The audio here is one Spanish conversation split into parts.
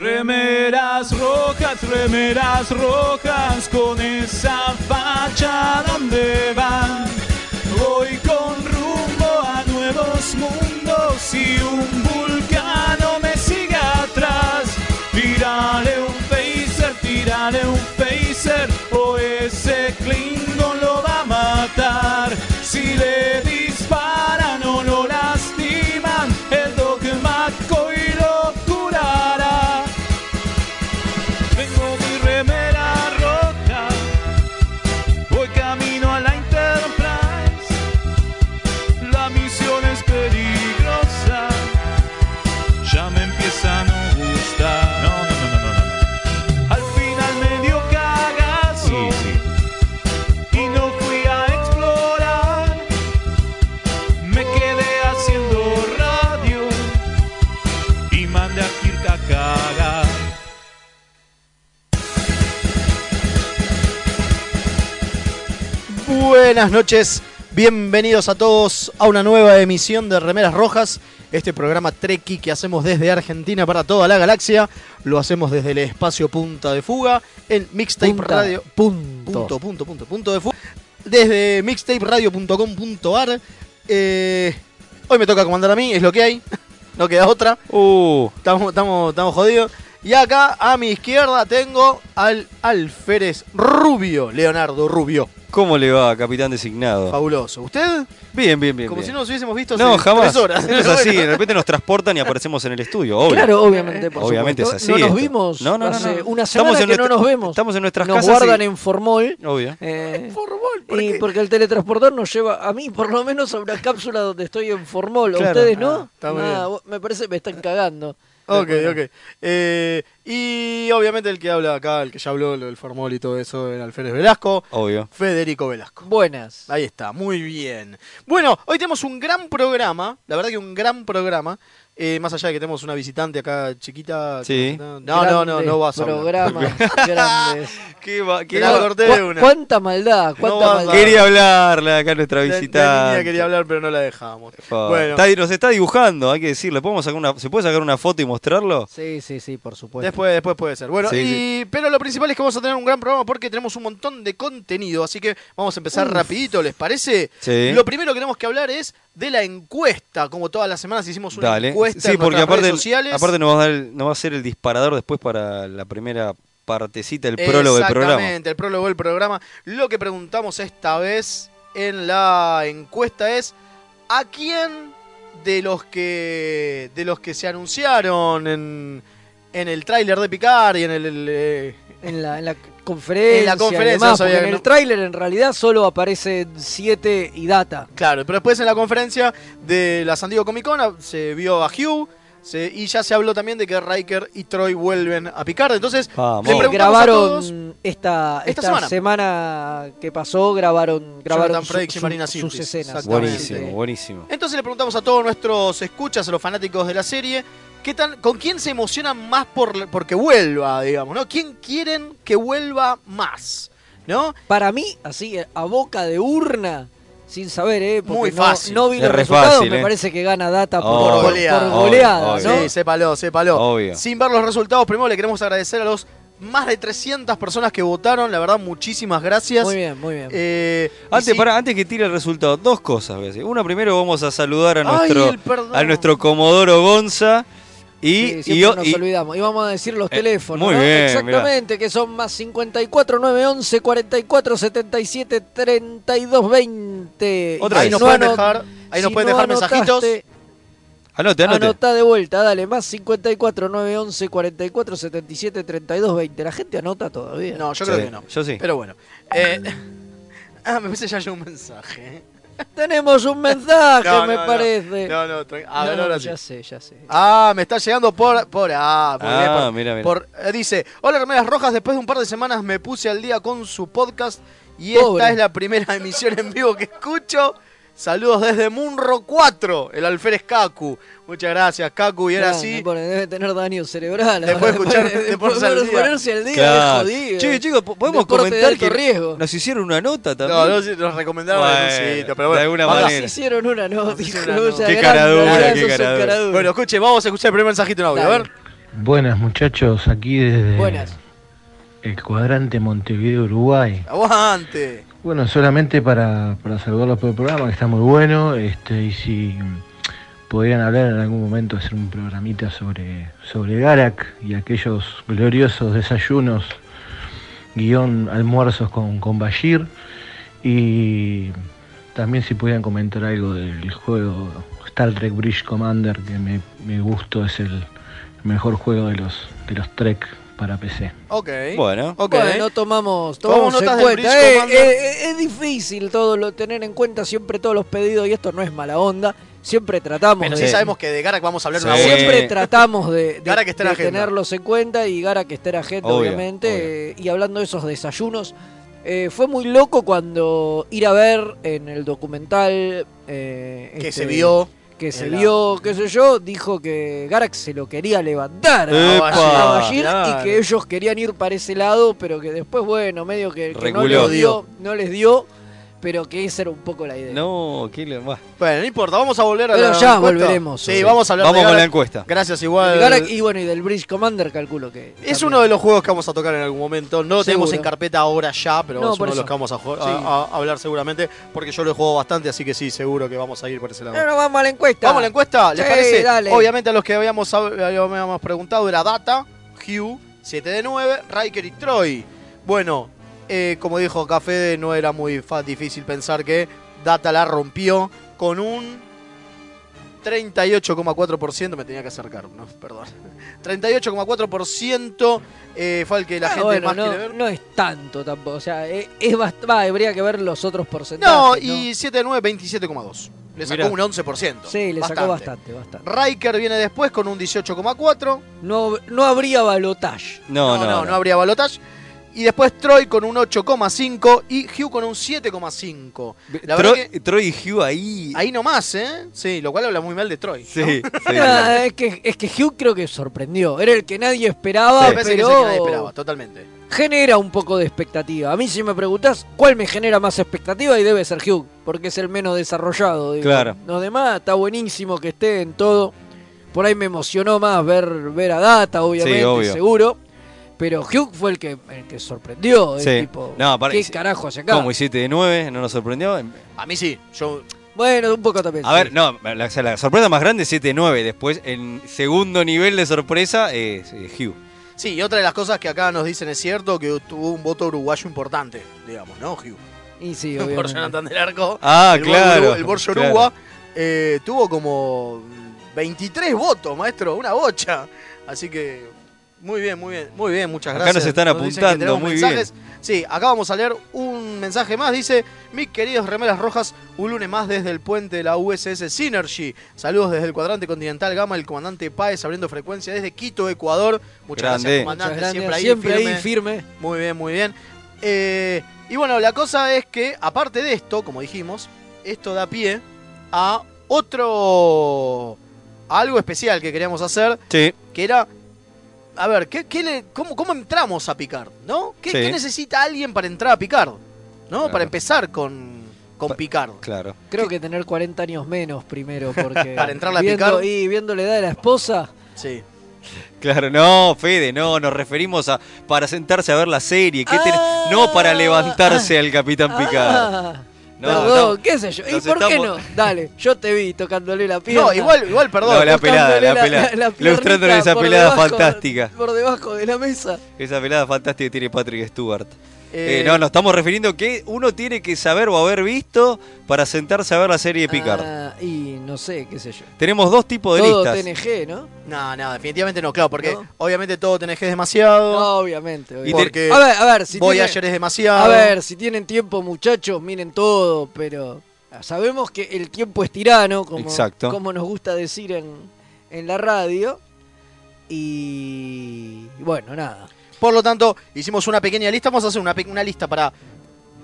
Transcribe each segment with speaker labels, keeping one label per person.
Speaker 1: Remeras rojas, remeras rojas, con esa facha donde van. Voy con rumbo a nuevos mundos y un vulcano me sigue atrás. Tírale un phaser, tírale un phaser, o ese Klingon lo va a matar. Si le disparan o lo lastiman, el dogmático y lo curará. Tengo mi remera rota, voy camino a la Enterprise. La misión es peligrosa, ya me empieza a no gustar. No, no, no, no, no. Al final me dio cagazo y no fui a explorar. Me quedé haciendo radio y mandé a Kirk a cagar.
Speaker 2: Buenas noches, bienvenidos a todos a una nueva emisión de Remeras Rojas, este programa Treki que hacemos desde Argentina para toda la galaxia, lo hacemos desde el espacio Punta de Fuga en Mixtape
Speaker 3: Punta,
Speaker 2: Radio.
Speaker 3: Punto.
Speaker 2: Punto, punto, punto, punto de fuga. Desde mixtaperadio.com.ar. Eh, hoy me toca comandar a mí, es lo que hay, no queda otra.
Speaker 1: Uh,
Speaker 2: Estamos, estamos, estamos jodidos. Y acá a mi izquierda tengo al alférez Rubio, Leonardo Rubio.
Speaker 4: ¿Cómo le va, capitán designado?
Speaker 2: Fabuloso. ¿Usted?
Speaker 4: Bien, bien, bien.
Speaker 2: Como
Speaker 4: bien.
Speaker 2: si no nos hubiésemos visto hace
Speaker 4: No, jamás.
Speaker 2: tres horas.
Speaker 4: No es
Speaker 2: Pero
Speaker 4: así,
Speaker 2: bueno.
Speaker 4: de repente nos transportan y aparecemos en el estudio, obvio.
Speaker 2: Eh,
Speaker 3: Claro, obviamente, por
Speaker 4: Obviamente es
Speaker 3: supuesto.
Speaker 4: así
Speaker 3: No nos
Speaker 4: esto.
Speaker 3: vimos
Speaker 4: No, no, no,
Speaker 3: hace
Speaker 4: no.
Speaker 3: una semana
Speaker 4: Estamos
Speaker 3: que
Speaker 4: en
Speaker 3: no
Speaker 4: nuestra-
Speaker 3: nos vemos.
Speaker 4: estamos en nuestras
Speaker 3: nos
Speaker 4: casas
Speaker 3: guardan
Speaker 4: y-
Speaker 3: en formol.
Speaker 4: Obvio.
Speaker 3: eh, y porque el teletransportador nos lleva a mí, por lo menos, a una cápsula donde estoy en formol. ¿A
Speaker 4: Claro.
Speaker 3: ¿Ustedes no?
Speaker 2: Ah, está muy
Speaker 3: Nada,
Speaker 2: bien.
Speaker 3: vos- me parece que me están cagando.
Speaker 2: Ok, ok. Eh, y obviamente el que habla acá, el que ya habló, lo del formol y todo eso, el alférez Velasco,
Speaker 4: Obvio.
Speaker 2: Federico Velasco.
Speaker 3: Buenas.
Speaker 2: Ahí está, muy bien. Bueno, hoy tenemos un gran programa, la verdad que un gran programa. Eh, más allá de que tenemos una visitante acá chiquita.
Speaker 4: Sí.
Speaker 2: No, no, no, no vas a hablar.
Speaker 3: Programas grandes.
Speaker 4: ¿Qué va,
Speaker 2: Te la corté de
Speaker 3: Cu-
Speaker 2: una.
Speaker 3: ¿Cuánta maldad? ¿Cuánta
Speaker 2: vas a-
Speaker 3: maldad?
Speaker 4: Quería hablarla acá nuestra
Speaker 2: La- la niña
Speaker 4: visitante.
Speaker 2: quería hablar, pero no la dejamos.
Speaker 4: Fa,
Speaker 2: Bueno,
Speaker 4: está- nos está dibujando, hay que decirlo. ¿Podemos sacar una, ¿Se puede sacar una foto y mostrarlo?
Speaker 3: Sí, sí, sí, por supuesto.
Speaker 2: después, después puede ser. Bueno,
Speaker 4: Sí,
Speaker 2: y, pero lo principal es que vamos a tener un gran programa porque tenemos un montón de contenido, así que vamos a empezar rapidito, ¿les parece?
Speaker 4: Sí.
Speaker 2: Lo primero que tenemos que hablar es de la encuesta, como todas las semanas hicimos una
Speaker 4: Dale.
Speaker 2: encuesta
Speaker 4: Sí,
Speaker 2: en
Speaker 4: porque
Speaker 2: nuestras
Speaker 4: aparte,
Speaker 2: redes sociales.
Speaker 4: aparte nos, va a dar el- nos va a ser el disparador después para la primera partecita, el prólogo del programa.
Speaker 2: Exactamente, el prólogo del programa. Lo que preguntamos esta vez en la encuesta es ¿a quién de los que de los que se anunciaron en, en el tráiler de Picard y en el, el, eh,
Speaker 3: En la, en la conferencia.
Speaker 2: En la
Speaker 3: y
Speaker 2: conferencia,
Speaker 3: demás,
Speaker 2: sabía
Speaker 3: porque
Speaker 2: que
Speaker 3: en
Speaker 2: no-
Speaker 3: el tráiler en realidad solo aparecen 7 y data.
Speaker 2: claro, pero después en la conferencia de la San Diego Comic Con ah, se vio a Hugh se- y ya se habló también de que Riker y Troy vuelven a Picard. Entonces,
Speaker 4: Vamos.
Speaker 2: le
Speaker 3: Sí,
Speaker 2: preguntamos a todos-
Speaker 3: Eh, grabaron esta,
Speaker 2: Esta
Speaker 3: esta,
Speaker 2: semana.
Speaker 3: semana. que pasó, grabaron, grabaron su-
Speaker 2: Frakes y
Speaker 3: su-
Speaker 2: Marina
Speaker 3: sus
Speaker 2: Sirtis,
Speaker 3: escenas.
Speaker 2: exactamente.
Speaker 4: Buenísimo, buenísimo.
Speaker 2: Entonces le preguntamos a todos nuestros escuchas, a los fanáticos de la serie, ¿qué tan, ¿con quién se emocionan más por, porque vuelva, digamos, ¿no? ¿Quién quieren que vuelva más? ¿No?
Speaker 3: Para mí, así, a boca de urna, sin saber, ¿eh? porque
Speaker 2: Muy
Speaker 3: no-
Speaker 2: fácil.
Speaker 3: No, vi
Speaker 4: Es
Speaker 3: los
Speaker 4: re
Speaker 3: resultados,
Speaker 4: fácil,
Speaker 3: me
Speaker 4: ¿eh?
Speaker 3: parece que gana data por,
Speaker 4: Obvio,
Speaker 3: por
Speaker 2: obvio,
Speaker 3: goleada,
Speaker 4: obvio.
Speaker 3: ¿no?
Speaker 2: Sí, sépalo, sépalo.
Speaker 4: Obvio.
Speaker 2: Sin ver los resultados, primero le queremos agradecer a los más de 300 personas que votaron, la verdad, muchísimas gracias.
Speaker 3: Muy bien, muy bien.
Speaker 2: Eh, y
Speaker 4: Antes,
Speaker 2: sí-
Speaker 4: pará, antes que tire el resultado, dos cosas. voy a decir. Una, primero vamos a saludar a
Speaker 2: Ay,
Speaker 4: nuestro,
Speaker 2: el perdón.
Speaker 4: a nuestro Comodoro Gonza. Y,
Speaker 3: Sí, siempre
Speaker 4: y o-
Speaker 3: nos
Speaker 4: y-
Speaker 3: olvidamos. Y vamos a decir los
Speaker 4: Eh,
Speaker 3: teléfonos.
Speaker 4: muy
Speaker 3: ¿no?
Speaker 4: bien,
Speaker 3: Exactamente, que son más 54 911 44 77 32 20.
Speaker 4: Otra
Speaker 2: ahí
Speaker 4: vez.
Speaker 2: nos
Speaker 4: No
Speaker 2: pueden
Speaker 3: anot-
Speaker 2: dejar, ahí
Speaker 3: si
Speaker 2: nos pueden
Speaker 3: no
Speaker 2: dejar
Speaker 3: anotaste,
Speaker 2: mensajitos.
Speaker 4: anote, anote.
Speaker 3: Anotá de vuelta, dale, más 54 911 44 77 32 20. La gente anota todavía.
Speaker 2: No, yo
Speaker 4: Sí,
Speaker 2: creo que no.
Speaker 4: Yo sí.
Speaker 2: Pero bueno. Eh, ah, me parece ya llegó un mensaje. eh.
Speaker 3: Tenemos un mensaje,
Speaker 2: No,
Speaker 3: Ah, me
Speaker 2: no, no.
Speaker 3: parece.
Speaker 2: No, no, tranqui- a ver,
Speaker 3: No,
Speaker 2: ahora
Speaker 3: ya
Speaker 2: sí.
Speaker 3: sé, ya sé.
Speaker 2: Ah, me está llegando por. por ah, por,
Speaker 4: Ah,
Speaker 2: por-
Speaker 4: mira, mira.
Speaker 2: por- eh, dice: Hola, Remeras Rojas. Después de un par de semanas me puse al día con su podcast. Y
Speaker 3: Pobre.
Speaker 2: esta es la primera emisión en vivo que escucho. Saludos desde Munro 4, el alférez Kaku. Muchas gracias, Kaku. Y ahora
Speaker 3: Nah, me
Speaker 2: sí.
Speaker 3: pone- debe tener daño cerebral.
Speaker 2: Después de escuchar- de ponerse al día.
Speaker 3: ponerse al día.
Speaker 4: Claro.
Speaker 3: es jodido. eh.
Speaker 4: Che, chicos, po- podemos
Speaker 3: Deporte de
Speaker 4: comentar
Speaker 3: alto
Speaker 4: que
Speaker 3: riesgo.
Speaker 4: nos hicieron una nota también.
Speaker 2: No, no, sí, nos recomendaron
Speaker 4: Bueno,
Speaker 2: algún sitio, pero
Speaker 4: de
Speaker 2: bueno.
Speaker 4: alguna
Speaker 2: Basta.
Speaker 3: Nos
Speaker 4: manera.
Speaker 3: hicieron una nota.
Speaker 2: Nos hicieron
Speaker 3: hijo de
Speaker 2: una
Speaker 3: olla
Speaker 4: nota. Qué
Speaker 3: grande,
Speaker 4: caradura,
Speaker 3: ahora
Speaker 4: qué
Speaker 3: sos un
Speaker 4: caradura.
Speaker 2: Bueno, escuche, vamos a escuchar el primer mensajito en audio. A
Speaker 3: Dale.
Speaker 2: ver.
Speaker 5: Buenas muchachos, aquí desde
Speaker 3: Buenas.
Speaker 5: el cuadrante Montevideo, Uruguay.
Speaker 2: Aguante.
Speaker 5: Bueno, solamente para, para saludarlos por el programa, que está muy bueno, este, y si podrían hablar en algún momento, hacer un programita sobre, sobre Garak y aquellos gloriosos desayunos, guión almuerzos con, con Bashir, y también si pudieran comentar algo del juego Star Trek Bridge Commander, que me, me gustó, es el mejor juego de los, de los Trek para PC.
Speaker 2: Ok.
Speaker 4: Bueno.
Speaker 2: Ok. eh.
Speaker 3: Bueno,
Speaker 2: Tomamos
Speaker 3: tomamos, tomamos en
Speaker 2: notas de
Speaker 3: cuenta.
Speaker 2: Bridge
Speaker 3: Eh,
Speaker 2: Commander.
Speaker 3: eh, eh, es difícil todo lo tener en cuenta siempre todos los pedidos y esto no es mala onda. Siempre tratamos
Speaker 2: Pero
Speaker 3: de,
Speaker 2: sí sabemos que de Garak vamos a hablar
Speaker 4: Sí.
Speaker 2: una buena.
Speaker 3: siempre tratamos de, de-
Speaker 2: Gara que esté en
Speaker 3: de
Speaker 2: agenda.
Speaker 3: tenerlos en cuenta y Gara que esté en agenda,
Speaker 4: Obvio,
Speaker 3: obviamente.
Speaker 4: obvio.
Speaker 3: eh, y hablando de esos desayunos, eh, fue muy loco cuando ir a ver en el documental eh,
Speaker 2: que
Speaker 3: este,
Speaker 2: se vio.
Speaker 3: que se
Speaker 2: el-
Speaker 3: vio, qué sé yo, dijo que Garak se lo quería levantar a
Speaker 4: ¡Epa!
Speaker 3: a Bashir
Speaker 2: Claro.
Speaker 3: y que ellos querían ir para ese lado, pero que después, bueno, medio que, que no,
Speaker 4: Reculó.
Speaker 3: les dio, no les dio, pero que esa era un poco la idea.
Speaker 4: No, qué le- bah.
Speaker 2: Bueno, no importa, vamos a volver a
Speaker 3: Pero
Speaker 2: la
Speaker 3: ya
Speaker 2: encuesta.
Speaker 3: volveremos,
Speaker 2: Sí,
Speaker 3: sí.
Speaker 2: vamos a hablar
Speaker 4: Vamos
Speaker 2: de
Speaker 4: con la
Speaker 2: Garak.
Speaker 4: encuesta.
Speaker 2: Gracias,
Speaker 3: Del
Speaker 2: igual.
Speaker 3: Garak y bueno, y del Bridge Commander calculo que...
Speaker 2: eh, Es
Speaker 3: también.
Speaker 2: uno de los juegos que vamos a tocar en algún momento. No lo tenemos
Speaker 3: Seguro.
Speaker 2: en carpeta ahora ya, pero
Speaker 3: No,
Speaker 2: es uno
Speaker 3: por
Speaker 2: de
Speaker 3: eso.
Speaker 2: los que vamos a, jugar- a-
Speaker 3: Sí.
Speaker 2: a- a hablar seguramente. Porque yo lo he jugado bastante, así que sí, seguro que vamos a ir por ese lado.
Speaker 3: Pero no, vamos a la encuesta.
Speaker 2: ¿Vamos a la encuesta? ¿Les
Speaker 3: Sí,
Speaker 2: parece?
Speaker 3: dale.
Speaker 2: Obviamente a los que habíamos, hab- habíamos preguntado era Data, Hugh, 7 de 9, Riker y Troy. Bueno, eh, como dijo Café, no era muy fa- difícil pensar que Data la rompió con un 38,4%. Me tenía que acercar, no, perdón. 38,4% eh, fue el que la
Speaker 3: Ah,
Speaker 2: gente
Speaker 3: bueno,
Speaker 2: más
Speaker 3: no,
Speaker 2: quiere ver.
Speaker 3: no es tanto tampoco, o sea, eh, es, bast- va, habría que ver los otros porcentajes.
Speaker 2: No, y 7 de 9, 27,2. Le sacó
Speaker 4: Mirá.
Speaker 2: un 11%.
Speaker 3: Sí, le sacó bastante, bastante.
Speaker 2: Riker viene después con un 18,4%.
Speaker 3: No, no habría balotaje.
Speaker 4: No, no, no.
Speaker 2: habría balotage. Y después Troy con un 8,5 y Hugh con un 7,5. La verdad
Speaker 4: Troy,
Speaker 2: que
Speaker 4: Troy y Hugh ahí.
Speaker 2: ahí nomás, ¿eh? Sí, lo cual habla muy mal de Troy.
Speaker 4: Sí, sí.
Speaker 3: Ah, es, que, es que Hugh creo que sorprendió. Era el que nadie esperaba,
Speaker 2: Me
Speaker 4: Sí.
Speaker 2: parece
Speaker 3: pero
Speaker 2: Ah, que es el que nadie esperaba, totalmente.
Speaker 3: genera un poco de expectativa. A mí si me preguntás cuál me genera más expectativa y debe ser Hugh, porque es el menos desarrollado. digo.
Speaker 4: Claro.
Speaker 3: Los demás está buenísimo que esté en todo. Por ahí me emocionó más ver, ver a Data, obviamente,
Speaker 4: obvio.
Speaker 3: seguro. Pero Hugh fue el que, el que sorprendió. es
Speaker 4: Sí.
Speaker 3: tipo,
Speaker 4: No, aparte-
Speaker 3: ¿qué carajo hace acá?
Speaker 4: Como y 7 de 9, no nos sorprendió.
Speaker 2: A mí sí, yo
Speaker 3: Bueno, un poco también.
Speaker 4: A
Speaker 3: sí.
Speaker 4: ver, no, la, o sea, la sorpresa más grande es 7 de 9. Después, el segundo nivel de sorpresa es eh, Hugh.
Speaker 2: sí, y otra de las cosas que acá nos dicen es cierto que tuvo un voto uruguayo importante, digamos, ¿no, Hugh?
Speaker 3: Y sí,
Speaker 2: Por
Speaker 3: obviamente.
Speaker 2: Jonathan del Arco.
Speaker 4: Ah,
Speaker 2: el
Speaker 4: claro.
Speaker 2: Borgo- el Borgo
Speaker 4: claro.
Speaker 2: Uruguay eh, tuvo como 23 votos, maestro, una bocha. Así que muy bien, muy bien, muy bien, muchas
Speaker 4: Acá
Speaker 2: gracias.
Speaker 4: nos están
Speaker 2: dicen que
Speaker 4: apuntando,
Speaker 2: tenemos
Speaker 4: muy
Speaker 2: mensajes. Sí, acá vamos a leer un mensaje más. Dice, mis queridos remeras rojas, un lunes más desde el puente de la USS Synergy. Saludos desde el cuadrante continental Gama, el comandante Páez abriendo frecuencia desde Quito, Ecuador. Muchas gracias,
Speaker 4: Grande.
Speaker 3: Muchas
Speaker 2: comandante.
Speaker 3: gracias.
Speaker 2: Siempre ahí firme.
Speaker 3: firme.
Speaker 2: Muy bien, muy bien. Eh, y bueno, la cosa es que, aparte de esto, como dijimos, esto da pie a otro. a algo especial que queríamos hacer,
Speaker 4: Sí,
Speaker 2: que era. A ver, ¿qué, qué le- cómo, cómo entramos a Picard? ¿No? ¿Qué,
Speaker 4: Sí.
Speaker 2: qué necesita alguien para entrar a Picard? ¿No? Para empezar con, con
Speaker 4: Pa-
Speaker 2: Picard.
Speaker 4: claro.
Speaker 3: Creo que tener 40 años menos primero, porque.
Speaker 2: Para entrarla a
Speaker 3: viendo-
Speaker 2: picar.
Speaker 3: Y viendo la edad de la esposa.
Speaker 2: Sí.
Speaker 4: Claro, no, Fede, no, nos referimos a para sentarse a ver la serie, que ten-
Speaker 3: Ah.
Speaker 4: no para levantarse al Capitán Picard.
Speaker 3: Ah,
Speaker 4: No,
Speaker 3: perdón,
Speaker 4: no.
Speaker 3: qué sé yo. ¿Y
Speaker 4: Nos
Speaker 3: por qué no?
Speaker 4: estamos-
Speaker 3: Dale, yo te vi tocándole la pierna.
Speaker 2: No, igual, igual, perdón.
Speaker 4: No, la
Speaker 3: tocándole
Speaker 4: pelada, la pelada.
Speaker 3: piernita
Speaker 4: Ilustrándole esa
Speaker 3: por
Speaker 4: pelada
Speaker 3: debajo-
Speaker 4: fantástica.
Speaker 3: Por debajo de la mesa.
Speaker 4: Esa pelada fantástica que tiene Patrick Stewart.
Speaker 2: Eh,
Speaker 4: Eh, no, nos estamos refiriendo que uno tiene que saber o haber visto para sentarse a ver la serie de Picard.
Speaker 3: Ah, y no sé, qué sé yo.
Speaker 4: Tenemos dos tipos de listas.
Speaker 3: Todo TNG, ¿no?
Speaker 2: No, no, definitivamente no, claro, porque
Speaker 3: No.
Speaker 2: obviamente todo TNG es demasiado.
Speaker 3: No, obviamente. obviamente.
Speaker 4: te-
Speaker 2: Porque
Speaker 3: A ver, a ver, si
Speaker 2: Voyager
Speaker 3: tiene-
Speaker 2: es demasiado.
Speaker 3: A ver, si tienen tiempo, muchachos, miren todo, pero ah, sabemos que el tiempo es tirano, como,
Speaker 4: Exacto.
Speaker 3: como nos gusta decir en, en la radio. Y bueno, nada.
Speaker 2: Por lo tanto, hicimos una pequeña lista. Vamos a hacer una, pe- una lista para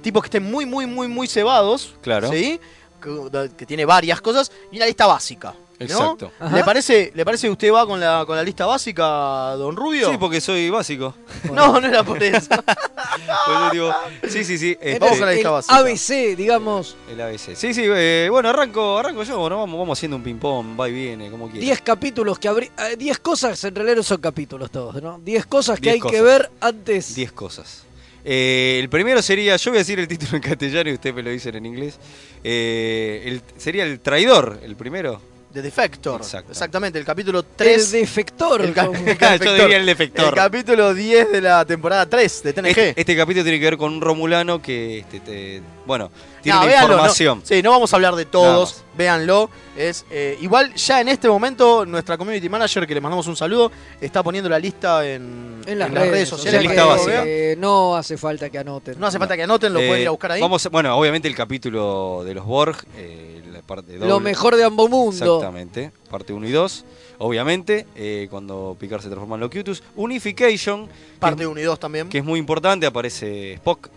Speaker 2: tipos que estén muy, muy, muy, muy cebados.
Speaker 4: Claro.
Speaker 2: ¿Sí? Que, que tiene varias cosas. Y una lista básica. ¿no?
Speaker 4: Exacto.
Speaker 3: Ajá.
Speaker 2: ¿Le parece, ¿Le parece que usted va con la, con la lista básica, don Rubio?
Speaker 4: Sí, porque soy básico.
Speaker 2: No, no era por eso.
Speaker 4: Por eso digo, sí, sí, sí. este,
Speaker 2: Vamos a la
Speaker 3: el
Speaker 2: lista básica.
Speaker 3: ABC, digamos,
Speaker 4: el ABC. Sí, sí, eh, bueno, arranco, arranco yo, ¿no? Vamos, vamos haciendo un ping-pong, va y viene, como quieras.
Speaker 3: 10 capítulos que habría. 10 cosas, en realidad no son capítulos todos, ¿no? 10 cosas que
Speaker 4: Diez
Speaker 3: hay que
Speaker 4: cosas.
Speaker 3: ver antes.
Speaker 4: 10 cosas. Eh, el primero sería, yo voy a decir el título en castellano y ustedes me lo dicen en inglés. Eh, el- sería El Traidor, el primero.
Speaker 2: The Defector.
Speaker 4: Exacto.
Speaker 2: Exactamente, el capítulo
Speaker 3: El
Speaker 2: 3.
Speaker 3: defector.
Speaker 2: el ca-
Speaker 3: como-
Speaker 2: el
Speaker 4: Ah, yo
Speaker 2: defector.
Speaker 4: diría El
Speaker 2: El
Speaker 4: Defector.
Speaker 2: capítulo 10 de la temporada 3 de TNG.
Speaker 4: Este, este capítulo tiene que ver con un romulano que, este, te- bueno, tiene
Speaker 2: No,
Speaker 4: una
Speaker 2: véanlo, no-
Speaker 4: información.
Speaker 2: sí, no vamos a hablar de todos,
Speaker 4: Nada
Speaker 2: véanlo. Es, eh, igual ya en este momento nuestra community manager, que le mandamos un saludo, está poniendo la lista en,
Speaker 3: En las, redes,
Speaker 4: sociales.
Speaker 3: o sea
Speaker 4: La lista
Speaker 3: que,
Speaker 4: básica.
Speaker 3: eh, no hace falta que anoten.
Speaker 2: No hace falta que anoten, lo
Speaker 4: Eh,
Speaker 2: pueden ir a buscar ahí.
Speaker 4: Vamos, a- bueno, obviamente el capítulo de los Borg, eh, la parte
Speaker 3: Lo
Speaker 4: doble.
Speaker 3: mejor de ambos mundos.
Speaker 4: Exactamente, parte 1 y 2. Obviamente, eh, cuando Picard se transforma en Locutus. Unification, que
Speaker 2: Parte
Speaker 4: es-
Speaker 2: 1 y 2 también.
Speaker 4: que es muy importante, aparece Spock.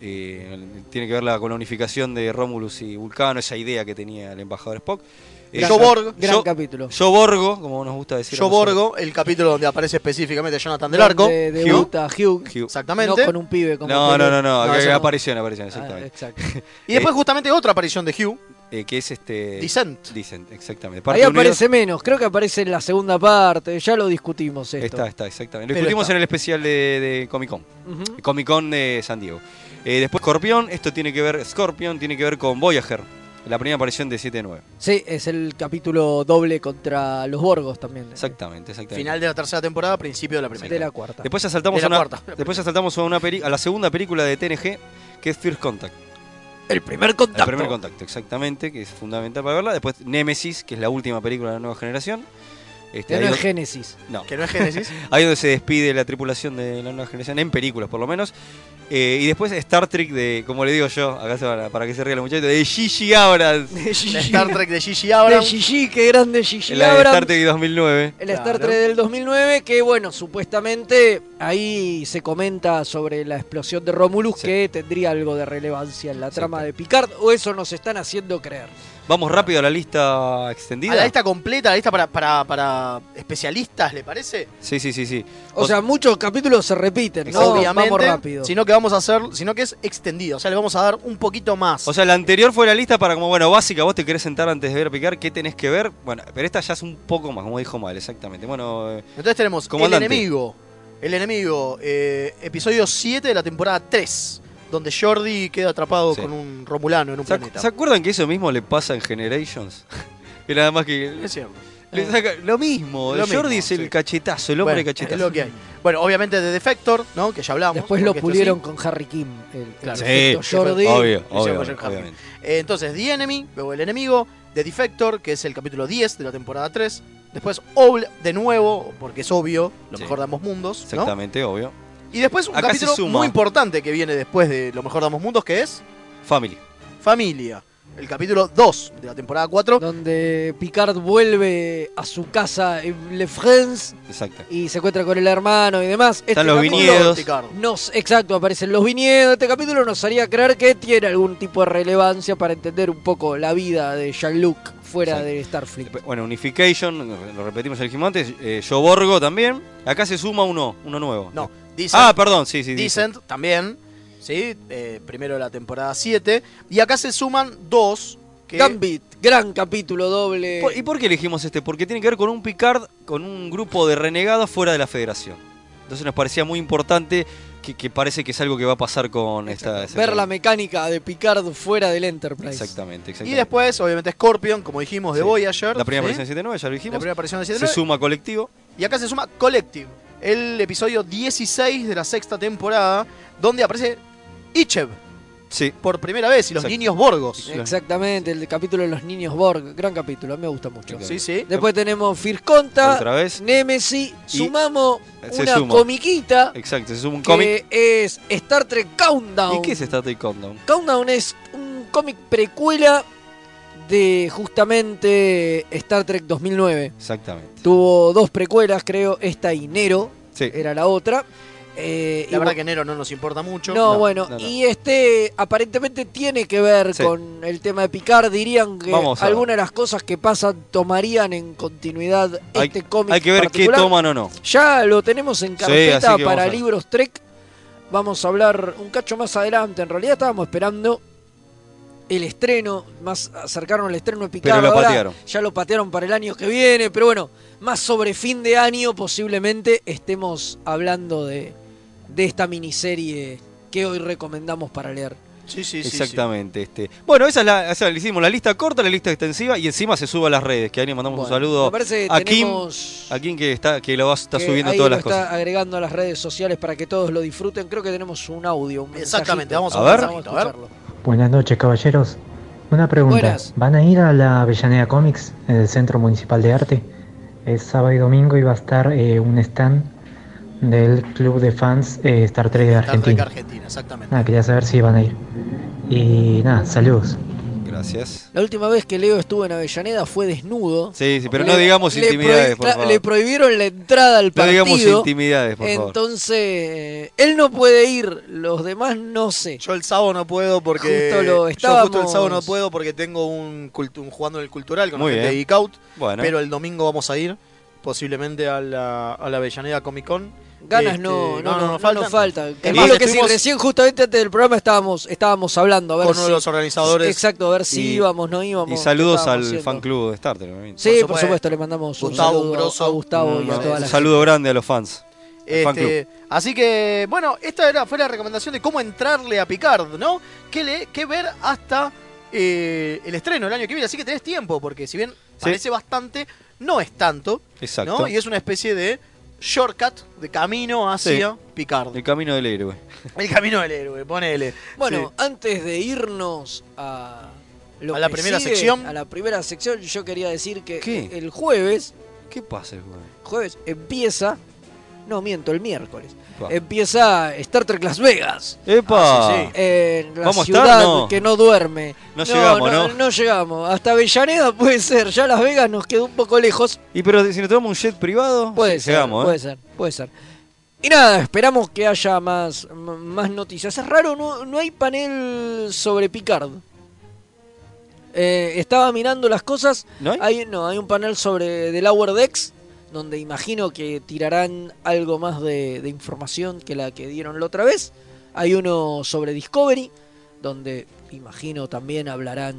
Speaker 4: eh, tiene que ver la- con la unificación de Romulus y Vulcano, esa idea que tenía el embajador Spock. Eh,
Speaker 2: Yo Borg,
Speaker 3: Gran
Speaker 4: yo-
Speaker 3: capítulo.
Speaker 4: Yo Borgo, como nos gusta decir. a
Speaker 2: Yo
Speaker 4: nosotros.
Speaker 2: Borgo, el capítulo donde aparece específicamente Jonathan del Arco.
Speaker 3: De,
Speaker 4: Hugh.
Speaker 3: debuta Hugh.
Speaker 4: Hugh.
Speaker 2: Exactamente.
Speaker 3: No con un pibe como
Speaker 4: No,
Speaker 3: Pelé.
Speaker 4: no, no, no, acá-
Speaker 3: ese
Speaker 4: aparición, aparición,
Speaker 3: Ah,
Speaker 4: exactamente.
Speaker 3: exacto.
Speaker 2: Y después justamente otra aparición de Hugh,
Speaker 4: Eh, que es este.
Speaker 2: Dissent.
Speaker 4: Dissent, exactamente. Parte
Speaker 3: Ahí
Speaker 4: uno y dos.
Speaker 3: aparece menos, creo que aparece en la segunda parte, ya lo discutimos esto.
Speaker 4: Está, está, exactamente. Lo
Speaker 2: Pero
Speaker 4: discutimos
Speaker 2: está.
Speaker 4: en el especial de, de Comic Con.
Speaker 3: Ujú.
Speaker 4: Comic Con de San Diego. Eh, después Scorpion, esto tiene que ver, Scorpion tiene que ver con Voyager, la primera aparición de 7-9.
Speaker 3: Sí, es el capítulo doble contra los Borgos también.
Speaker 4: Exactamente, exactamente.
Speaker 2: final de la tercera temporada, principio de la primera.
Speaker 3: De la cuarta.
Speaker 4: Después ya saltamos,
Speaker 2: De la
Speaker 4: a, una,
Speaker 2: cuarta.
Speaker 4: después ya saltamos a, una peli- a la segunda película de TNG, que es First Contact.
Speaker 3: El primer contacto.
Speaker 4: El primer contacto, exactamente, que es fundamental para verla. Después Nemesis, que es la última película de la nueva generación. Este,
Speaker 3: Ya
Speaker 4: ahí
Speaker 3: no es
Speaker 4: donde-
Speaker 3: Génesis.
Speaker 4: no.
Speaker 2: Que no es Génesis.
Speaker 4: Ahí donde se despide la tripulación de la nueva generación, en películas por lo menos. Eh, y después Star Trek de, como le digo yo, acá se van a- para que se rían los muchachos, de Gigi Abrams.
Speaker 3: De
Speaker 2: la
Speaker 3: Gigi.
Speaker 2: Star Trek de Gigi ahora.
Speaker 3: De Gigi, qué grande Gigi
Speaker 4: La de Star
Speaker 3: Abrams.
Speaker 4: Trek 2009.
Speaker 3: El Star
Speaker 2: Claro.
Speaker 3: Trek del 2009, que bueno, supuestamente ahí se comenta sobre la explosión de Romulus
Speaker 4: Sí.
Speaker 3: que tendría algo de relevancia en la trama de Picard, o eso nos están haciendo creer.
Speaker 4: Vamos rápido a la lista extendida.
Speaker 2: A la lista completa, a la lista para, para, para especialistas, ¿le parece?
Speaker 4: Sí, sí, sí, sí.
Speaker 3: O
Speaker 4: O-
Speaker 3: sea, muchos capítulos se repiten, ¿no?
Speaker 2: Obviamente.
Speaker 3: Vamos rápido.
Speaker 2: Sino que vamos a hacer, sino que es extendido. O sea, le vamos a dar un poquito más.
Speaker 4: O sea, la anterior fue la lista para como, bueno, básica, vos te querés sentar antes de ver a picar, ¿qué tenés que ver? Bueno, pero esta ya es un poco más, como dijo mal, exactamente. Bueno, eh,
Speaker 2: Entonces tenemos
Speaker 4: Comandante.
Speaker 2: El Enemigo. El Enemigo, eh, episodio 7 de la temporada 3, donde Jordi queda atrapado
Speaker 4: Sí.
Speaker 2: con un romulano en un
Speaker 4: ¿se, ac-
Speaker 2: planeta.
Speaker 4: se acuerdan que eso mismo le pasa en Generations? que nada más que...
Speaker 2: Es cierto.
Speaker 4: le saca- lo mismo,
Speaker 2: Lo
Speaker 4: Jordi
Speaker 2: mismo,
Speaker 4: es el
Speaker 2: sí.
Speaker 4: cachetazo, el hombre
Speaker 2: Bueno, es
Speaker 4: cachetazo.
Speaker 2: lo que hay. Bueno, obviamente de Defector, ¿no? Que ya hablamos.
Speaker 3: Después lo
Speaker 2: porque esto es
Speaker 3: pulieron
Speaker 2: así.
Speaker 3: con Harry Kim, el,
Speaker 2: Claro.
Speaker 3: el
Speaker 2: Sí,
Speaker 3: efecto Jordi.
Speaker 4: obvio,
Speaker 2: Lo hicieron
Speaker 4: obvio,
Speaker 2: con John
Speaker 4: obviamente.
Speaker 2: Eh, entonces, The Enemy, luego El Enemigo, The Defector, que es el capítulo 10 de la temporada 3. Después, Obl- de nuevo, porque es obvio, lo
Speaker 4: Sí.
Speaker 2: mejor de ambos mundos, ¿no?
Speaker 4: Exactamente, obvio.
Speaker 2: Y después un
Speaker 4: Acá se
Speaker 2: capítulo
Speaker 4: suma.
Speaker 2: muy importante que viene después de Lo mejor de ambos mundos, que es
Speaker 4: Family.
Speaker 2: Familia. El capítulo 2 de la temporada 4.
Speaker 3: Donde Picard vuelve a su casa en Le France
Speaker 4: Exacto.
Speaker 3: y se encuentra con el hermano y demás. Este
Speaker 4: los
Speaker 3: capítulo
Speaker 4: viñedos.
Speaker 2: Picard.
Speaker 3: Nos, exacto, aparecen los viñedos. Este capítulo nos haría creer que tiene algún tipo de relevancia para entender un poco la vida de Jean-Luc fuera
Speaker 4: Exacto.
Speaker 3: de Starfleet.
Speaker 4: Después, Bueno, Unification, lo repetimos el Jimón antes, eh, Yo Borgo también. Acá se suma uno, uno nuevo.
Speaker 2: No, Dicen,
Speaker 4: Ah, perdón, sí, sí. dice.
Speaker 2: Dicent también. ¿sí? Eh, primero de la temporada 7. Y acá se suman dos. Que,
Speaker 3: Gambit, gran capítulo doble.
Speaker 4: Por- ¿Y por qué elegimos este? Porque tiene que ver con un Picard, con un grupo de renegados fuera de la Federación. Entonces nos parecía muy importante que, que parece que es algo que va a pasar con esta... esta-
Speaker 3: Ver la mecánica de Picard fuera del Enterprise.
Speaker 4: Exactamente, exactamente.
Speaker 2: y después, obviamente, Scorpion, como dijimos, de
Speaker 4: Sí.
Speaker 2: Voyager.
Speaker 4: La primera
Speaker 2: ¿sí?
Speaker 4: aparición de 79, ya lo
Speaker 2: La
Speaker 4: dijimos.
Speaker 2: primera aparición de
Speaker 4: Se
Speaker 2: 7.
Speaker 4: suma colectivo.
Speaker 2: Y acá se suma Collective, el episodio 16 de la sexta temporada, donde aparece Ichev
Speaker 4: Sí.
Speaker 2: por primera vez y los
Speaker 4: Exacto.
Speaker 2: niños Borgos.
Speaker 3: Exactamente, el capítulo de los niños Borg. Gran capítulo, a mí me gusta mucho.
Speaker 4: Exacto.
Speaker 2: Sí, sí.
Speaker 3: Después tenemos First Conta,
Speaker 4: Otra vez.
Speaker 3: Nemesis, sumamos
Speaker 4: se
Speaker 3: una
Speaker 4: suma.
Speaker 3: comiquita
Speaker 4: Exacto, se suma un cómic.
Speaker 3: que es Star Trek Countdown.
Speaker 4: ¿Y qué es Star Trek Countdown?
Speaker 3: Countdown es un cómic precuela de justamente Star Trek 2009.
Speaker 4: Exactamente.
Speaker 3: Tuvo dos precuelas, creo, esta y Nero
Speaker 4: Sí.
Speaker 3: era la otra. Eh,
Speaker 2: La
Speaker 3: y
Speaker 2: verdad
Speaker 3: bu-
Speaker 2: que enero no nos importa mucho.
Speaker 3: no,
Speaker 4: No,
Speaker 3: bueno,
Speaker 4: no, no.
Speaker 3: y este aparentemente tiene que ver
Speaker 4: Sí.
Speaker 3: con el tema de Picard. Dirían que
Speaker 4: Vamos a ver.
Speaker 3: algunas de las cosas que pasan tomarían en continuidad
Speaker 4: Hay-
Speaker 3: este cómic.
Speaker 4: Hay que ver qué
Speaker 3: particular.
Speaker 4: toman o no.
Speaker 3: Ya lo tenemos en
Speaker 4: Sí, así que
Speaker 3: carpeta
Speaker 4: vamos a
Speaker 3: para
Speaker 4: ver.
Speaker 3: libros Trek. Vamos a hablar un cacho más adelante. En realidad estábamos esperando el estreno, más acercaron al estreno de Picardo.
Speaker 4: lo
Speaker 3: ahora
Speaker 4: patearon.
Speaker 3: Ya lo patearon para el año que viene, pero bueno, más sobre fin de año posiblemente estemos hablando de, de esta miniserie que hoy recomendamos para leer.
Speaker 2: Sí, sí, sí, sí.
Speaker 4: Exactamente. Este. Bueno, esa es la, esa le hicimos la lista corta, la lista extensiva y encima se sube a las redes. Que ahí le mandamos
Speaker 3: Bueno,
Speaker 4: un saludo
Speaker 3: me parece que
Speaker 4: a Kim,
Speaker 3: tenemos-
Speaker 4: a Kim que está, que lo va, está
Speaker 3: que
Speaker 4: subiendo
Speaker 3: ahí
Speaker 4: todas
Speaker 3: lo
Speaker 4: las
Speaker 3: está
Speaker 4: cosas.
Speaker 3: agregando a las redes sociales para que todos lo disfruten. Creo que tenemos un audio. un
Speaker 2: Exactamente, vamos
Speaker 3: mensajito.
Speaker 4: a A ver. ver.
Speaker 3: Vamos a escucharlo.
Speaker 6: Buenas noches, caballeros. Una pregunta.
Speaker 3: Buenas.
Speaker 6: ¿Van a ir a la Avellaneda Comics, en el Centro Municipal de Arte? Es sábado y domingo y va a estar eh, un stand del club de fans eh, Star Trek de
Speaker 2: Star Trek
Speaker 6: Argentina. Ah,
Speaker 2: Argentina, exactamente.
Speaker 6: Nada, quería saber si van a ir. Y nada, saludos.
Speaker 4: Gracias.
Speaker 3: La última vez que Leo estuvo en Avellaneda fue desnudo.
Speaker 4: Sí, sí, pero
Speaker 3: Le-
Speaker 4: no digamos
Speaker 3: le
Speaker 4: intimidades,
Speaker 3: prohi-
Speaker 4: por favor.
Speaker 3: Le prohibieron la entrada al
Speaker 4: No
Speaker 3: partido.
Speaker 4: digamos intimidades, por favor.
Speaker 3: Entonces, eh, él no puede ir, los demás no sé.
Speaker 2: Yo el sábado no puedo porque.
Speaker 3: Justo lo
Speaker 2: Yo justo el
Speaker 3: estábamos-
Speaker 2: sábado no puedo porque tengo un, cultu- un jugando en el cultural con la
Speaker 4: Muy
Speaker 2: gente de
Speaker 4: bien.
Speaker 2: Geekout.
Speaker 4: Bueno,
Speaker 2: Pero el domingo vamos a ir, posiblemente a la, a la Avellaneda Comic Con.
Speaker 3: Ganas
Speaker 2: Este,
Speaker 3: no, no, no, no,
Speaker 2: nos
Speaker 3: nos
Speaker 2: faltan.
Speaker 3: falta.
Speaker 2: Es
Speaker 3: Es
Speaker 2: más,
Speaker 3: lo que sí,
Speaker 2: estuvimos
Speaker 3: recién justamente antes del programa estábamos, estábamos hablando, a ver
Speaker 2: Con
Speaker 3: si-
Speaker 2: uno de los organizadores.
Speaker 3: Exacto, a ver si
Speaker 4: Y-
Speaker 3: íbamos, no íbamos.
Speaker 4: y
Speaker 3: qué
Speaker 4: saludos al
Speaker 3: estábamos haciendo.
Speaker 4: fan club de Star Trek, obviamente.
Speaker 3: Sí, por
Speaker 2: Por
Speaker 3: supuesto,
Speaker 2: supuesto,
Speaker 3: le mandamos
Speaker 2: Gustavo,
Speaker 3: un
Speaker 2: un
Speaker 3: saludo
Speaker 2: grosso.
Speaker 3: a Gustavo y
Speaker 2: No,
Speaker 3: a
Speaker 2: no,
Speaker 3: toda
Speaker 4: un
Speaker 3: la
Speaker 4: saludo grande a los fans.
Speaker 2: Este,
Speaker 4: fan club.
Speaker 2: así que, bueno, esta era, fue la recomendación de cómo entrarle a Picard, ¿no? ¿Qué, le, qué ver hasta eh, el estreno el año que viene? Así que tenés tiempo, porque si bien parece bastante, no es tanto,
Speaker 4: Exacto.
Speaker 2: ¿no? Y es una especie de shortcut, de camino hacia Picard.
Speaker 4: El camino del héroe.
Speaker 2: El camino del héroe, ponele.
Speaker 3: Bueno, antes de irnos a, lo
Speaker 2: A la
Speaker 3: que
Speaker 2: primera sección.
Speaker 3: A la primera sección, yo quería decir que
Speaker 4: ¿Qué?
Speaker 3: el jueves,
Speaker 4: ¿Qué pasa, güey?
Speaker 3: jueves empieza, no miento, el miércoles,
Speaker 4: Pa.
Speaker 3: empieza Star Trek Las Vegas.
Speaker 4: ¡Epa!
Speaker 2: Ah, sí, sí.
Speaker 3: En la
Speaker 4: ¿Vamos a estar?
Speaker 3: ciudad
Speaker 4: No.
Speaker 3: que no duerme.
Speaker 4: No llegamos, ¿no?
Speaker 3: llegamos. Hasta Avellaneda puede ser. Ya Las Vegas nos quedó un poco lejos.
Speaker 4: Y pero si nos tomamos un jet privado,
Speaker 3: Puede
Speaker 4: sí,
Speaker 3: ser.
Speaker 4: llegamos, ¿eh?
Speaker 3: Puede ser, puede ser. Y nada, esperamos que haya más, m- más noticias. Es raro, no, no hay panel sobre Picard. Eh, estaba mirando las cosas.
Speaker 4: ¿No hay?
Speaker 3: no, hay un panel sobre The Lower Decks, donde imagino que tirarán algo más de, de información que la que dieron la otra vez. Hay uno sobre Discovery, donde imagino también hablarán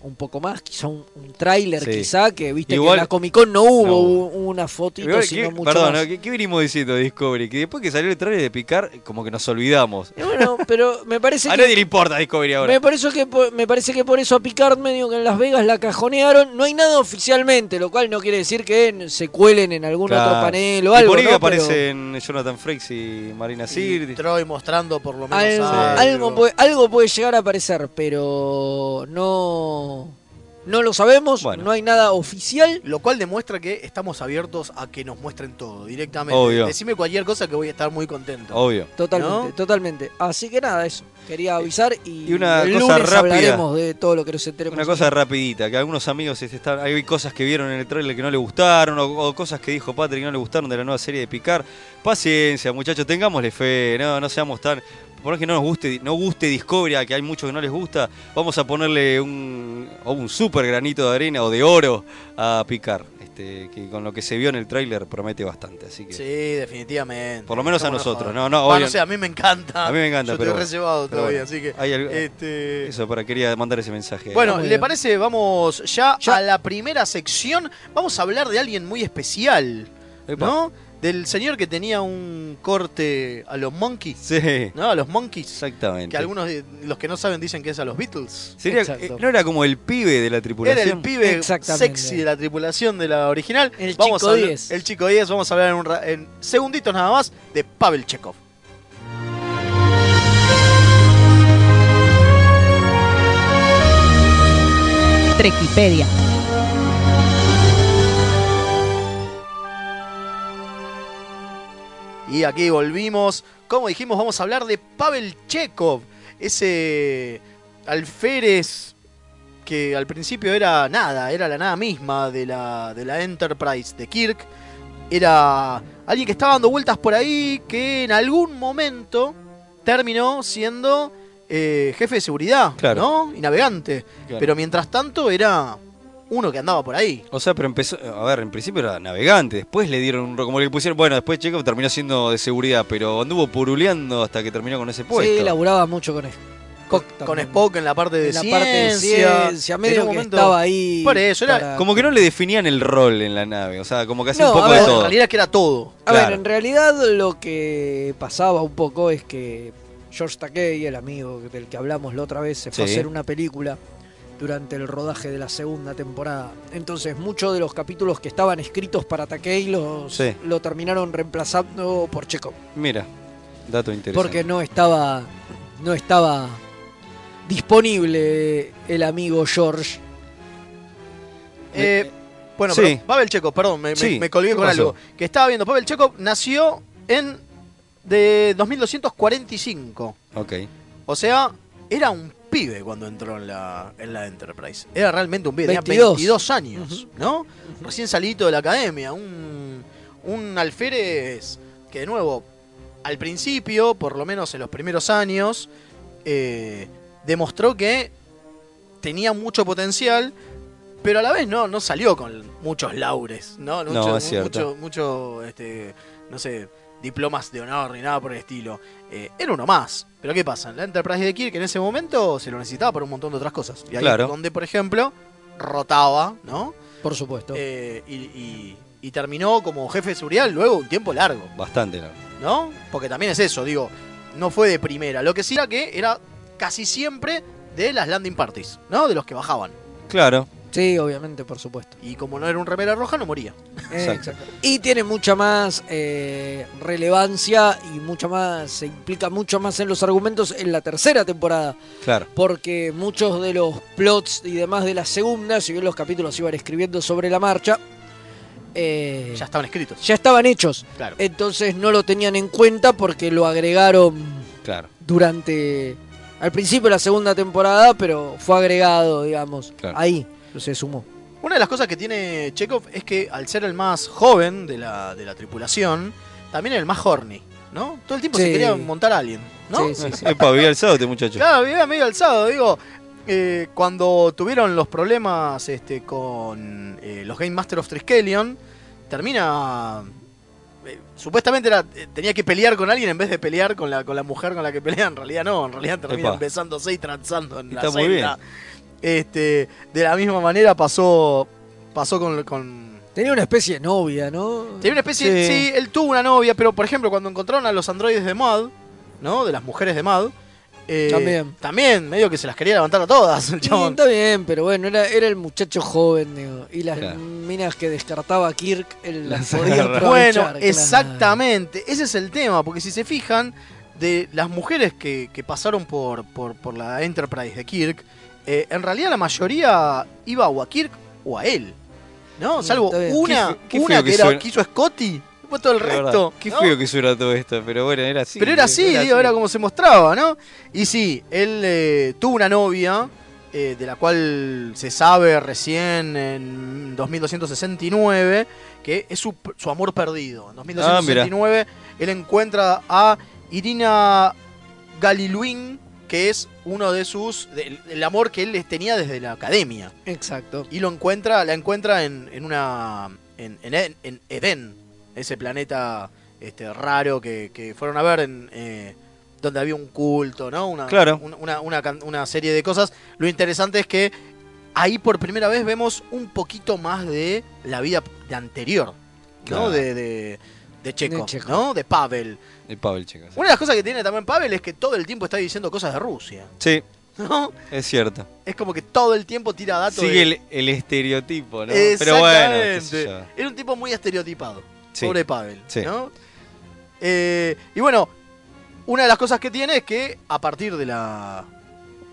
Speaker 3: un poco más, quizá un, un tráiler,
Speaker 4: Sí.
Speaker 3: quizá, que viste que
Speaker 4: Igual-
Speaker 3: en la Comic Con no hubo
Speaker 4: No.
Speaker 3: u- una fotito,
Speaker 4: Igual,
Speaker 3: sino
Speaker 4: ¿qué-
Speaker 3: mucho
Speaker 4: perdón,
Speaker 3: más.
Speaker 4: ¿no? ¿Qué, qué venimos diciendo de Discovery? Que después que salió el trailer de Picar, como que nos olvidamos.
Speaker 3: Y bueno, pero me parece
Speaker 4: a
Speaker 3: que
Speaker 4: nadie le importa Discovery ahora.
Speaker 3: Me parece, que por, me parece que por eso a Picard medio que en Las Vegas la cajonearon. No hay nada oficialmente, lo cual no quiere decir que en- se cuelen en algún
Speaker 4: Claro.
Speaker 3: otro panel o
Speaker 4: Y
Speaker 3: algo.
Speaker 4: por ahí
Speaker 3: ¿no?
Speaker 4: que
Speaker 3: Pero
Speaker 4: aparecen Jonathan Frakes y Marina
Speaker 2: Y
Speaker 4: Sirdi.
Speaker 2: Troy mostrando por lo menos
Speaker 3: al- algo,
Speaker 2: algo.
Speaker 3: puede, algo puede llegar a aparecer, pero no, no lo sabemos.
Speaker 4: Bueno.
Speaker 3: No hay nada oficial.
Speaker 2: Lo cual demuestra que estamos abiertos a que nos muestren todo directamente.
Speaker 4: Obvio.
Speaker 2: Decime cualquier cosa que voy a estar muy contento.
Speaker 4: Obvio.
Speaker 3: Totalmente,
Speaker 2: ¿No?
Speaker 3: totalmente. Así que nada, eso. Quería avisar y,
Speaker 4: Eh, Y una
Speaker 3: el
Speaker 4: cosa
Speaker 3: lunes
Speaker 4: rápida.
Speaker 3: hablaremos de todo lo que nos enteremos.
Speaker 4: Una cosa rapidita, que algunos amigos este, están, hay cosas que vieron en el trailer que no le gustaron, o, o cosas que dijo Patrick que no le gustaron de la nueva serie de Picar. Paciencia, muchachos, tengámosle fe, no, no seamos tan. Por más que no nos guste, no guste Discovery, a que hay muchos que no les gusta, vamos a ponerle un, o un super granito de arena o de oro a Picar. Este, que con lo que se vio en el trailer promete bastante. Así que.
Speaker 2: Sí, definitivamente.
Speaker 4: Por lo menos a
Speaker 2: Estamos
Speaker 4: nosotros,
Speaker 2: enojados.
Speaker 4: no, no,
Speaker 2: Ah,
Speaker 4: obvio.
Speaker 2: no sé, a mí me encanta.
Speaker 4: A mí me encanta,
Speaker 2: Yo
Speaker 4: pero
Speaker 2: estoy
Speaker 4: bueno.
Speaker 2: reservado
Speaker 4: Pero
Speaker 2: todavía,
Speaker 4: bueno,
Speaker 2: así que.
Speaker 4: hay algo-
Speaker 2: este,
Speaker 4: Eso, para quería mandar ese mensaje.
Speaker 2: Bueno,
Speaker 3: Muy
Speaker 2: ¿le
Speaker 3: bien.
Speaker 2: parece? Vamos ya,
Speaker 3: Ya.
Speaker 2: a la primera sección. Vamos a hablar de alguien muy especial,
Speaker 4: Epa.
Speaker 2: ¿no? Del señor que tenía un corte a los monkeys,
Speaker 4: Sí,
Speaker 2: ¿no? A los monkeys.
Speaker 4: exactamente.
Speaker 2: Que algunos de los que no saben dicen que es a los Beatles.
Speaker 4: Sería-
Speaker 3: Exacto.
Speaker 4: eh, ¿No era como el pibe de la
Speaker 2: Era
Speaker 4: tripulación?
Speaker 2: el pibe
Speaker 3: Exactamente.
Speaker 2: sexy de la tripulación de la original.
Speaker 3: El
Speaker 2: vamos
Speaker 3: chico
Speaker 2: a hablar-
Speaker 3: 10.
Speaker 2: El chico 10. Vamos a hablar en, un ra- en segunditos nada más de Pavel Chekhov.
Speaker 7: Trekipedia.
Speaker 2: Y aquí volvimos. Como dijimos, vamos a hablar de Pavel Chekhov. Ese alférez que al principio era nada, era la nada misma de la, de la Enterprise de Kirk. Era alguien que estaba dando vueltas por ahí, que en algún momento terminó siendo eh, jefe de seguridad,
Speaker 4: Claro.
Speaker 2: ¿no? Y navegante.
Speaker 4: Claro.
Speaker 2: Pero mientras tanto era uno que andaba por ahí.
Speaker 4: O sea, pero empezó, a ver, en principio era navegante, después le dieron, un ro- como le pusieron, bueno, después Checo terminó siendo de seguridad, pero anduvo puruleando hasta que terminó con ese puesto.
Speaker 3: Sí, laburaba mucho con eso.
Speaker 2: Con, con Spock en la parte de
Speaker 3: en la
Speaker 2: ciencia.
Speaker 3: parte de ciencia,
Speaker 2: En
Speaker 3: medio
Speaker 2: un
Speaker 3: que
Speaker 2: momento-
Speaker 3: estaba ahí.
Speaker 2: Por eso, era
Speaker 3: para-
Speaker 4: Como que no le definían el rol en la nave, o sea, como que hacía
Speaker 3: No,
Speaker 4: un poco
Speaker 3: a
Speaker 4: de
Speaker 3: ver,
Speaker 2: en
Speaker 4: todo.
Speaker 2: realidad es que era todo.
Speaker 3: A
Speaker 4: Claro.
Speaker 3: ver, en realidad lo que pasaba un poco es que George Takei, el amigo del que hablamos la otra vez, se fue
Speaker 4: Sí.
Speaker 3: a hacer una película durante el rodaje de la segunda temporada. Entonces, muchos de los capítulos que estaban escritos para Takei los,
Speaker 4: Sí.
Speaker 3: lo terminaron reemplazando por Checo.
Speaker 4: Mira, dato interesante.
Speaker 3: Porque no estaba, no estaba disponible el amigo George.
Speaker 2: Eh, bueno,
Speaker 4: Sí.
Speaker 2: pero Pavel Checo, perdón, me, me-
Speaker 4: Sí,
Speaker 2: me colgué
Speaker 4: ¿qué
Speaker 2: con
Speaker 4: pasó?
Speaker 2: algo. Que estaba viendo, Pavel Checo nació en de 2245.
Speaker 4: Ok.
Speaker 2: O sea, era un pibe cuando entró en la, en la Enterprise. Era realmente un pibe,
Speaker 3: 22.
Speaker 2: tenía 22 años, ¿no? Recién salido de la academia, un, un alférez que de nuevo, al principio, por lo menos en los primeros años, eh, demostró que tenía mucho potencial, pero a la vez no, no salió con muchos laures, ¿no?
Speaker 4: No,
Speaker 2: Mucho,
Speaker 4: es cierto.
Speaker 2: mucho, mucho, este, no sé, diplomas de honor ni nada por el estilo. Eh, era uno más. Pero ¿qué pasa? La Enterprise de Kirk en ese momento se lo necesitaba para un montón de otras cosas. Y ahí
Speaker 4: Claro.
Speaker 2: es donde, por ejemplo, rotaba, ¿no?
Speaker 3: Por supuesto.
Speaker 2: Eh, y, y- y terminó como jefe de seguridad luego un tiempo largo,
Speaker 4: Bastante largo.
Speaker 2: ¿no? Porque también es eso, digo, no fue de primera. Lo que sí era que era casi siempre de las landing parties, ¿no? De los que bajaban.
Speaker 4: Claro.
Speaker 3: Sí, obviamente, por supuesto.
Speaker 2: Y como no era un remera roja, no moría.
Speaker 3: Eh,
Speaker 4: Exacto.
Speaker 3: exacto. Y tiene mucha más eh, relevancia y mucha más se implica mucho más en los argumentos en la tercera temporada,
Speaker 4: Claro.
Speaker 3: porque muchos de los plots y demás de la segunda, si bien los capítulos se iban escribiendo sobre la marcha, eh,
Speaker 2: Ya estaban escritos.
Speaker 3: ya estaban hechos.
Speaker 2: Claro.
Speaker 3: Entonces no lo tenían en cuenta porque lo agregaron
Speaker 4: Claro.
Speaker 3: durante al principio de la segunda temporada, pero fue agregado, digamos,
Speaker 4: Claro.
Speaker 3: ahí se sumó.
Speaker 2: Una de las cosas que tiene Chekhov es que al ser el más joven de la, de la tripulación, también era el más horny, ¿no? Todo el tiempo se
Speaker 3: Sí.
Speaker 2: quería montar a alguien, ¿no?
Speaker 3: Sí, sí, sí.
Speaker 4: Epa, vivía alzado este muchacho.
Speaker 2: Claro, vivía medio alzado, digo. eh, cuando tuvieron los problemas este, con eh, los Game Master of Triskelion, termina. eh, Supuestamente era, eh, tenía que pelear con alguien en vez de pelear con la, con la mujer con la que pelea. En realidad no, en realidad terminan
Speaker 4: Epa.
Speaker 2: besándose y transando en la
Speaker 4: Está muy
Speaker 2: celda. Este, de la misma manera pasó, pasó con, con,
Speaker 3: Tenía una especie de novia, ¿no?
Speaker 2: Tenía una especie.
Speaker 4: Sí.
Speaker 2: Sí. él tuvo una novia, pero por ejemplo, cuando encontraron a los androides de Mad, ¿no? De las mujeres de Mad. eh,
Speaker 3: También.
Speaker 2: También, medio que se las quería levantar a todas, el
Speaker 3: Sí,
Speaker 2: chabón.
Speaker 3: está bien, pero bueno, era, era el muchacho joven, digo, y las
Speaker 4: Claro.
Speaker 3: minas que descartaba Kirk, él las
Speaker 4: Las
Speaker 3: podía
Speaker 4: agarraba.
Speaker 3: aprovechar.
Speaker 2: Bueno,
Speaker 3: claro.
Speaker 2: exactamente. Ese es el tema, porque si se fijan, de las mujeres que, que pasaron por, por, por la Enterprise de Kirk, eh, en realidad la mayoría iba o a Kirk o a él. ¿No?
Speaker 3: Mm,
Speaker 2: Salvo
Speaker 3: está bien.
Speaker 2: una,
Speaker 4: Qué fe- qué
Speaker 2: una
Speaker 4: feo
Speaker 2: que,
Speaker 4: que
Speaker 2: era,
Speaker 4: suena.
Speaker 2: quiso Scotty, después todo el
Speaker 4: De verdad.
Speaker 2: resto.
Speaker 4: Qué
Speaker 2: ¿no?
Speaker 4: feo que suena todo esto, pero bueno, era así.
Speaker 2: Pero era así, digo, era como se mostraba, ¿no? Y sí, él eh, tuvo una novia, eh, de la cual se sabe recién en 2269, que es su, su amor perdido. En 2269 él encuentra a Irina Galiluin, que es uno de sus... del- el amor que él les tenía desde la academia.
Speaker 3: Exacto.
Speaker 2: Y lo encuentra, la encuentra en, en una. En, en, Ed- en Edén, ese planeta este, raro que, que fueron a ver en. eh, donde había un culto, ¿no? Una,
Speaker 4: Claro.
Speaker 2: un- Una, una can- una serie de cosas. Lo interesante es que ahí por primera vez vemos un poquito más de la vida de anterior, ¿no?
Speaker 4: Claro.
Speaker 2: De, de, de Chekhov,
Speaker 3: De Chekhov.
Speaker 2: ¿no? De Pavel.
Speaker 4: El Pavel, chicas.
Speaker 2: Una de las cosas que tiene también Pavel es que todo el tiempo está diciendo cosas de Rusia,
Speaker 4: Sí,
Speaker 2: ¿no?
Speaker 4: es cierto.
Speaker 2: Es como que todo el tiempo tira datos de-
Speaker 4: Sigue el, el estereotipo, ¿no? Pero bueno, qué
Speaker 2: Exactamente.
Speaker 4: sé yo.
Speaker 2: Era un tipo muy estereotipado.
Speaker 4: Sí.
Speaker 2: Pobre Pavel.
Speaker 4: Sí.
Speaker 2: ¿no? Eh, y bueno, una de las cosas que tiene es que a partir de la.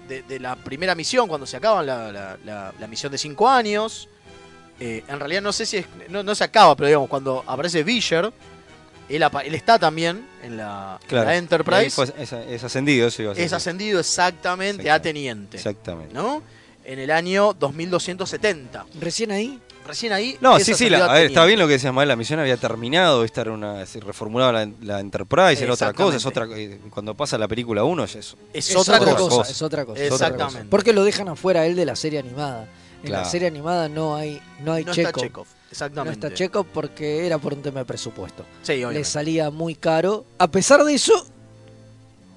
Speaker 2: De, de la primera misión, cuando se acaba la, la- la- la misión de 5 años. eh, en realidad no sé si es- no, no se acaba, pero digamos, cuando aparece Villar, él, apa- él está también en la, en
Speaker 4: Claro.
Speaker 2: la
Speaker 4: Ahí
Speaker 2: Enterprise.
Speaker 4: fue- es, es ascendido, eso iba a ser.
Speaker 2: es ascendido exactamente a
Speaker 4: Exactamente.
Speaker 2: teniente.
Speaker 4: Exactamente.
Speaker 2: ¿No? En el año 2270.
Speaker 3: Recién ahí,
Speaker 2: Recién ahí.
Speaker 4: No,
Speaker 2: es
Speaker 4: sí, sí,
Speaker 2: ascendido
Speaker 4: la- a ver,
Speaker 2: teniente.
Speaker 4: estaba bien lo que decías, Mael, la misión había terminado, esta era una, se reformulaba la, la Enterprise, era otra cosa, es otra, eh, cuando pasa la película 1 ya es
Speaker 2: Es,
Speaker 3: es
Speaker 2: otra,
Speaker 3: otra,
Speaker 2: cosa.
Speaker 3: cosa, es otra cosa.
Speaker 2: Exactamente.
Speaker 3: Porque lo dejan afuera a él de la serie animada. En
Speaker 4: Claro.
Speaker 3: la serie animada no hay, no hay
Speaker 2: No
Speaker 3: Chekhov.
Speaker 2: está Chekhov,
Speaker 3: No
Speaker 2: exactamente.
Speaker 3: está Chekhov porque era por un tema de presupuesto.
Speaker 2: Sí,
Speaker 3: Le
Speaker 2: obviamente.
Speaker 3: salía muy caro. A pesar de eso,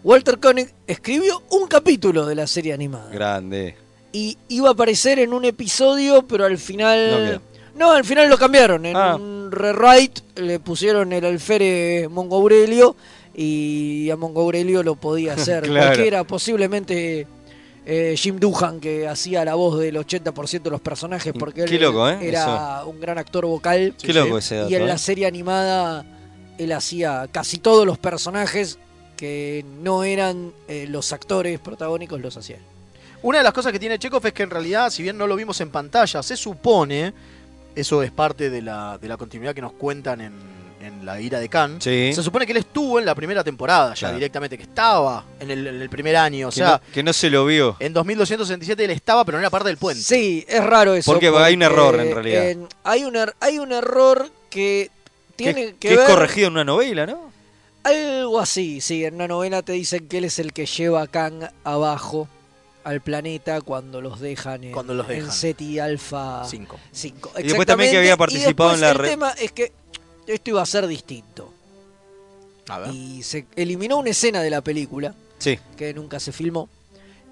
Speaker 3: Walter Koenig escribió un capítulo de la serie animada.
Speaker 4: Grande.
Speaker 3: y iba a aparecer en un episodio, pero al
Speaker 4: No
Speaker 3: final.
Speaker 4: quedó.
Speaker 3: No, al final lo cambiaron. En
Speaker 4: Ah.
Speaker 3: un rewrite le pusieron el alférez Mongo Aurelio y a Mongo Aurelio lo podía hacer
Speaker 4: Claro.
Speaker 3: cualquiera, posiblemente. eh, Jim Duhan, que hacía la voz del 80% de los personajes, porque
Speaker 4: Qué
Speaker 3: él
Speaker 4: loco, ¿eh?
Speaker 3: era un gran actor vocal.
Speaker 4: Qué loco ese dato.
Speaker 3: Y en
Speaker 4: ¿eh?
Speaker 3: la serie animada él hacía casi todos los personajes que no eran eh, los actores protagónicos, los hacía él.
Speaker 2: Una de las cosas que tiene Chekhov es que en realidad, si bien no lo vimos en pantalla, se supone, eso es parte de la, de la continuidad que nos cuentan en, en la ira de Khan,
Speaker 4: Sí.
Speaker 2: se supone que él estuvo en la primera temporada ya
Speaker 4: Claro.
Speaker 2: directamente, que estaba en el, en el primer año, o
Speaker 4: Que
Speaker 2: sea,
Speaker 4: no- que no se lo vio.
Speaker 2: en 2267 él estaba, pero no era parte del puente.
Speaker 3: Sí, es raro eso.
Speaker 4: Porque hay un error, en realidad.
Speaker 3: en- hay, un er- hay un error que tiene que,
Speaker 4: es
Speaker 3: ver
Speaker 4: corregido en una novela, ¿no?
Speaker 3: algo así. Sí, en una novela te dicen que él es el que lleva a Kang abajo al planeta cuando los dejan en,
Speaker 2: Cuando los
Speaker 3: en
Speaker 2: dejan.
Speaker 3: SETI Alpha
Speaker 2: Cinco.
Speaker 3: 5.
Speaker 4: Y después también que había
Speaker 3: Exactamente, y
Speaker 4: participado en la
Speaker 3: después
Speaker 4: re-
Speaker 3: El tema es que esto iba a ser distinto.
Speaker 2: A
Speaker 4: Ah.
Speaker 2: ver.
Speaker 3: Y se eliminó una escena de la película
Speaker 4: Sí.
Speaker 3: que nunca se filmó,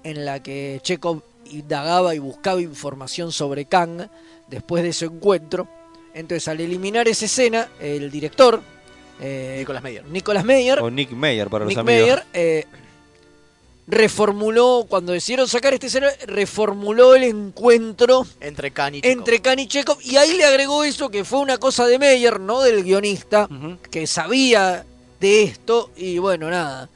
Speaker 3: en la que Chekhov indagaba y buscaba información sobre Kang después de su encuentro. Entonces, al eliminar esa escena, el director, eh,
Speaker 2: Nicolás Meyer.
Speaker 3: Nicolas Meyer,
Speaker 4: O Nick Mayer para
Speaker 3: Nick
Speaker 4: los amigos.
Speaker 3: Meyer, eh, reformuló, cuando decidieron sacar esta escena, reformuló el encuentro
Speaker 2: Entre Khan y Chekhov.
Speaker 3: entre Khan y Chekhov, y ahí le agregó eso que fue una cosa de Meyer, no del guionista,
Speaker 2: Mm.
Speaker 4: Ujú.
Speaker 3: que sabía de esto, y bueno, nada,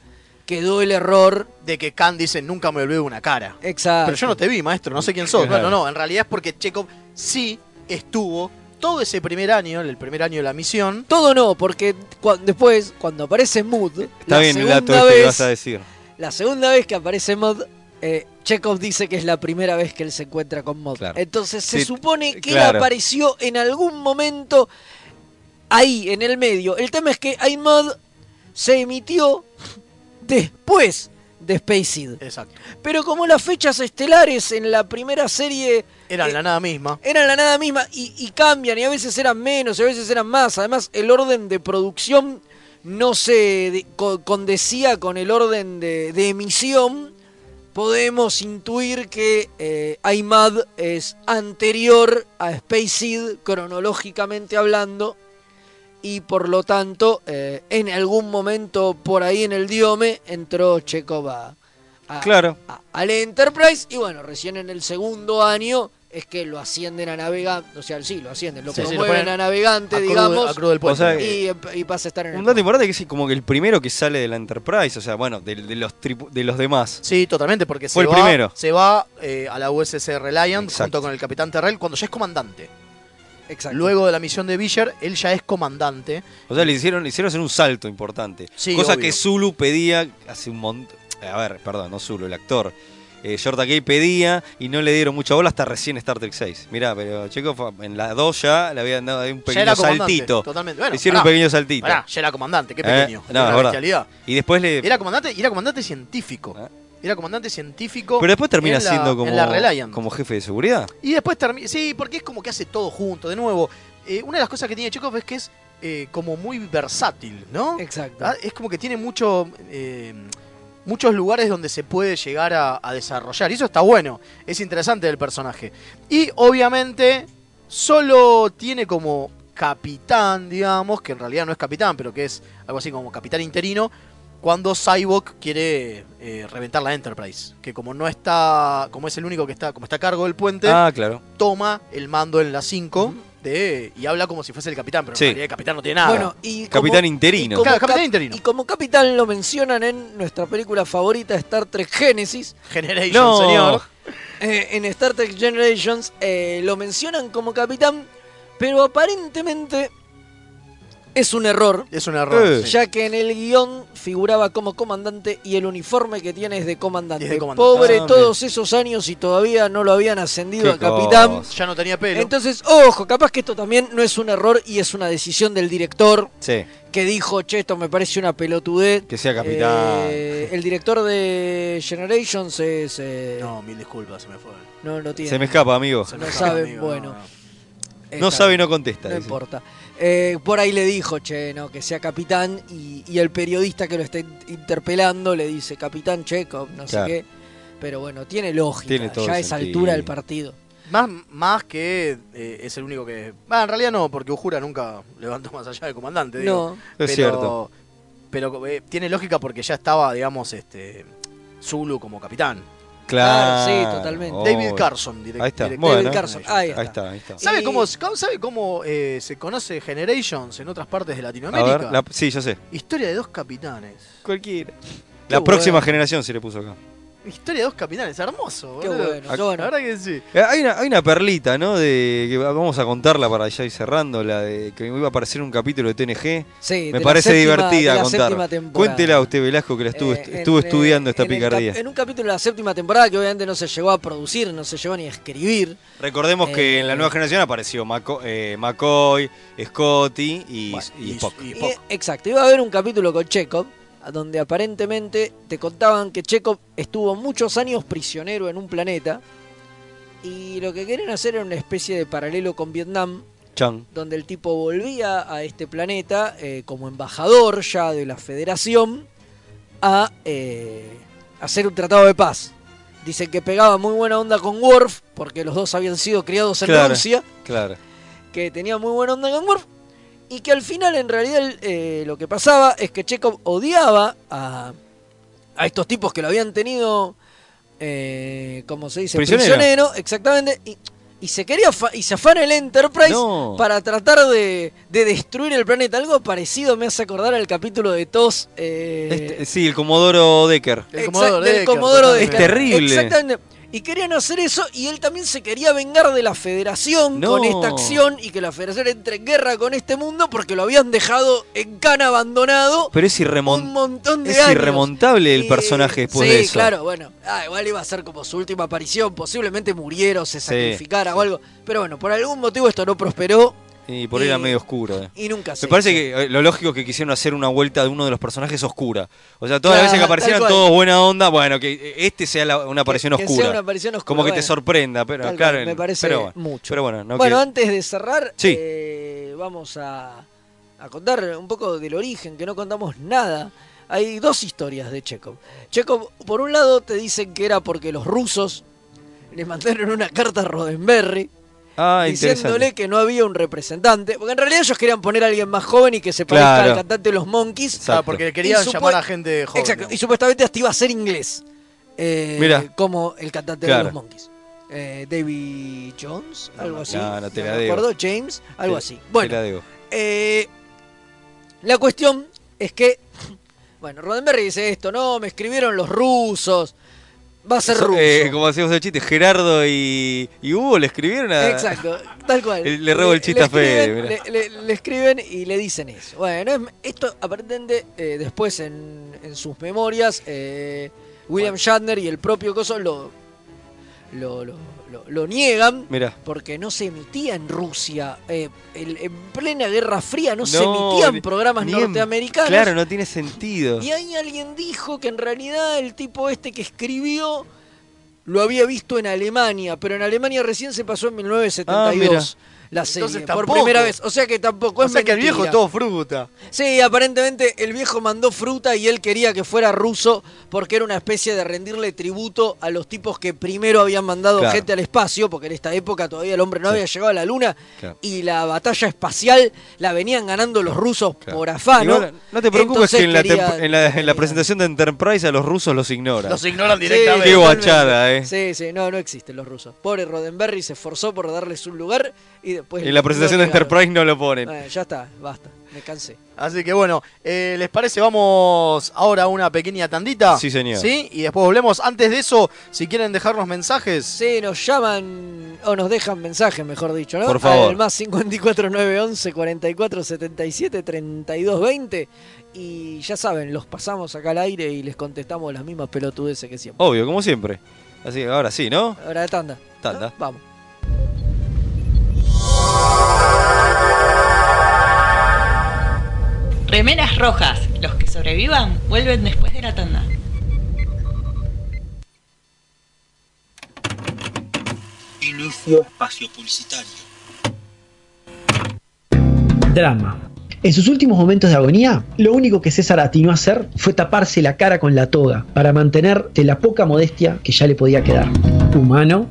Speaker 3: quedó el error
Speaker 2: De que Khan dice, nunca me olvido una cara.
Speaker 3: Exacto.
Speaker 2: Pero yo no te vi, maestro, no sé quién sos.
Speaker 4: Claro.
Speaker 2: Bueno, no, en realidad es porque Chekhov sí estuvo todo ese primer año, el primer año de la misión.
Speaker 3: Todo no, porque cua- después, cuando aparece Mood,
Speaker 4: Está
Speaker 3: la,
Speaker 4: bien el
Speaker 3: segunda
Speaker 4: dato este que
Speaker 3: vez,
Speaker 4: vas a decir.
Speaker 3: la segunda vez que aparece Mod, eh, Chekhov dice que es la primera vez que él se encuentra con Mod.
Speaker 4: Claro.
Speaker 3: Entonces se
Speaker 4: Sí,
Speaker 3: supone que él
Speaker 4: claro.
Speaker 3: apareció en algún momento ahí, en el medio. El tema es que iMod se emitió después de Space Seed.
Speaker 2: Exacto.
Speaker 3: Pero como las fechas estelares en la primera serie
Speaker 2: Eran
Speaker 3: Eh,
Speaker 2: la nada misma.
Speaker 3: eran la nada misma y, y cambian y a veces eran menos y a veces eran más. Además, el orden de producción no se de- co- condecía con el orden de, de emisión. Podemos intuir que eh, IMAD es anterior a Space Seed, cronológicamente hablando, y por lo tanto, eh, en algún momento por ahí en el diome entró Chekhov a- a-
Speaker 4: Claro.
Speaker 3: a- al Enterprise y bueno, recién en el segundo año es que lo ascienden a navegante, o sea, sí, lo ascienden, lo
Speaker 2: Sí, sí, lo
Speaker 3: promueven
Speaker 2: ponen
Speaker 3: a navegante,
Speaker 2: A crudo- a
Speaker 3: Eh, digamos,
Speaker 2: crudo del puente.
Speaker 4: O sea,
Speaker 3: y, emp- y pasa a estar en
Speaker 4: Un
Speaker 3: el...
Speaker 4: dato importante que es como que el primero que sale de la Enterprise, o sea, bueno, de, de los, tripu- de los demás.
Speaker 2: sí, totalmente, porque
Speaker 4: Fue
Speaker 2: se,
Speaker 4: el
Speaker 2: va,
Speaker 4: primero.
Speaker 2: se va eh, a la USS Reliant
Speaker 4: Exacto.
Speaker 2: junto con el capitán Terrell cuando ya es comandante.
Speaker 3: Exacto.
Speaker 2: Luego de la misión de Villar, él ya es comandante.
Speaker 4: O sea, le hicieron, le hicieron hacer un salto importante.
Speaker 2: Sí,
Speaker 4: cosa
Speaker 2: obvio.
Speaker 4: que Zulu pedía hace un montón. A ver, perdón, no Zulu, el actor. Eh, Jordan Gay pedía y no le dieron mucha bola hasta recién Star Trek 6. Mirá, pero chicos, en la 2 ya le habían dado ahí un
Speaker 2: ya
Speaker 4: pequeño
Speaker 2: era comandante.
Speaker 4: saltito.
Speaker 2: Totalmente.
Speaker 4: Le
Speaker 2: Bueno,
Speaker 4: hicieron un
Speaker 2: pará,
Speaker 4: pequeño saltito.
Speaker 2: pará, ya era comandante, qué
Speaker 4: Eh,
Speaker 2: pequeño.
Speaker 4: no,
Speaker 2: Era
Speaker 4: es
Speaker 2: una
Speaker 4: verdad. Eh.
Speaker 2: bestialidad.
Speaker 4: Y después le.
Speaker 2: Era comandante y era comandante científico.
Speaker 4: Ah.
Speaker 2: Era comandante científico.
Speaker 4: Pero después termina
Speaker 2: en la-
Speaker 4: siendo
Speaker 2: en
Speaker 4: como,
Speaker 2: la Reliant.
Speaker 4: como jefe de seguridad.
Speaker 2: Y después termina. Sí, porque es como que hace todo junto. De nuevo, eh, una de las cosas que tiene Chekhov es que es eh, como muy versátil, ¿no?
Speaker 3: Exacto.
Speaker 2: Ah, Es como que tiene mucho, eh, muchos lugares donde se puede llegar a, a desarrollar. Y eso está bueno. Es interesante del personaje. Y obviamente, solo tiene como capitán, digamos, que en realidad no es capitán, pero que es algo así como capitán interino. Cuando Cyborg quiere eh, reventar la Enterprise, que como no está, como es el único que está, como está a cargo del puente,
Speaker 4: Ah, claro.
Speaker 2: toma el mando en la 5 de y habla como si fuese el capitán, pero
Speaker 4: Sí.
Speaker 2: en realidad el capitán no tiene nada.
Speaker 3: Bueno, y como-
Speaker 4: Capitán
Speaker 3: y
Speaker 4: interino.
Speaker 3: como
Speaker 2: Claro, capitán
Speaker 3: cap-
Speaker 2: interino.
Speaker 3: Y como capitán lo mencionan en nuestra película favorita Star Trek Genesis,
Speaker 2: Generation,
Speaker 4: No.
Speaker 2: señor.
Speaker 3: eh, en Star Trek Generations eh, lo mencionan como capitán, pero aparentemente Es un error,
Speaker 2: Es un error.
Speaker 4: Eh.
Speaker 2: sí.
Speaker 3: ya que en el guión figuraba como comandante y el uniforme que tiene es de comandante.
Speaker 2: Es de comandante.
Speaker 3: Pobre
Speaker 4: Ah,
Speaker 3: todos esos años y todavía no lo habían ascendido
Speaker 4: Qué
Speaker 3: a capitán.
Speaker 4: cosa.
Speaker 2: Ya no tenía pelo.
Speaker 3: Entonces, ojo, capaz que esto también no es un error y es una decisión del director
Speaker 4: Sí,
Speaker 3: que dijo, che, esto me parece una pelotudez.
Speaker 4: que sea capitán.
Speaker 3: Eh, el director de Generations es... eh, no.
Speaker 2: no, mil disculpas, se me fue.
Speaker 3: no, tiene.
Speaker 4: Se me escapa, amigo.
Speaker 2: Se
Speaker 3: No
Speaker 2: me fue,
Speaker 3: saben,
Speaker 2: amigo,
Speaker 3: bueno.
Speaker 2: no.
Speaker 4: No
Speaker 3: Está
Speaker 4: sabe y
Speaker 3: bien,
Speaker 4: no contesta.
Speaker 3: No
Speaker 4: dice.
Speaker 3: importa. Eh, por ahí le dijo, che, no, que sea capitán y, y el periodista que lo está in- interpelando le dice, capitán Chekhov, no
Speaker 4: Claro.
Speaker 3: sé qué. Pero bueno, tiene lógica
Speaker 4: Tiene todo
Speaker 3: ya a
Speaker 4: el
Speaker 3: esa
Speaker 4: sentido.
Speaker 3: altura del partido.
Speaker 2: Más, más que eh, es el único que. Ah, en realidad no, porque Ujura nunca levantó más allá del comandante. digo.
Speaker 3: No,
Speaker 4: Es cierto.
Speaker 2: Pero eh, tiene lógica porque ya estaba, digamos, este. Zulu como capitán.
Speaker 4: Claro.
Speaker 3: Ah, sí, totalmente.
Speaker 2: David
Speaker 4: Oh.
Speaker 2: Carson, direct-
Speaker 4: Ahí está.
Speaker 2: director.
Speaker 4: Bueno.
Speaker 3: David Carson, ahí está.
Speaker 4: Ahí está, ahí está.
Speaker 2: ¿Sabe
Speaker 3: Y-
Speaker 2: cómo, cómo- sabe cómo eh, se conoce Generations en otras partes de
Speaker 4: A
Speaker 2: Latinoamérica?
Speaker 4: ver, la- sí, ya sé.
Speaker 2: Historia de dos capitanes.
Speaker 4: Cualquiera.
Speaker 3: Qué
Speaker 4: La próxima
Speaker 3: bueno.
Speaker 4: generación se le puso acá.
Speaker 2: Historia de dos capitanes, hermoso,
Speaker 3: Qué
Speaker 2: boludo.
Speaker 3: bueno.
Speaker 4: Ac-
Speaker 3: yo,
Speaker 2: La
Speaker 3: bueno,
Speaker 2: verdad que sí.
Speaker 4: Eh, Hay una, hay una perlita, ¿no? De que va- vamos a contarla para ya ir cerrando, la de que iba a aparecer un capítulo de TNG.
Speaker 3: sí, de
Speaker 4: Me
Speaker 3: la
Speaker 4: parece
Speaker 3: séptima- de
Speaker 4: divertida
Speaker 3: la séptima
Speaker 4: contar.
Speaker 3: temporada.
Speaker 4: Cuéntela a usted, Velasco, que la estuvo,
Speaker 3: Eh, en,
Speaker 4: estuvo
Speaker 3: eh,
Speaker 4: estudiando esta
Speaker 3: en el cap-
Speaker 4: picardía.
Speaker 3: En un capítulo de la séptima temporada que obviamente no se llegó a producir, no se llegó ni a escribir.
Speaker 4: Recordemos que
Speaker 3: eh,
Speaker 4: en la nueva generación apareció Maco- eh, McCoy, Scotty y,
Speaker 2: Bueno,
Speaker 4: y Spock.
Speaker 2: y
Speaker 3: Y-
Speaker 2: Spock.
Speaker 3: exacto, iba a haber un capítulo con Chekhov, a donde aparentemente te contaban que Chekhov estuvo muchos años prisionero en un planeta. Y lo que querían hacer era una especie de paralelo con Vietnam,
Speaker 4: Chan.
Speaker 3: donde el tipo volvía a este planeta eh, como embajador ya de la Federación a eh, hacer un tratado de paz. Dicen que pegaba muy buena onda con Worf, porque los dos habían sido criados en
Speaker 4: Claro.
Speaker 3: Rusia,
Speaker 4: Claro.
Speaker 3: que tenía muy buena onda con Worf, y que al final en realidad el- eh, lo que pasaba es que Chekhov odiaba a, a estos tipos que lo habían tenido, eh, como se dice,
Speaker 4: Prisionero.
Speaker 3: prisionero, exactamente, y, y se quería fa- y se afana el Enterprise
Speaker 4: No.
Speaker 3: para tratar de, de destruir el planeta. Algo parecido me hace acordar al capítulo de TOS. eh,
Speaker 4: Este- sí, el Comodoro Decker.
Speaker 2: El
Speaker 3: exact-
Speaker 2: Comodoro
Speaker 3: del
Speaker 2: Decker,
Speaker 3: Comodoro
Speaker 2: totalmente.
Speaker 3: Decker.
Speaker 4: Es terrible.
Speaker 3: Exactamente. Y querían hacer eso y él también se quería vengar de la federación
Speaker 4: No.
Speaker 3: con esta acción y que la federación entre en guerra con este mundo porque lo habían dejado en cana abandonado
Speaker 4: Pero es, irremon-
Speaker 3: un montón de
Speaker 4: es
Speaker 3: años.
Speaker 4: irremontable el
Speaker 3: Y-
Speaker 4: personaje después
Speaker 3: sí,
Speaker 4: de eso.
Speaker 3: claro, bueno. Ah, igual iba a ser como su última aparición. Posiblemente muriera o se sacrificara o algo. Pero bueno, por algún motivo esto no prosperó
Speaker 4: Y por ahí era
Speaker 3: Y-
Speaker 4: medio oscuro. eh.
Speaker 3: y nunca se.
Speaker 4: Me parece
Speaker 3: hizo.
Speaker 4: que eh, lo lógico es que quisieron hacer una vuelta de uno de los personajes oscura. O sea, todas las
Speaker 3: Claro,
Speaker 4: veces que
Speaker 3: tal
Speaker 4: aparecieran
Speaker 3: cual.
Speaker 4: todos buena onda, bueno, que eh, este sea la- una aparición
Speaker 3: que sea
Speaker 4: oscura.
Speaker 3: una aparición oscura,
Speaker 4: Como que te
Speaker 3: bueno.
Speaker 4: sorprenda, pero
Speaker 3: Tal
Speaker 4: claro.
Speaker 3: cual, me parece
Speaker 4: pero bueno,
Speaker 3: mucho.
Speaker 4: Pero bueno, no
Speaker 3: bueno,
Speaker 4: que-
Speaker 3: antes de cerrar,
Speaker 4: Sí.
Speaker 3: eh, vamos a, a contar un poco del origen, que no contamos nada. Hay dos historias de Chekhov. Chekhov, por un lado, te dicen que era porque los rusos le mandaron una carta a Roddenberry
Speaker 4: Ah,
Speaker 3: diciéndole
Speaker 4: interesante.
Speaker 3: que no había un representante. Porque en realidad ellos querían poner a alguien más joven y que se parezca
Speaker 4: Claro.
Speaker 3: al cantante de los Monkeys.
Speaker 4: Exacto.
Speaker 2: Ah, porque querían
Speaker 3: Y supo-
Speaker 2: llamar a gente joven.
Speaker 3: Exacto.
Speaker 2: digamos.
Speaker 3: Y supuestamente hasta iba a ser inglés. eh,
Speaker 4: Mirá.
Speaker 3: Como el cantante de
Speaker 4: Claro.
Speaker 3: los Monkeys. Eh, David Jones,
Speaker 4: No,
Speaker 3: algo
Speaker 4: no,
Speaker 3: así.
Speaker 4: no, no te la
Speaker 3: me
Speaker 4: debo.
Speaker 3: acuerdo, James, algo
Speaker 4: Te-
Speaker 3: así.
Speaker 4: Te la
Speaker 3: Bueno,
Speaker 4: digo.
Speaker 3: eh, la cuestión es que, bueno, Roddenberry dice esto, no, me escribieron los rusos, va a ser
Speaker 4: So-
Speaker 3: ruso.
Speaker 4: eh, como hacíamos el chiste, Gerardo y, y Hugo le escribieron a.
Speaker 3: Exacto, tal cual.
Speaker 4: Le- le robo el chiste a Fede,
Speaker 3: escriben- Le, le- le escriben y le dicen eso. Bueno, es- esto aparentemente eh, después en, en sus memorias, eh, William Shatner y el propio Coso lo, lo, lo- lo- lo niegan.
Speaker 4: Mirá.
Speaker 3: Porque no se emitía en Rusia. eh, el- en plena Guerra Fría no, se
Speaker 4: No,
Speaker 3: emitían
Speaker 4: ni-
Speaker 3: programas
Speaker 4: ni en-
Speaker 3: norteamericanos.
Speaker 4: Claro, no tiene sentido.
Speaker 3: Y ahí alguien dijo que en realidad el tipo este que escribió lo había visto en Alemania, pero en Alemania recién se pasó en 1972 la serie
Speaker 2: Ah, Entonces
Speaker 3: por
Speaker 2: tampoco.
Speaker 3: primera vez. O sea que tampoco
Speaker 2: O
Speaker 3: es
Speaker 2: sea que el
Speaker 3: mentira.
Speaker 2: viejo todo fruta.
Speaker 3: Sí, aparentemente el viejo mandó fruta y él quería que fuera ruso porque era una especie de rendirle tributo a los tipos que primero habían mandado
Speaker 4: Claro.
Speaker 3: gente al espacio, porque en esta época todavía el hombre no
Speaker 4: Sí.
Speaker 3: había llegado a la luna
Speaker 4: Claro.
Speaker 3: y la batalla espacial la venían ganando los rusos
Speaker 4: Claro.
Speaker 3: por afano.
Speaker 4: Igual, no te preocupes
Speaker 3: Entonces
Speaker 4: que en la,
Speaker 3: quería-
Speaker 4: tempo- en la- en la
Speaker 3: quería-
Speaker 4: presentación de Enterprise a los rusos los ignora.
Speaker 2: Los ignoran
Speaker 3: Sí,
Speaker 2: directamente.
Speaker 4: Qué
Speaker 3: totalmente.
Speaker 4: guachada, eh.
Speaker 3: Sí, sí, no, no existen los rusos. Pobre Roddenberry se esforzó por darles un lugar y después.
Speaker 4: en la presentación de
Speaker 3: lo negaron.
Speaker 4: Enterprise no lo ponen.
Speaker 3: Eh, ya está, basta. me cansé.
Speaker 2: Así que bueno, eh, ¿les parece? Vamos ahora a una pequeña tandita.
Speaker 4: Sí, señor.
Speaker 2: ¿Sí? Y después volvemos. Antes de eso, si quieren dejarnos mensajes.
Speaker 3: Se nos llaman o nos dejan mensajes, mejor dicho, ¿no?
Speaker 4: Por favor.
Speaker 3: Al más 54 911 44 77 32 20. Y ya saben, los pasamos acá al aire y les contestamos las mismas pelotudeces que siempre.
Speaker 4: Obvio, como siempre. Así que ahora sí, ¿no?
Speaker 3: Ahora de tanda.
Speaker 4: Tanda.
Speaker 3: ¿no? Vamos.
Speaker 8: Remeras rojas. Los que sobrevivan vuelven después de la tanda.
Speaker 9: Inicio espacio publicitario.
Speaker 10: Drama. En sus últimos momentos de agonía, lo único que César atinó a hacer fue taparse la cara con la toga para mantener de la poca modestia que ya le podía quedar. Humano.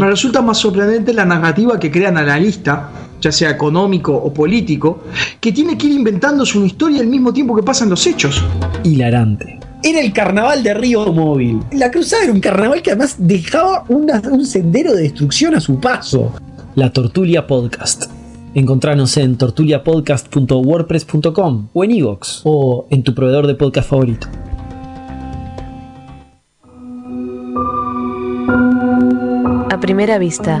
Speaker 11: Me resulta más sorprendente la narrativa que crean analista, ya sea económico o político, que tiene que ir inventándose una historia al mismo tiempo que pasan los hechos.
Speaker 10: Hilarante. Era el carnaval de Río Móvil. La cruzada era un carnaval que además dejaba una- un sendero de destrucción a su paso.
Speaker 12: La Tortulia Podcast. Encontranos en tortuliapodcast.wordpress.com o en iVoox o en tu proveedor de podcast favorito.
Speaker 13: A primera vista,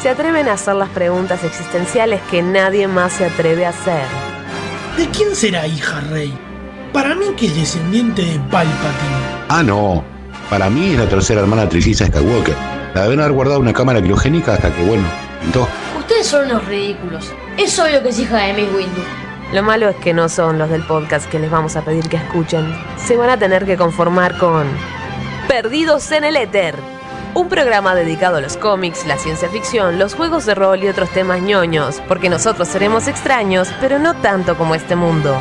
Speaker 13: se atreven a hacer las preguntas existenciales que nadie más se atreve a hacer.
Speaker 14: ¿De quién será hija Rey? Para mí que es descendiente de Palpatine.
Speaker 15: Ah, no. Para mí es la tercera hermana trilliza Skywalker. La deben haber guardado en una cámara criogénica hasta que, bueno, pintó.
Speaker 16: Ustedes son unos ridículos. Es obvio que es hija de Miss Windu.
Speaker 13: Lo malo es que no son los del podcast que les vamos a pedir que escuchen. Se van a tener que conformar con Perdidos en el Éter. Un programa dedicado a los cómics, la ciencia ficción, los juegos de rol y otros temas ñoños, porque nosotros seremos extraños, pero no tanto como este mundo.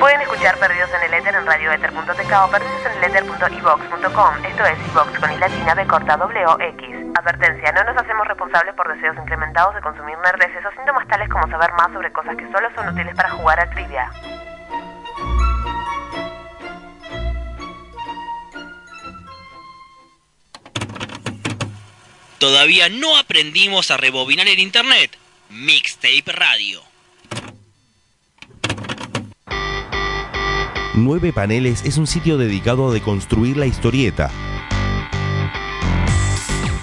Speaker 17: Pueden escuchar Perdidos en el Éter en radioether.tk o perdidoseneleter.evox.com. Esto es iVox con i latina b corta w o x. Advertencia, no nos hacemos responsables por deseos incrementados de consumir nerdeces o síntomas tales como saber más sobre cosas que solo son útiles para jugar a trivia.
Speaker 9: Todavía no aprendimos a rebobinar el internet. Mixtape Radio.
Speaker 18: Nueve Paneles es un sitio dedicado a deconstruir la historieta.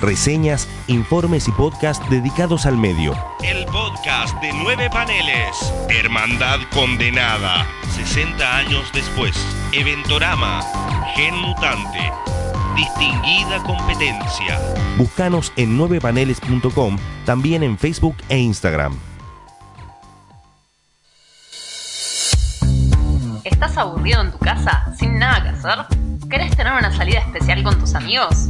Speaker 18: Reseñas, informes y podcast dedicados al medio.
Speaker 19: El podcast de nueve paneles. Hermandad condenada. 60 años después. Eventorama. Gen mutante. Distinguida competencia.
Speaker 18: Búscanos en 9paneles.com, también en Facebook e Instagram.
Speaker 7: ¿Estás aburrido en tu casa sin nada que hacer? ¿Querés tener una salida especial con tus amigos?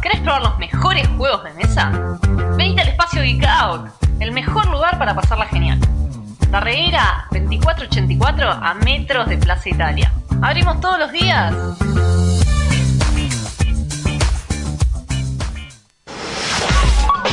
Speaker 7: ¿Querés probar los mejores juegos de mesa? Venite al espacio Geek Out, el mejor lugar para pasarla genial. Darreguera 2484 a metros de Plaza Italia. Abrimos todos los días.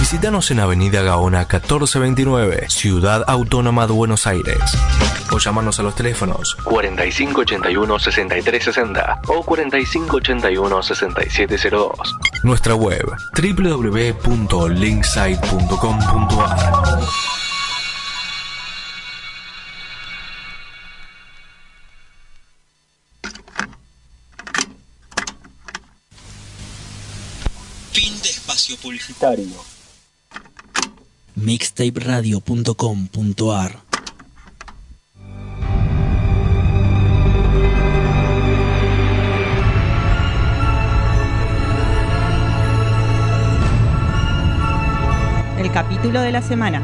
Speaker 20: Visítanos en Avenida Gaona 1429, Ciudad Autónoma de Buenos Aires. O llamanos a los teléfonos
Speaker 21: 4581-6360 o 4581-6702.
Speaker 20: Nuestra web www.linksite.com.ar
Speaker 9: Fin de espacio publicitario.
Speaker 22: mixtaperadio.com.ar
Speaker 7: El capítulo de la semana.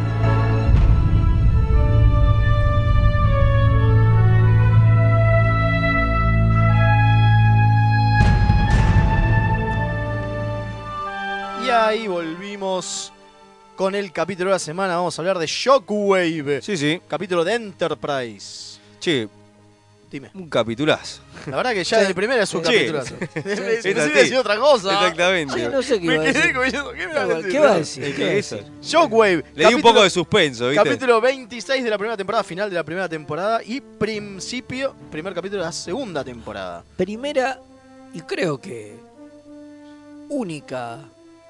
Speaker 2: pausa y volvimos con el capítulo de la semana. Vamos a hablar de Shockwave.
Speaker 4: Sí, sí.
Speaker 2: Capítulo de Enterprise.
Speaker 4: Che,
Speaker 2: Dime.
Speaker 4: un capitulazo.
Speaker 2: La verdad que ya desde el primero es un
Speaker 4: Sí.
Speaker 2: capitulazo.
Speaker 4: Sí.
Speaker 2: Pensé que iba a decir otra cosa.
Speaker 4: Exactamente.
Speaker 2: Ay,
Speaker 3: no sé qué
Speaker 2: Me
Speaker 3: iba a
Speaker 2: quedé
Speaker 3: decir.
Speaker 2: como diciendo, ¿qué me vas a
Speaker 3: Igual,
Speaker 2: decir?
Speaker 3: ¿qué va a decir?
Speaker 4: Es que eso.
Speaker 2: Shockwave.
Speaker 4: Le di un poco
Speaker 2: capítulo-
Speaker 4: de suspenso, ¿viste?
Speaker 2: Capítulo 26 de la primera temporada, final de la primera temporada y principio, primer capítulo de la segunda temporada.
Speaker 3: Primera y creo que única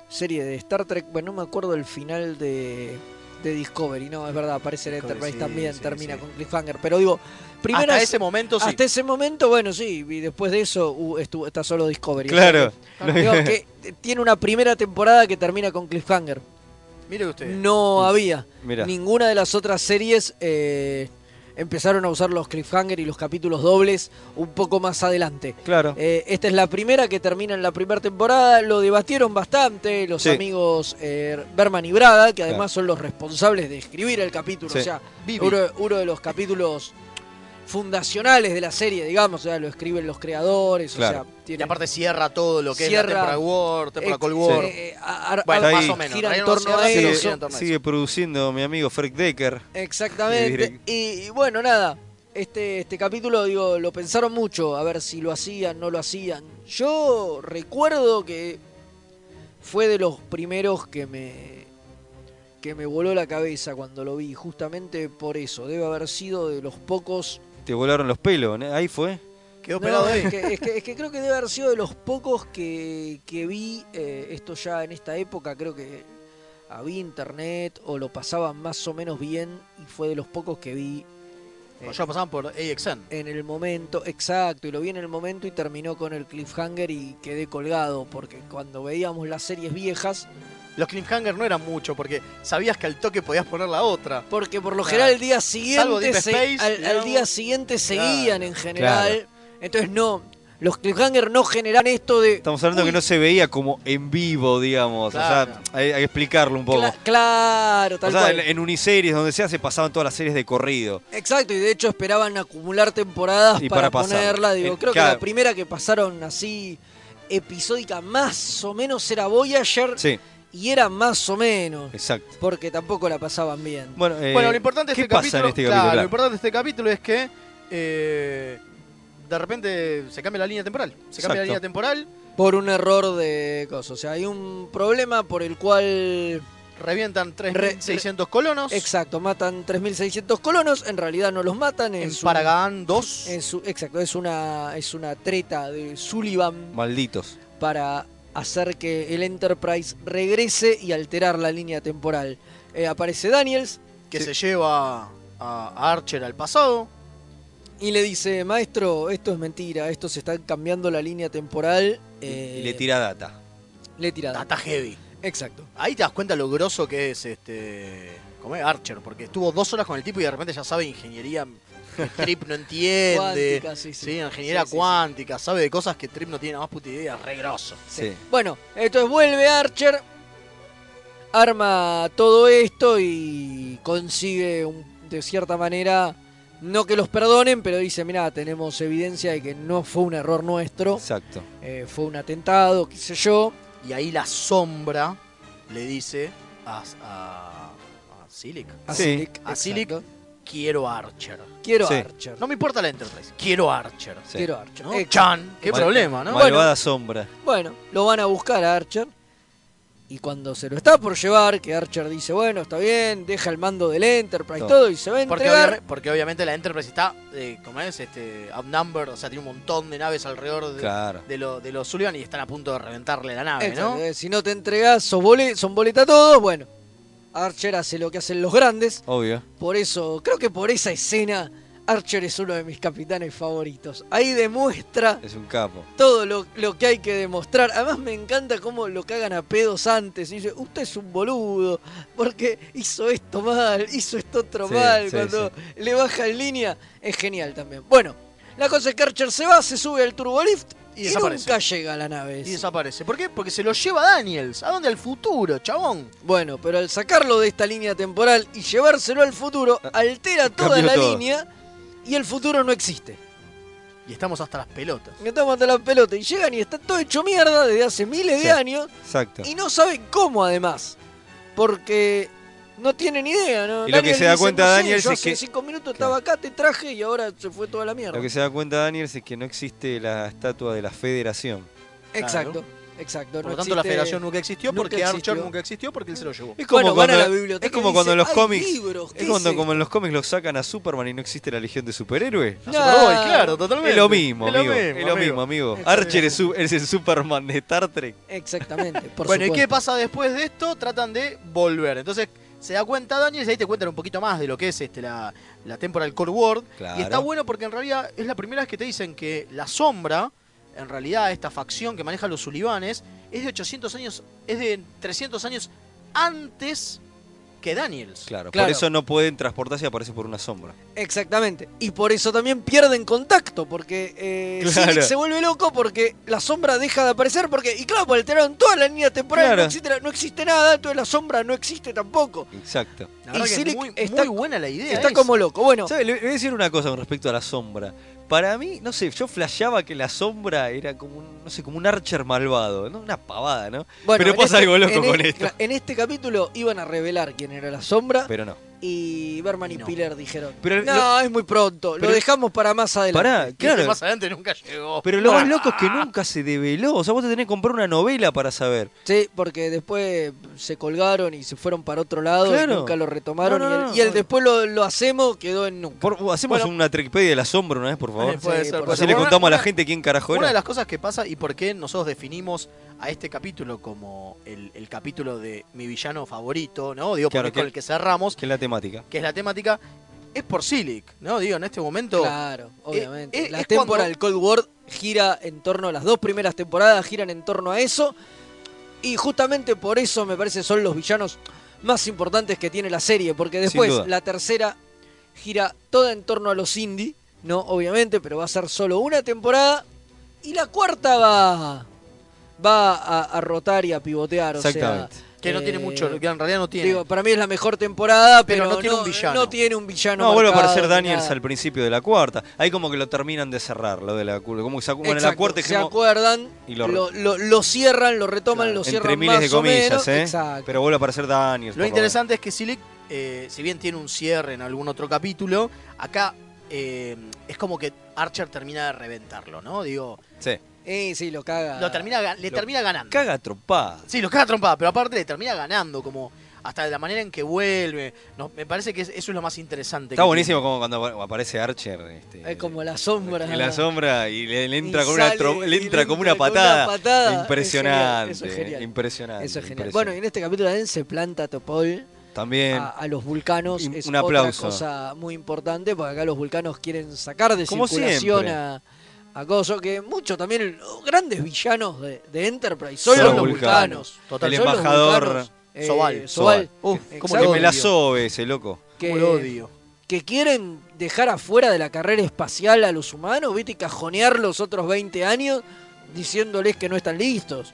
Speaker 3: serie de Star Trek. Bueno, no me acuerdo el final de, de Discovery, no, es verdad, aparece el
Speaker 2: Discovery,
Speaker 3: Enterprise
Speaker 2: sí,
Speaker 3: también,
Speaker 2: sí,
Speaker 3: termina
Speaker 2: sí.
Speaker 3: con Cliffhanger. Pero digo, primera.
Speaker 2: Hasta ese momento, sí.
Speaker 3: Hasta ese momento, bueno, sí, y después de eso uh, estuvo- está solo Discovery.
Speaker 4: Claro.
Speaker 3: O sea, digo que tiene una primera temporada que termina con Cliffhanger.
Speaker 2: Mire usted.
Speaker 4: Mm,
Speaker 3: No había.
Speaker 4: Mirá.
Speaker 3: Ninguna de las otras series eh, empezaron a usar los cliffhanger y los capítulos dobles un poco más adelante.
Speaker 4: Claro.
Speaker 3: Eh, esta es la primera que termina en la primera temporada. Lo debatieron bastante los
Speaker 4: Sí.
Speaker 3: amigos eh, Berman y Brada, que además
Speaker 4: Claro.
Speaker 3: son los responsables de escribir el capítulo.
Speaker 4: Sí.
Speaker 3: O sea,
Speaker 4: Vivi.
Speaker 3: uno, uno de los capítulos fundacionales de la serie, digamos. O sea, lo escriben los creadores.
Speaker 4: Claro.
Speaker 3: O sea, tiene-
Speaker 2: Y aparte cierra todo lo que es la
Speaker 3: Cierra-
Speaker 2: temporada War, temporada
Speaker 3: Ex-
Speaker 2: Cold War.
Speaker 3: eh, eh, a- a-
Speaker 2: bueno,
Speaker 3: a-
Speaker 2: más
Speaker 4: ahí.
Speaker 2: o menos.
Speaker 3: gira en
Speaker 2: realidad no
Speaker 3: torno
Speaker 2: cierra,
Speaker 3: a
Speaker 2: pero
Speaker 4: Sigue,
Speaker 2: gira en torno a eso.
Speaker 4: sigue produciendo mi amigo Fred Decker.
Speaker 3: Exactamente. Y, y bueno, nada. Este, este capítulo, digo, lo pensaron mucho, a ver si lo hacían, no lo hacían. Yo recuerdo que fue de los primeros que me. que me voló la cabeza cuando lo vi, justamente por eso. Debe haber sido de los pocos.
Speaker 4: Te volaron los pelos, ¿no? eh, ahí fue.
Speaker 2: Quedó
Speaker 3: No,
Speaker 2: pelado ahí.
Speaker 3: es, que, es que- es que creo que debe haber sido de los pocos que, que vi eh, esto ya en esta época. Creo que había internet o lo pasaban más o menos bien y fue de los pocos que vi. eh,
Speaker 2: O ya pasaban por AXN.
Speaker 3: en el momento, exacto, y lo vi en el momento y terminó con el cliffhanger y quedé colgado, porque cuando veíamos las series viejas,
Speaker 2: Los cliffhangers no eran mucho porque sabías que al toque podías poner la otra.
Speaker 3: porque por lo
Speaker 2: Claro.
Speaker 3: general el día
Speaker 2: Salvo Deep
Speaker 3: siguiente se-
Speaker 2: Space,
Speaker 3: al, al
Speaker 2: digamos.
Speaker 3: día siguiente seguían en general.
Speaker 4: Claro.
Speaker 3: Entonces no, los cliffhangers no generan esto de
Speaker 4: Estamos hablando que no se veía como en vivo, digamos.
Speaker 3: Claro.
Speaker 4: O sea, hay, hay que explicarlo un poco.
Speaker 3: "Cla- claro, tal
Speaker 4: o sea,
Speaker 3: cual.
Speaker 4: en, en uniseries, donde sea, se pasaban todas las series de corrido.
Speaker 3: Exacto, y de hecho esperaban acumular temporadas
Speaker 4: Y
Speaker 3: para,
Speaker 4: para pasar.
Speaker 3: ponerla. Digo,
Speaker 4: Eh,
Speaker 3: creo que
Speaker 4: claro.
Speaker 3: la primera que pasaron así episódica más o menos era Voyager
Speaker 4: Sí,
Speaker 3: y era más o menos.
Speaker 4: exacto.
Speaker 3: Porque tampoco la pasaban bien.
Speaker 4: Bueno, eh,
Speaker 2: bueno, lo importante de
Speaker 4: ¿qué
Speaker 2: este
Speaker 4: pasa
Speaker 2: capítulo,
Speaker 4: en este
Speaker 2: claro,
Speaker 4: capítulo?
Speaker 2: lo
Speaker 4: Claro.
Speaker 2: importante de este capítulo es que eh, de repente se cambia la línea temporal. Se cambia la
Speaker 3: Exacto.
Speaker 2: línea temporal,
Speaker 3: Por un error de cosas. O sea, hay un problema por el cual.
Speaker 2: revientan
Speaker 3: Re-
Speaker 2: 3600 colonos.
Speaker 3: Exacto, matan 3.600 colonos. En realidad no los matan.
Speaker 2: En
Speaker 3: Es un-
Speaker 2: Paragán 2.
Speaker 3: es un- exacto, es una, es una treta de Sullivan
Speaker 4: Malditos.
Speaker 3: para hacer que el Enterprise regrese y alterar la línea temporal. Eh, aparece Daniels
Speaker 2: que se lleva a Archer al pasado.
Speaker 3: y le dice: Maestro, esto es mentira. Esto se está cambiando la línea temporal. eh,
Speaker 4: Y le tira data.
Speaker 3: le tira data.
Speaker 2: Data heavy.
Speaker 3: Exacto.
Speaker 2: Ahí te das cuenta lo grosso que es este. ¿Cómo es? Archer, porque estuvo dos horas con el tipo y de repente ya sabe ingeniería. que Trip no entiende.
Speaker 3: Cuántica, sí, sí.
Speaker 2: ingeniería
Speaker 3: Sí, sí, sí.
Speaker 2: cuántica, sabe de cosas que Trip no tiene nada más puta idea, re grosso.
Speaker 4: Sí.
Speaker 3: Bueno, entonces vuelve Archer, arma todo esto y consigue un- de cierta manera, no que los perdonen, pero dice, mira, tenemos evidencia de que no fue un error nuestro,
Speaker 4: Exacto.
Speaker 3: eh, fue un atentado, qué sé yo.
Speaker 2: Y ahí la sombra le dice a. a. a Silic.
Speaker 3: A
Speaker 4: Sí.
Speaker 3: Silic,
Speaker 2: A Silic,
Speaker 3: exacto.
Speaker 2: quiero Archer.
Speaker 3: Quiero
Speaker 4: Sí.
Speaker 3: Archer.
Speaker 2: No me importa la Enterprise, quiero Archer.
Speaker 4: Sí.
Speaker 3: Quiero Archer.
Speaker 2: ¿No?
Speaker 3: Exacto.
Speaker 2: Chan, qué
Speaker 4: Mal-
Speaker 2: problema, ¿no?
Speaker 4: Malvada sombra.
Speaker 3: Bueno, lo van a buscar a Archer. Y cuando se lo está por llevar, que Archer dice, bueno, está bien, deja el mando del Enterprise,
Speaker 4: No.
Speaker 3: todo, y se va a
Speaker 2: Porque,
Speaker 3: entregar.
Speaker 2: obvia- porque obviamente la Enterprise está, eh, como es, este, outnumbered, o sea, tiene un montón de naves alrededor de,
Speaker 4: Claro.
Speaker 2: de, lo- de los Sullivan y están a punto de reventarle la nave,
Speaker 3: Exacto,
Speaker 2: ¿no?
Speaker 3: eh, Si no te entregas, sos bole- son boleta todos. Bueno, Archer hace lo que hacen los grandes.
Speaker 4: Obvio.
Speaker 3: Por eso, creo que por esa escena, Archer es uno de mis capitanes favoritos. Ahí demuestra
Speaker 4: Es un capo.
Speaker 3: todo lo, lo que hay que demostrar. Además, me encanta cómo lo cagan a pedos antes. Y dice, usted es un boludo, porque hizo esto mal, hizo esto otro
Speaker 4: Sí,
Speaker 3: mal.
Speaker 4: sí,
Speaker 3: Cuando le baja en línea, es genial también. Bueno, la cosa es que Archer se va, se sube al turbolift
Speaker 2: Y
Speaker 3: y,
Speaker 2: desaparece.
Speaker 3: nunca llega a la nave.
Speaker 2: Y
Speaker 3: esa.
Speaker 2: desaparece. ¿Por qué? Porque se lo lleva Daniels. ¿A dónde? Al futuro, chabón.
Speaker 3: Bueno, pero al sacarlo de esta línea temporal y llevárselo al futuro, altera toda
Speaker 4: Ah, cambió
Speaker 3: la
Speaker 4: todo.
Speaker 3: línea y el futuro no existe.
Speaker 2: Y estamos hasta las pelotas.
Speaker 3: Me estamos hasta la pelota y llegan y está todo hecho mierda desde hace miles
Speaker 4: Sí.
Speaker 3: de años
Speaker 4: Exacto.
Speaker 3: y no saben cómo además. Porque no tienen idea, ¿no?
Speaker 4: Y lo que se da
Speaker 3: dice,
Speaker 4: cuenta
Speaker 3: "No sé,
Speaker 4: Daniel
Speaker 3: yo
Speaker 4: es
Speaker 3: hace
Speaker 4: que-
Speaker 3: cinco minutos estaba acá, te traje y ahora se fue toda la mierda.
Speaker 4: Lo que se da cuenta Daniels es que no existe la estatua de la Federación.
Speaker 3: Exacto, exacto.
Speaker 2: Por
Speaker 3: no
Speaker 2: lo tanto, la
Speaker 3: existe-
Speaker 2: federación nunca existió porque
Speaker 3: existió.
Speaker 2: Archer nunca existió porque él se lo llevó.
Speaker 3: Es como Bueno, van a la
Speaker 4: es
Speaker 3: biblioteca
Speaker 4: como
Speaker 3: y
Speaker 4: cuando en
Speaker 3: dicen,
Speaker 4: los
Speaker 3: "Hay
Speaker 4: cómics.
Speaker 3: libros, ¿qué
Speaker 4: es cuando
Speaker 3: es
Speaker 4: como en los cómics lo sacan a Superman y no existe la Legión de Superhéroes.
Speaker 2: A Superboy, claro, totalmente.
Speaker 4: Es lo mismo,
Speaker 2: Es lo
Speaker 4: amigo.
Speaker 2: mismo,
Speaker 4: es lo mismo, amigo. Archer es, su- es el Superman de Star Trek.
Speaker 3: Exactamente. por
Speaker 2: bueno, ¿y qué
Speaker 3: supuesto.
Speaker 2: pasa después de esto? Tratan de volver. Entonces se da cuenta Daniel y ahí te cuentan un poquito más de lo que es este la, la Temporal Core World.
Speaker 4: Claro.
Speaker 2: Y está bueno porque en realidad es la primera vez que te dicen que la sombra, en realidad esta facción que maneja los Sulibanes, es de 800 años, es de 300 años antes que Daniels.
Speaker 4: Claro,
Speaker 3: Claro.
Speaker 4: por eso no pueden transportarse y aparece por una sombra.
Speaker 3: Exactamente. Y por eso también pierden contacto, porque eh,
Speaker 4: Claro.
Speaker 3: Silic se vuelve loco porque la sombra deja de aparecer, porque, y claro, pues alteraron toda la línea temporal,
Speaker 4: Claro.
Speaker 3: no, existe, la- no existe nada, entonces la sombra no existe tampoco.
Speaker 4: Exacto.
Speaker 2: La verdad
Speaker 3: y
Speaker 2: que es
Speaker 3: Silic
Speaker 2: muy-
Speaker 3: está,
Speaker 2: muy buena la idea
Speaker 3: Está
Speaker 2: esa.
Speaker 3: como loco. Bueno,
Speaker 4: ¿Sabe? Le le voy a decir una cosa con respecto a la sombra. Para mí, no sé, yo flasheaba que la sombra era como un, no sé, como un Archer malvado, ¿no? Una pavada, ¿no?
Speaker 3: bueno,
Speaker 4: Pero
Speaker 3: en
Speaker 4: pasa
Speaker 3: este-
Speaker 4: algo loco
Speaker 3: en
Speaker 4: con
Speaker 3: este-
Speaker 4: esto.
Speaker 3: En este capítulo iban a revelar quién era la sombra.
Speaker 4: Pero no.
Speaker 3: y Berman y Pilar dijeron,
Speaker 4: Pero
Speaker 3: no,
Speaker 4: lo-
Speaker 3: es muy pronto,
Speaker 4: pero-
Speaker 3: lo dejamos para más adelante.
Speaker 4: Pará,
Speaker 3: Y
Speaker 4: claro.
Speaker 3: ese más-
Speaker 2: Más adelante nunca llegó.
Speaker 4: Pero lo más loco es que nunca se develó. O sea, vos te tenés que comprar una novela para saber.
Speaker 3: Sí, porque después se colgaron y se fueron para otro lado
Speaker 4: Claro.
Speaker 3: y nunca lo retomaron.
Speaker 4: No, no,
Speaker 3: y el,
Speaker 4: no,
Speaker 3: y el
Speaker 4: no.
Speaker 3: después lo, lo hacemos quedó en nunca.
Speaker 4: Por- hacemos
Speaker 3: Bueno.
Speaker 4: una Trekpedia de la sombra una vez, por favor.
Speaker 2: Eh, puede ser, puede
Speaker 4: Así
Speaker 2: ser.
Speaker 4: le
Speaker 2: Una-
Speaker 4: contamos a la
Speaker 2: una-
Speaker 4: gente quién carajo
Speaker 2: Una de
Speaker 4: era.
Speaker 2: las cosas que pasa y por qué nosotros definimos a este capítulo como el, el capítulo de mi villano favorito, ¿no? Digo,
Speaker 4: Claro,
Speaker 2: porque
Speaker 4: que-
Speaker 2: con el que cerramos,
Speaker 4: Que es la temática.
Speaker 2: que es la temática, es por Silic, ¿no? Digo, en este momento.
Speaker 3: Claro, obviamente.
Speaker 2: eh,
Speaker 3: la
Speaker 2: es
Speaker 3: temporada
Speaker 2: cuando-
Speaker 3: del Cold War gira en torno a las dos primeras temporadas, giran en torno a eso. Y justamente por eso me parece son los villanos más importantes que tiene la serie, porque
Speaker 4: duda.
Speaker 3: después la tercera gira toda en torno a los indie, ¿no? Obviamente, pero va a ser solo una temporada. Y la cuarta va, va a, a rotar y a pivotear, o sea. eh,
Speaker 4: Exactamente.
Speaker 2: Que no tiene
Speaker 4: eh,
Speaker 2: mucho, que en realidad no tiene.
Speaker 3: Digo, para mí es la mejor temporada,
Speaker 2: Pero
Speaker 3: pero,
Speaker 2: no tiene un villano.
Speaker 3: no tiene un villano.
Speaker 4: No, vuelve a
Speaker 3: marcado
Speaker 4: aparecer
Speaker 3: ni
Speaker 4: Daniels
Speaker 3: nada.
Speaker 4: al principio de la cuarta. Ahí como que lo terminan de cerrar, lo de la cul- Como que se acu- bueno, en la
Speaker 3: Exacto,
Speaker 4: cuarta
Speaker 3: se
Speaker 4: dijimos,
Speaker 3: acuerdan,
Speaker 4: y lo-
Speaker 3: lo, lo- lo cierran, lo retoman, lo cierran
Speaker 4: entre miles
Speaker 3: más
Speaker 4: de
Speaker 3: o
Speaker 4: comillas,
Speaker 3: menos.
Speaker 4: ¿eh?
Speaker 3: Exacto.
Speaker 4: Pero vuelve a aparecer Daniels.
Speaker 2: Lo
Speaker 4: por favor.
Speaker 2: interesante es que Silic, eh, si bien tiene un cierre en algún otro capítulo, acá eh, es como que Archer termina de reventarlo, ¿no? Digo,
Speaker 4: Sí.
Speaker 3: Eh, sí, lo caga.
Speaker 2: lo termina, ga- le
Speaker 4: Lo-
Speaker 2: termina ganando.
Speaker 4: Caga tropada.
Speaker 2: Sí, los caga trompada, pero aparte le termina ganando, como hasta de la manera en que vuelve. No, me parece que es- eso es lo más interesante.
Speaker 4: Está
Speaker 2: que
Speaker 4: buenísimo como cuando aparece Archer. Este,
Speaker 3: Es como la sombra.
Speaker 4: En la sombra y le, le entra,
Speaker 3: Y
Speaker 4: como
Speaker 3: sale,
Speaker 4: una tro- le
Speaker 3: y
Speaker 4: entra
Speaker 3: le
Speaker 4: como
Speaker 3: entra
Speaker 4: una
Speaker 3: con una
Speaker 4: patada.
Speaker 3: patada.
Speaker 4: Impresionante.
Speaker 3: Es genial, eso es genial.
Speaker 4: Impresionante.
Speaker 3: Eso es genial.
Speaker 4: impresionante.
Speaker 3: Bueno, y Ah, en este capítulo también se planta Topol
Speaker 4: También.
Speaker 3: a, a los vulcanos.
Speaker 4: Y
Speaker 3: Es
Speaker 4: un aplauso.
Speaker 3: otra cosa muy importante, porque acá los vulcanos quieren sacar de
Speaker 4: Como
Speaker 3: circulación
Speaker 4: siempre.
Speaker 3: a, a Gozo, que muchos también, los grandes villanos de, de Enterprise, son, los vulcanos.
Speaker 4: El
Speaker 3: Son los
Speaker 4: embajador.
Speaker 3: vulcanos, eh,
Speaker 2: Sobal.
Speaker 3: Sobal.
Speaker 2: Uf, cómo
Speaker 3: Exacto.
Speaker 4: Que me la sobe ese loco.
Speaker 2: Cómo lo odio.
Speaker 3: que quieren dejar afuera de la carrera espacial a los humanos, ¿viste? Y cajonear los otros 20 años diciéndoles que no están listos.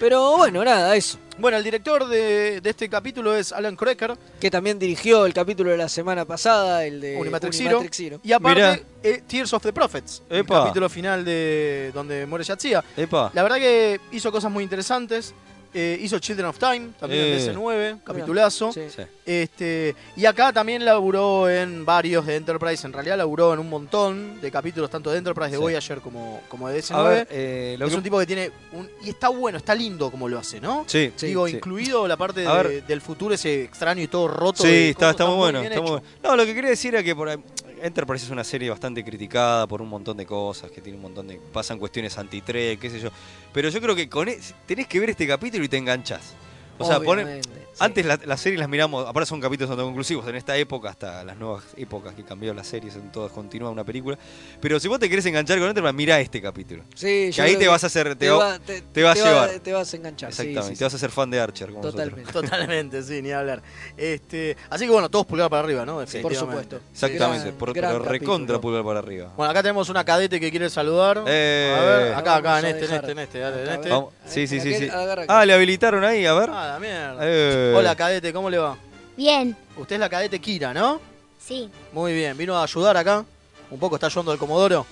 Speaker 3: Pero bueno, nada, eso.
Speaker 2: Bueno, el director de, de este capítulo es Alan Crocker.
Speaker 3: Que también dirigió el capítulo de la semana pasada, el de
Speaker 2: Unimatrix Zero.
Speaker 3: Unimatrix Zero.
Speaker 2: Y aparte,
Speaker 4: Mirá.
Speaker 2: eh, Tears of the Prophets, el
Speaker 4: Epa.
Speaker 2: capítulo final de donde muere Yatsia.
Speaker 4: Epa.
Speaker 2: La verdad que hizo cosas muy interesantes. Eh, hizo Children of Time, también
Speaker 4: Eh.
Speaker 2: en DC9, capitulazo.
Speaker 3: Sí.
Speaker 4: Sí.
Speaker 2: Este, y acá también laburó en varios de Enterprise. En realidad laburó en un montón de capítulos, tanto de Enterprise, de
Speaker 4: Sí.
Speaker 2: Voyager como, como de DC9.
Speaker 4: A ver, eh, lo
Speaker 2: es
Speaker 4: que-
Speaker 2: un tipo que tiene un... Y está bueno, está lindo como lo hace, ¿no?
Speaker 4: Sí,
Speaker 2: Digo,
Speaker 4: sí.
Speaker 2: incluido la parte
Speaker 4: A
Speaker 2: de-
Speaker 4: ver.
Speaker 2: del futuro ese extraño y todo roto.
Speaker 4: Sí,
Speaker 2: de
Speaker 4: está,
Speaker 2: cómo
Speaker 4: está muy bueno.
Speaker 2: bien
Speaker 4: está muy
Speaker 2: hecho.
Speaker 4: bueno. No, lo que quería decir era que por ahí- Enterprise es una serie bastante criticada por un montón de cosas, que tiene un montón de. pasan cuestiones anti qué sé yo. Pero yo creo que con e- tenés que ver este capítulo y te enganchás. O sea, ponen-
Speaker 3: Obviamente, sí.
Speaker 4: antes la- las series las miramos, ahora son capítulos autoconclusivos, en esta época, hasta las nuevas épocas que cambió las series, en todas continúa una película. Pero si vos te querés enganchar con Enterprise, mira este capítulo.
Speaker 3: Sí,
Speaker 4: que
Speaker 3: yo
Speaker 4: ahí
Speaker 3: creo
Speaker 4: te vas a hacer- te va-
Speaker 3: te,
Speaker 4: te va a llevar.
Speaker 3: Te vas a enganchar. sí,
Speaker 4: Exactamente,
Speaker 3: sí,
Speaker 4: te vas a hacer fan de Archer. Como nosotros.
Speaker 3: Totalmente.
Speaker 2: Totalmente, sí, ni hablar. Este, así que bueno, todos pulgar para arriba, ¿no?
Speaker 3: sí. Por
Speaker 2: Definitivamente.
Speaker 3: supuesto.
Speaker 4: Exactamente,
Speaker 3: Gran-
Speaker 4: por,
Speaker 3: gran
Speaker 4: pero recontra
Speaker 3: capítulo.
Speaker 4: pulgar para arriba.
Speaker 2: Bueno, acá tenemos una cadete que quiere saludar.
Speaker 4: Eh.
Speaker 2: A ver, acá, acá, en
Speaker 3: Vamos a
Speaker 2: este, en
Speaker 3: dejar.
Speaker 2: este, en este, dale, en
Speaker 3: Acá,
Speaker 2: este.
Speaker 4: Vamos- Sí, sí, sí,
Speaker 3: Aquel-
Speaker 4: sí.
Speaker 3: agarra Eh, acá.
Speaker 4: Ah, le habilitaron ahí, a ver.
Speaker 2: Ah, la mierda.
Speaker 4: Eh.
Speaker 2: Hola, cadete, ¿cómo le va?
Speaker 21: Bien,
Speaker 2: Usted es la cadete Kira, ¿no?
Speaker 21: sí,
Speaker 2: Muy bien, vino a ayudar acá. un poco está ayudando al Comodoro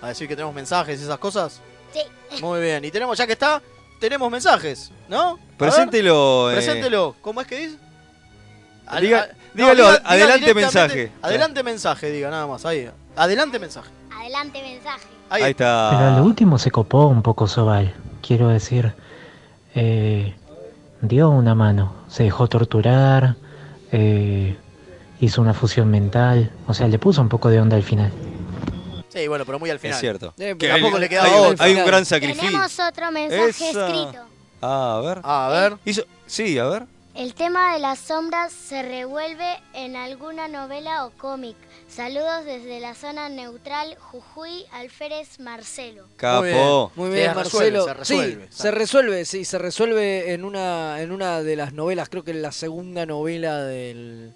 Speaker 2: a decir que tenemos mensajes y esas cosas? Sí. Muy bien. Y tenemos, ya que está, tenemos mensajes, ¿no? A
Speaker 4: Preséntelo,
Speaker 2: ver,
Speaker 4: eh.
Speaker 2: Preséntelo. ¿Cómo es que dice? Al-
Speaker 4: Diga-
Speaker 2: al-
Speaker 4: dígalo,
Speaker 2: diga- diga
Speaker 4: adelante
Speaker 2: directamente-
Speaker 4: mensaje.
Speaker 2: Adelante mensaje, diga nada más. Ahí. Adelante mensaje.
Speaker 21: Adelante mensaje.
Speaker 2: Ahí,
Speaker 6: Pero
Speaker 4: está.
Speaker 6: al último se copó un poco Sobal. Quiero decir, eh, dio una mano, se dejó torturar, eh, hizo una fusión mental, o sea, le puso un poco de onda al final.
Speaker 2: Sí, bueno, pero muy al final.
Speaker 4: Es cierto.
Speaker 2: Eh,
Speaker 4: Que
Speaker 2: tampoco
Speaker 4: hay-
Speaker 2: le quedaba
Speaker 4: hay un-
Speaker 2: otra.
Speaker 4: hay un gran sacrificio.
Speaker 21: Tenemos otro mensaje
Speaker 4: Esa.
Speaker 21: escrito.
Speaker 4: Ah, a ver.
Speaker 2: A ver.
Speaker 4: sí, a ver.
Speaker 21: El tema de las sombras se revuelve en alguna novela o cómic. Saludos desde la zona neutral Jujuy, Alférez Marcelo.
Speaker 4: Capo.
Speaker 3: Muy
Speaker 2: Se
Speaker 3: bien,
Speaker 2: resuelve,
Speaker 3: Marcelo.
Speaker 2: se resuelve.
Speaker 3: sí, se resuelve, sí, se resuelve en una, en una de las novelas, creo que en la segunda novela del,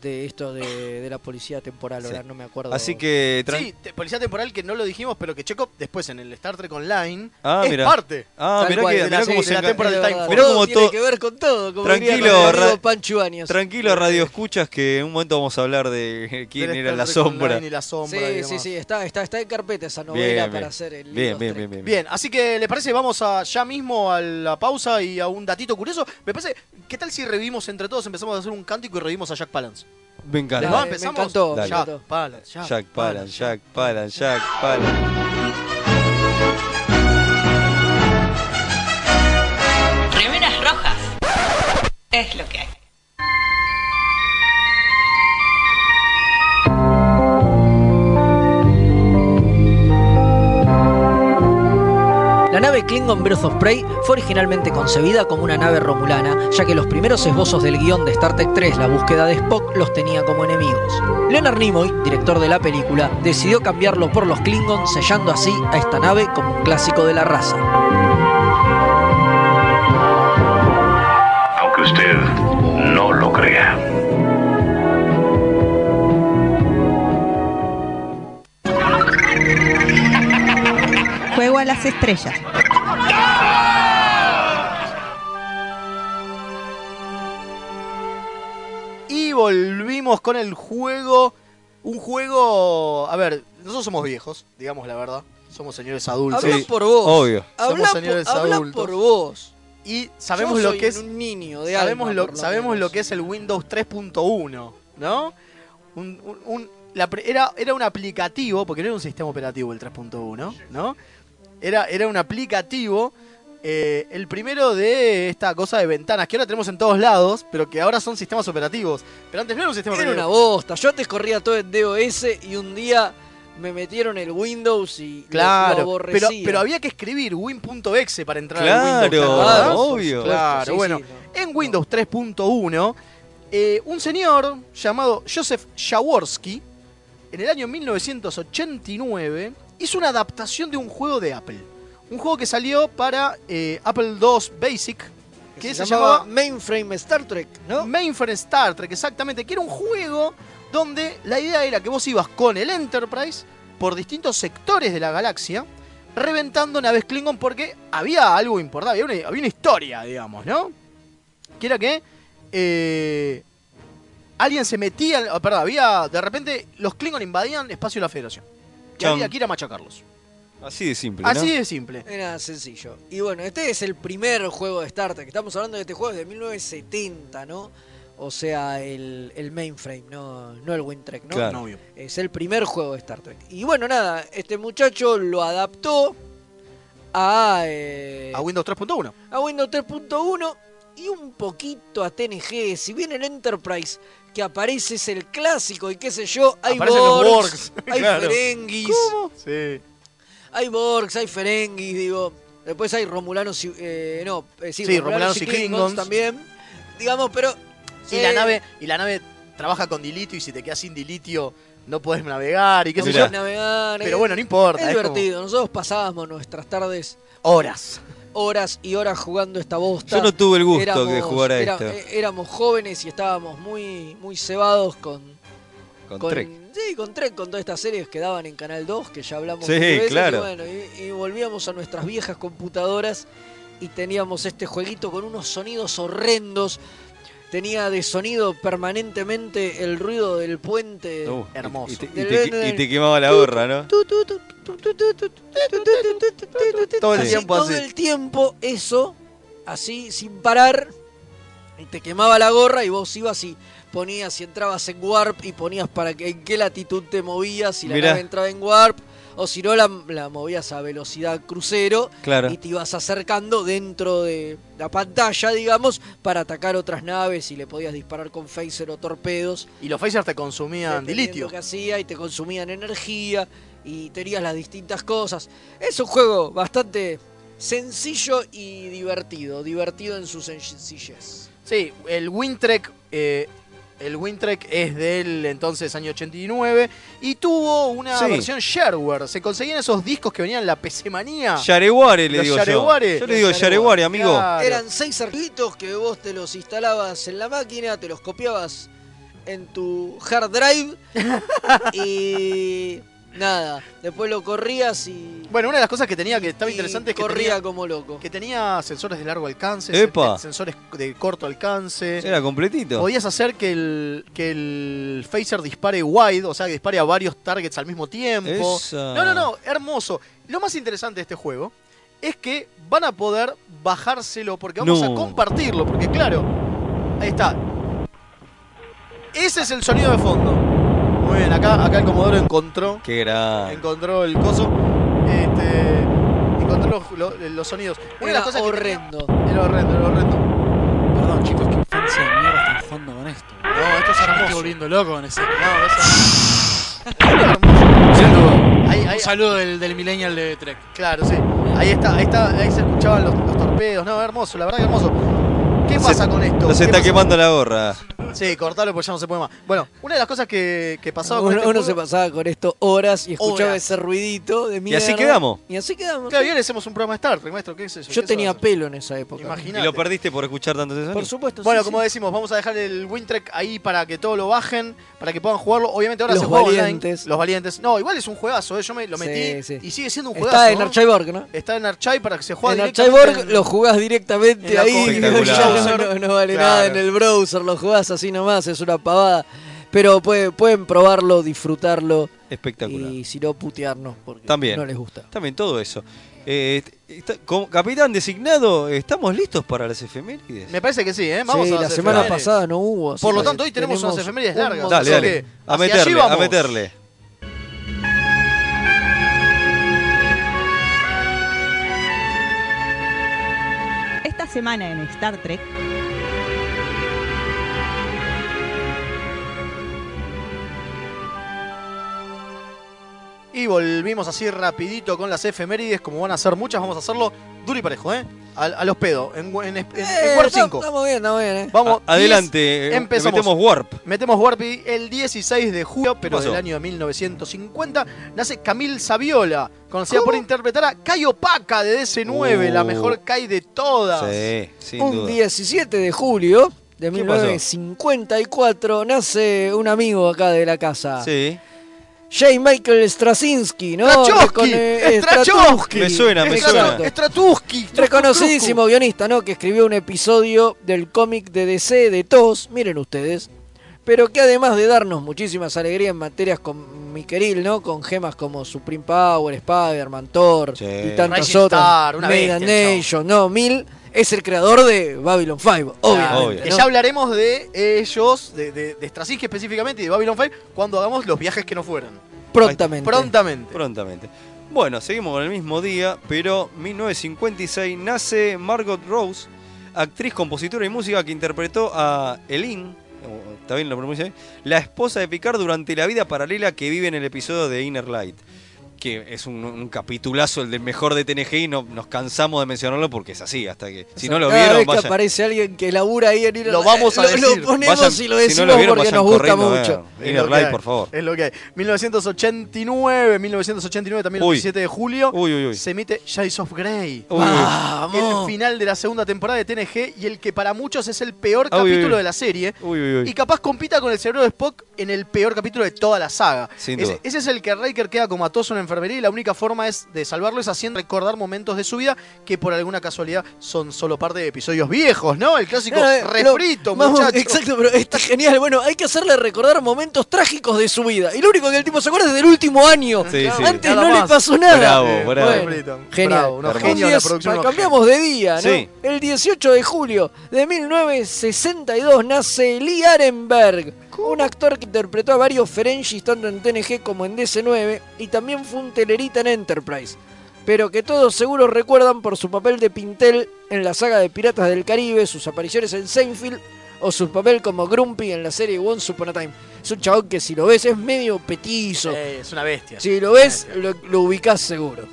Speaker 3: de esto de, de la policía temporal,
Speaker 4: Sí.
Speaker 3: ahora no me acuerdo.
Speaker 4: Así que. tran-
Speaker 2: Sí, te- policía temporal que no lo dijimos, pero que Chekhov después en el Star Trek Online
Speaker 4: Ah,
Speaker 2: es
Speaker 4: mira.
Speaker 2: parte.
Speaker 4: Ah,
Speaker 3: Tal
Speaker 4: mirá,
Speaker 3: cual,
Speaker 4: que,
Speaker 3: de
Speaker 4: mirá
Speaker 3: la-
Speaker 4: cómo
Speaker 3: sí,
Speaker 4: se
Speaker 3: de la
Speaker 4: enga-
Speaker 3: temporada del Time
Speaker 4: Mirá
Speaker 3: Force.
Speaker 4: cómo
Speaker 3: Tiene
Speaker 4: todo.
Speaker 3: que ver con todo, como diría
Speaker 4: tranquilo,
Speaker 3: nuestro amigo
Speaker 4: ra-
Speaker 3: Pancho Áñez.
Speaker 4: tranquilo, radio escuchas, que en un momento vamos a hablar de quién
Speaker 2: Del
Speaker 4: era
Speaker 2: Star
Speaker 4: la
Speaker 2: Trek
Speaker 4: sombra.
Speaker 2: Online y la sombra y
Speaker 3: Sí,
Speaker 2: demás.
Speaker 3: sí, sí, está, está, está en carpeta esa novela
Speaker 4: Bien,
Speaker 3: para
Speaker 4: bien.
Speaker 3: hacer el
Speaker 4: Bien, bien,
Speaker 3: libro Trek.
Speaker 4: bien, bien, bien.
Speaker 2: Bien, así que ¿les parece? Vamos a, ya mismo a la pausa y a un datito curioso. Me parece, ¿qué tal si revivimos entre todos? Empezamos a hacer un cántico y revivimos a Jack Palance.
Speaker 4: Me encanta.
Speaker 2: ¿Les va? ¿Empezamos?
Speaker 3: encantó,
Speaker 4: me
Speaker 2: Jack
Speaker 4: encantó.
Speaker 2: Palance, Jack,
Speaker 4: Jack Palan,
Speaker 2: Palance.
Speaker 4: Jack Palan, Jack Palan.
Speaker 8: Remeras rojas. Es lo que hay.
Speaker 3: La nave Klingon Birth of Prey fue originalmente concebida como una nave romulana, ya que los primeros esbozos del guión de Star Trek 3, La búsqueda de Spock, los tenía como enemigos. Leonard Nimoy, director de la película, decidió cambiarlo por los Klingon, sellando así a esta nave como un clásico de la raza.
Speaker 22: aunque usted no lo crea.
Speaker 23: Juego a las estrellas.
Speaker 2: Y volvimos con el juego. Un juego. A ver, nosotros somos viejos, digamos la verdad. Somos señores adultos.
Speaker 3: Habla por vos.
Speaker 4: obvio.
Speaker 3: Habla,
Speaker 2: Somos señores
Speaker 3: por, habla
Speaker 2: adultos.
Speaker 3: por vos.
Speaker 2: Y sabemos
Speaker 3: Yo
Speaker 2: lo
Speaker 3: soy
Speaker 2: que es-
Speaker 3: un niño de
Speaker 2: Sabemos,
Speaker 3: alma,
Speaker 2: lo,
Speaker 3: por lo
Speaker 2: sabemos
Speaker 3: menos.
Speaker 2: lo que es el Windows 3.1, ¿no? Un- un- un- la pre- era, era un aplicativo, porque no era un sistema operativo el 3.1, ¿no? Era, era un aplicativo, eh, el primero de esta cosa de ventanas, que ahora tenemos en todos lados, pero que ahora son sistemas operativos. Pero antes no era un sistema
Speaker 3: Era una
Speaker 2: operativo.
Speaker 3: bosta. Yo antes corría todo en DOS y un día me metieron el Windows y lo- lo
Speaker 2: Claro,
Speaker 3: aborrecía.
Speaker 2: pero, pero había que escribir win.exe para entrar al
Speaker 4: Claro,
Speaker 2: Windows. ¿te acordás?
Speaker 4: obvio.
Speaker 2: Claro,
Speaker 4: Sí, sí,
Speaker 2: bueno, en Windows 3.1, eh, un señor llamado Joseph Jaworski, en el año 1989, hizo una adaptación de un juego de Apple. Un juego que salió para eh, Apple II Basic, que Mm.
Speaker 3: se llamaba
Speaker 2: Mainframe Star Trek, ¿no? Mainframe Star Trek, exactamente, que era un juego donde la idea era que vos ibas con el Enterprise por distintos sectores de la galaxia, reventando naves Klingon porque había algo importante, había una, había una historia, digamos, ¿no? Que era que eh, alguien se metía, en- perdón, había, de repente los Klingon invadían espacio de la Federación. Y
Speaker 4: Chan.
Speaker 2: había que ir a machacarlos.
Speaker 4: Así de simple. ¿no?
Speaker 2: Así de simple.
Speaker 3: Era sencillo. Y bueno, este es el primer juego de Star Trek. Estamos hablando de este juego de 1970, ¿no? O sea, el, el mainframe, no, no el Wintrek, ¿no?
Speaker 4: Claro. No, obvio.
Speaker 3: Es el primer juego de Star Trek. Y bueno, nada, este muchacho lo adaptó a, eh,
Speaker 2: A Windows 3.1.
Speaker 3: a Windows 3.1 y un poquito a TNG. Si bien el Enterprise que aparece es el clásico y qué sé yo, hay
Speaker 2: Aparecen los
Speaker 3: Borgs,
Speaker 2: Borgs,
Speaker 3: hay
Speaker 2: claro.
Speaker 3: Ferengis.
Speaker 2: Sí.
Speaker 3: Hay Borgs, hay Ferengis, digo. Después hay Romulanos y. eh, no, eh, sí,
Speaker 2: Sí, Romulanos
Speaker 3: Romulanos, y
Speaker 2: y
Speaker 3: Klingons
Speaker 2: Klingons.
Speaker 3: también. Digamos, pero.
Speaker 2: Y la
Speaker 3: eh,
Speaker 2: nave, y la nave trabaja con dilitio y si te quedas sin dilitio no podés navegar y qué
Speaker 3: no
Speaker 2: sé
Speaker 3: podés
Speaker 2: yo.
Speaker 3: navegar,
Speaker 2: Pero
Speaker 3: eh,
Speaker 2: bueno, no importa,
Speaker 3: Es
Speaker 2: es como-
Speaker 3: divertido. Nosotros pasábamos nuestras tardes,
Speaker 2: Horas.
Speaker 3: horas y horas jugando esta bosta.
Speaker 4: Yo no tuve el gusto de jugar a
Speaker 3: era-
Speaker 4: esto.
Speaker 3: eh, éramos jóvenes y estábamos muy, muy cebados con.
Speaker 4: Con Trek.
Speaker 3: Sí, con Trek, con todas estas series que daban en Canal 2, que ya hablamos
Speaker 4: Sí,
Speaker 3: mil veces,
Speaker 4: claro.
Speaker 3: Y, bueno, y- y volvíamos a nuestras viejas computadoras y teníamos este jueguito con unos sonidos horrendos. Tenía de sonido permanentemente el ruido del puente
Speaker 4: Uh, y-
Speaker 3: hermoso.
Speaker 4: Y te, y te- y te quemaba la gorra, ¿no?
Speaker 3: todo
Speaker 4: el tiempo
Speaker 3: Todo
Speaker 4: así.
Speaker 3: el tiempo eso, así, sin parar. Y te quemaba la gorra y vos ibas y ponías y entrabas en warp y ponías para que, en qué latitud te movías, si la
Speaker 4: Mirá.
Speaker 3: nave entraba en warp o si no la, la movías a velocidad crucero
Speaker 4: Claro.
Speaker 3: y te ibas acercando dentro de la pantalla, digamos, para atacar otras naves y le podías disparar con phaser o torpedos
Speaker 2: Y los phasers te consumían
Speaker 3: dependiendo
Speaker 2: dilitio.
Speaker 3: que hacía y te consumían energía y tenías las distintas cosas. Es un juego bastante sencillo y divertido, divertido en su sencillez.
Speaker 2: Sí, el Wintrek, eh, el Wintrek es del entonces año 89 y tuvo una
Speaker 4: Sí.
Speaker 2: versión shareware. Se conseguían esos discos que venían en la PC Manía.
Speaker 4: Yareware le
Speaker 2: Ah. Los
Speaker 4: digo
Speaker 2: Yareware.
Speaker 4: yo. Yo le digo Yareware, amigo.
Speaker 2: Claro.
Speaker 3: Eran seis archivitos que vos te los instalabas en la máquina, te los copiabas en tu hard drive y nada, después lo corrías y
Speaker 2: Bueno, una de las cosas que tenía que estaba interesante es que
Speaker 3: corría
Speaker 2: tenía,
Speaker 3: como loco.
Speaker 2: que tenía sensores de largo alcance,
Speaker 4: Epa.
Speaker 2: sen- sensores de corto alcance.
Speaker 4: Era completito.
Speaker 2: Podías hacer que el, que el phaser dispare wide, o sea, que dispare a varios targets al mismo tiempo.
Speaker 4: Esa.
Speaker 2: No, no, no, hermoso. Lo más interesante de este juego es que van a poder bajárselo porque vamos
Speaker 4: No.
Speaker 2: a compartirlo, porque claro, ahí está. Ese es el sonido de fondo. Muy bien, acá, acá el Comodoro encontró,
Speaker 4: Qué grande.
Speaker 2: encontró el coso, este, encontró los, los- los sonidos. Una de las
Speaker 3: Era
Speaker 2: cosas que tenía-
Speaker 3: horrendo.
Speaker 2: era horrendo, era horrendo.
Speaker 1: Perdón, chicos, qué infancia de mierda están jugando con esto.
Speaker 2: No, esto es
Speaker 1: Me
Speaker 2: hermoso.
Speaker 1: estoy volviendo loco con ese.
Speaker 2: No, es
Speaker 1: Un saludo del, del Millennial de Trek.
Speaker 2: Claro, sí. Ahí está, ahí está, ahí se escuchaban los, los torpedos. No, hermoso, la verdad que hermoso. ¿Qué pasa con esto?
Speaker 4: No se
Speaker 2: ¿Qué
Speaker 4: está
Speaker 2: pasa?
Speaker 4: quemando la gorra.
Speaker 2: Sí, cortalo porque ya no se puede más. Bueno, una de las cosas que, que pasaba
Speaker 3: Uno,
Speaker 2: con este
Speaker 3: uno
Speaker 2: juego-
Speaker 3: se pasaba con esto horas y escuchaba
Speaker 2: Horas.
Speaker 3: ese ruidito de
Speaker 4: Y
Speaker 3: mierda.
Speaker 4: así quedamos.
Speaker 3: Y así quedamos.
Speaker 2: Claro, y ahora hacemos un programa de Star Trek, maestro, ¿qué es eso?
Speaker 3: Yo tenía pelo en esa época.
Speaker 4: Y lo perdiste por escuchar tantos años.
Speaker 3: Por supuesto.
Speaker 2: Bueno,
Speaker 3: sí,
Speaker 2: como
Speaker 3: sí.
Speaker 2: decimos, vamos a dejar el Wintrek ahí para que todos lo bajen, para que puedan jugarlo. Obviamente ahora
Speaker 3: Los
Speaker 2: se juega
Speaker 3: valientes.
Speaker 2: online. Los valientes. No, igual es un juegazo, ¿eh? yo me lo
Speaker 3: Sí,
Speaker 2: metí
Speaker 3: sí.
Speaker 2: y sigue siendo un juegazo.
Speaker 3: Está en
Speaker 2: ¿no?
Speaker 3: Archiborg, ¿no?
Speaker 2: Está en Archive para que se juegue
Speaker 3: en
Speaker 2: directamente
Speaker 3: Archiborg
Speaker 2: en-
Speaker 3: lo jugás directamente
Speaker 2: en la
Speaker 3: ahí.
Speaker 2: compu.
Speaker 3: ya no, no vale nada en
Speaker 2: Claro.
Speaker 3: el browser, lo jugás así nomás, es una pavada. Pero puede- pueden probarlo, disfrutarlo
Speaker 4: Espectacular.
Speaker 3: y si no, putearnos porque
Speaker 4: También.
Speaker 3: no les gusta.
Speaker 4: También todo eso. Eh, está- como capitán designado, ¿estamos listos para las efemérides?
Speaker 2: Me parece que sí, ¿eh? Vamos
Speaker 3: Sí,
Speaker 2: a las
Speaker 3: la semana
Speaker 2: efemérides.
Speaker 3: pasada no hubo. así
Speaker 2: Por lo
Speaker 3: que
Speaker 2: tanto, hoy tenemos, unas efemérides
Speaker 3: un
Speaker 2: largas.
Speaker 3: montón.
Speaker 4: Dale, dale. A
Speaker 2: hacia allí
Speaker 4: meterle, a
Speaker 2: vamos.
Speaker 4: meterle.
Speaker 23: Esta semana en Star Trek.
Speaker 2: Y volvimos así rapidito con las efemérides. Como van a ser muchas, vamos a hacerlo duro y parejo, ¿eh? A, a los pedos, en, en, en- en
Speaker 3: Eh,
Speaker 2: War
Speaker 3: está-
Speaker 2: 5.
Speaker 3: Estamos bien, estamos bien. eh.
Speaker 2: Vamos,
Speaker 4: A- adelante, eh,
Speaker 2: empezamos.
Speaker 4: metemos warp.
Speaker 2: Metemos Warp y el 16 de julio, pero
Speaker 4: pasó?
Speaker 2: del año 1950, nace Camille Saviola, conocida por interpretar a Kai Opaca de DC9, la
Speaker 4: Uh.
Speaker 2: mejor Kai de todas.
Speaker 4: Sí, sin
Speaker 3: un
Speaker 4: duda.
Speaker 3: 17 de julio de
Speaker 4: ¿Qué pasó?
Speaker 3: 1954 nace un amigo acá de la casa.
Speaker 4: Sí.
Speaker 3: J. Michael Straczynski, ¿no?
Speaker 2: Strachowski,
Speaker 3: Recone- eh,
Speaker 2: Strachowski.
Speaker 4: Me suena, me
Speaker 3: Exacto.
Speaker 4: suena.
Speaker 2: Stratuski,
Speaker 3: Reconocidísimo guionista, ¿no? Que escribió un episodio del cómic de DC de TOS, miren ustedes. Pero que además de darnos muchísimas alegrías en materias con Miqueril, ¿no? Con gemas como Supreme Power, Spider-Man, Thor
Speaker 4: Sí.
Speaker 3: y tantas
Speaker 2: Rising
Speaker 3: otras.
Speaker 2: Star, una
Speaker 3: Mega
Speaker 2: bestia el
Speaker 3: Nation, no, mil. Es el creador de Babylon 5, obviamente.
Speaker 4: Obvio.
Speaker 2: Que
Speaker 3: ¿no?
Speaker 2: ya hablaremos de ellos, de, de, de Straczynski específicamente y de Babylon 5, cuando hagamos los viajes que no fueron.
Speaker 4: Oh,
Speaker 3: Prontamente.
Speaker 2: Prontamente.
Speaker 4: Prontamente. Bueno, seguimos con el mismo día, pero 1956 nace Margot Rose, actriz, compositora y música que interpretó a Elin, o- ¿está bien lo pronuncié? La esposa de Picard durante la vida paralela que vive en el episodio de Inner Light. Que es un, un capitulazo, el del mejor de TNG, y no, nos cansamos de mencionarlo porque es así, hasta que si no lo
Speaker 3: Cada
Speaker 4: vieron,
Speaker 3: vez Ah, que
Speaker 4: vayan,
Speaker 3: aparece alguien que labura ahí en Irlanda,
Speaker 2: Lo vamos a
Speaker 3: lo,
Speaker 2: decir.
Speaker 3: Lo
Speaker 4: Vayan-
Speaker 3: ponemos y lo
Speaker 4: si no
Speaker 3: decimos
Speaker 4: lo vieron,
Speaker 3: porque
Speaker 4: vayan
Speaker 3: nos gusta
Speaker 4: corriendo a ver.
Speaker 3: mucho.
Speaker 2: Es
Speaker 4: Inner
Speaker 2: lo que
Speaker 4: Light,
Speaker 2: hay.
Speaker 4: por favor.
Speaker 2: Es lo que hay. 1989, 1989, también el
Speaker 4: Uy.
Speaker 2: 17 de julio,
Speaker 4: Uy, uy, uy.
Speaker 2: se emite Shades of Grey.
Speaker 4: Uy.
Speaker 3: Ah.
Speaker 2: El final de la segunda temporada de TNG y el que para muchos es el peor
Speaker 4: Uy, uy,
Speaker 2: capítulo
Speaker 4: uy.
Speaker 2: de la serie.
Speaker 4: Uy, uy, uy.
Speaker 2: Y capaz compita con el cerebro de Spock en el peor capítulo de toda la saga.
Speaker 4: Sin
Speaker 2: Ese-
Speaker 4: duda.
Speaker 2: Ese es el que Riker queda comatoso en enfermería y la única forma es de salvarlo es haciendo recordar momentos de su vida que por alguna casualidad son solo parte de episodios viejos, ¿no? El clásico
Speaker 3: Claro, eh, lo-
Speaker 2: refrito,
Speaker 3: vamos,
Speaker 2: muchacho.
Speaker 3: Exacto, pero está genial. Bueno, hay que hacerle recordar momentos trágicos de su vida. Y lo único que el tipo se acuerda es del último año.
Speaker 4: Sí, sí.
Speaker 3: Antes
Speaker 4: Nada
Speaker 3: no
Speaker 4: más.
Speaker 3: le pasó nada.
Speaker 4: Bravo,
Speaker 3: Eh,
Speaker 4: bravo.
Speaker 3: bueno, genial.
Speaker 2: Bravo, unos
Speaker 3: Hermoso.
Speaker 2: genios de la
Speaker 3: Diez-
Speaker 2: producción, unos
Speaker 3: cambiamos de día, ¿no?
Speaker 4: Sí.
Speaker 3: El 18 de julio de 1962 nace Lee Arenberg, un actor que interpretó a varios Ferengis tanto en TNG como en DC9 y también fue un telerita en Enterprise, pero que todos seguro recuerdan por su papel de Pintel en la saga de Piratas del Caribe, sus apariciones en Seinfeld o su papel como Grumpy en la serie Once Upon a Time. Es un chabón que si lo ves es medio petizo.
Speaker 2: Eh, es una bestia.
Speaker 3: Si lo ves, lo, lo ubicás seguro.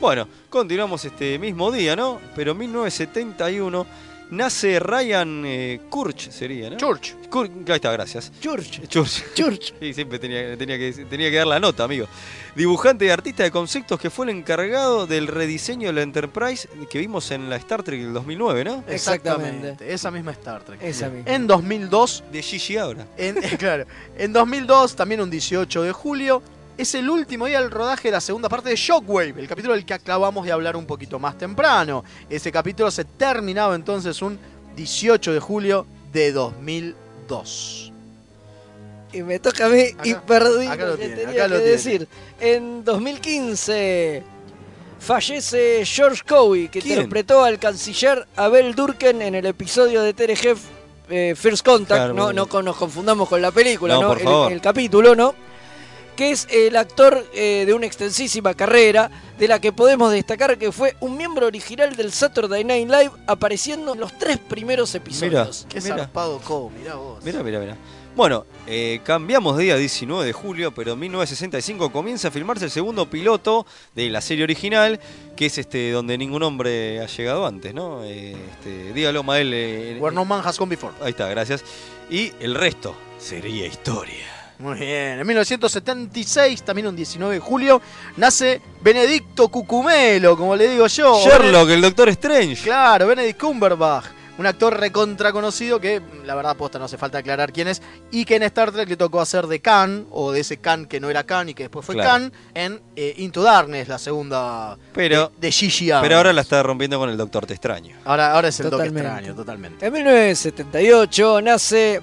Speaker 4: Bueno, continuamos este mismo día, ¿no? Pero en 1971 nace Ryan eh, Church, sería, ¿no?
Speaker 2: Church.
Speaker 4: ahí está, gracias.
Speaker 3: Church.
Speaker 4: Church. Sí, siempre tenía, tenía que, tenía que dar la nota, amigo. Dibujante y artista de conceptos que fue el encargado del rediseño de la Enterprise que vimos en la Star Trek del 2009, ¿no?
Speaker 2: Exactamente. Esa misma Star Trek.
Speaker 3: Eh.
Speaker 4: Esa
Speaker 2: Bien.
Speaker 4: misma.
Speaker 2: En 2002.
Speaker 4: De Gigi ahora.
Speaker 2: En, claro. En 2002, también un 18 de julio, es el último día del rodaje de la segunda parte de Shockwave, el capítulo del que acabamos de hablar un poquito más temprano. Ese capítulo se terminaba entonces un 18 de julio de 2002.
Speaker 3: Y me toca a mí y perdí
Speaker 2: acá
Speaker 3: lo
Speaker 2: lo
Speaker 3: que
Speaker 2: tiene,
Speaker 3: tenía
Speaker 2: acá lo
Speaker 3: que
Speaker 2: tiene.
Speaker 3: decir. En 2015 fallece George Cowie, que
Speaker 4: ¿Quién?
Speaker 3: interpretó al canciller Abel Durken en el episodio de TNG eh, First Contact.
Speaker 4: Claro,
Speaker 3: no,
Speaker 4: bueno.
Speaker 3: no con- nos confundamos con la película,
Speaker 4: No,
Speaker 3: ¿no?
Speaker 4: por
Speaker 3: El-
Speaker 4: favor.
Speaker 3: El, capítulo, ¿no? Que es el actor eh, de una extensísima carrera, de la que podemos destacar que fue un miembro original del Saturday Night Live, apareciendo en los tres primeros episodios.
Speaker 2: Qué
Speaker 4: Mira.
Speaker 2: zarpado Cobo, mirá vos.
Speaker 4: Mira, mira, mira. Bueno, eh, cambiamos de día 19 de julio, pero en 1965 comienza a filmarse el segundo piloto de la serie original, que es este donde ningún hombre ha llegado antes, ¿no? Eh, este, dígalo, Mael. eh,
Speaker 2: Where no man has gone before.
Speaker 4: Ahí está, gracias. Y el resto sería historia.
Speaker 2: Muy bien. En 1976, también un 19 de julio, nace Benedicto Cucumelo, como le digo yo.
Speaker 4: Sherlock, el Doctor Strange.
Speaker 2: Claro, Benedict Cumberbatch, un actor recontra conocido que, la verdad, posta, no hace falta aclarar quién es, y que en Star Trek le tocó hacer de Khan, o de ese Khan que no era Khan y que después fue
Speaker 4: Claro.
Speaker 2: Khan, en eh, Into Darkness, la segunda
Speaker 4: Pero,
Speaker 2: de Gigi
Speaker 3: Ah.
Speaker 2: Abrams.
Speaker 4: pero ahora la está rompiendo con el Doctor Te extraño.
Speaker 2: Ahora, ahora es el toque
Speaker 3: Totalmente.
Speaker 2: extraño, totalmente.
Speaker 3: En 1978 nace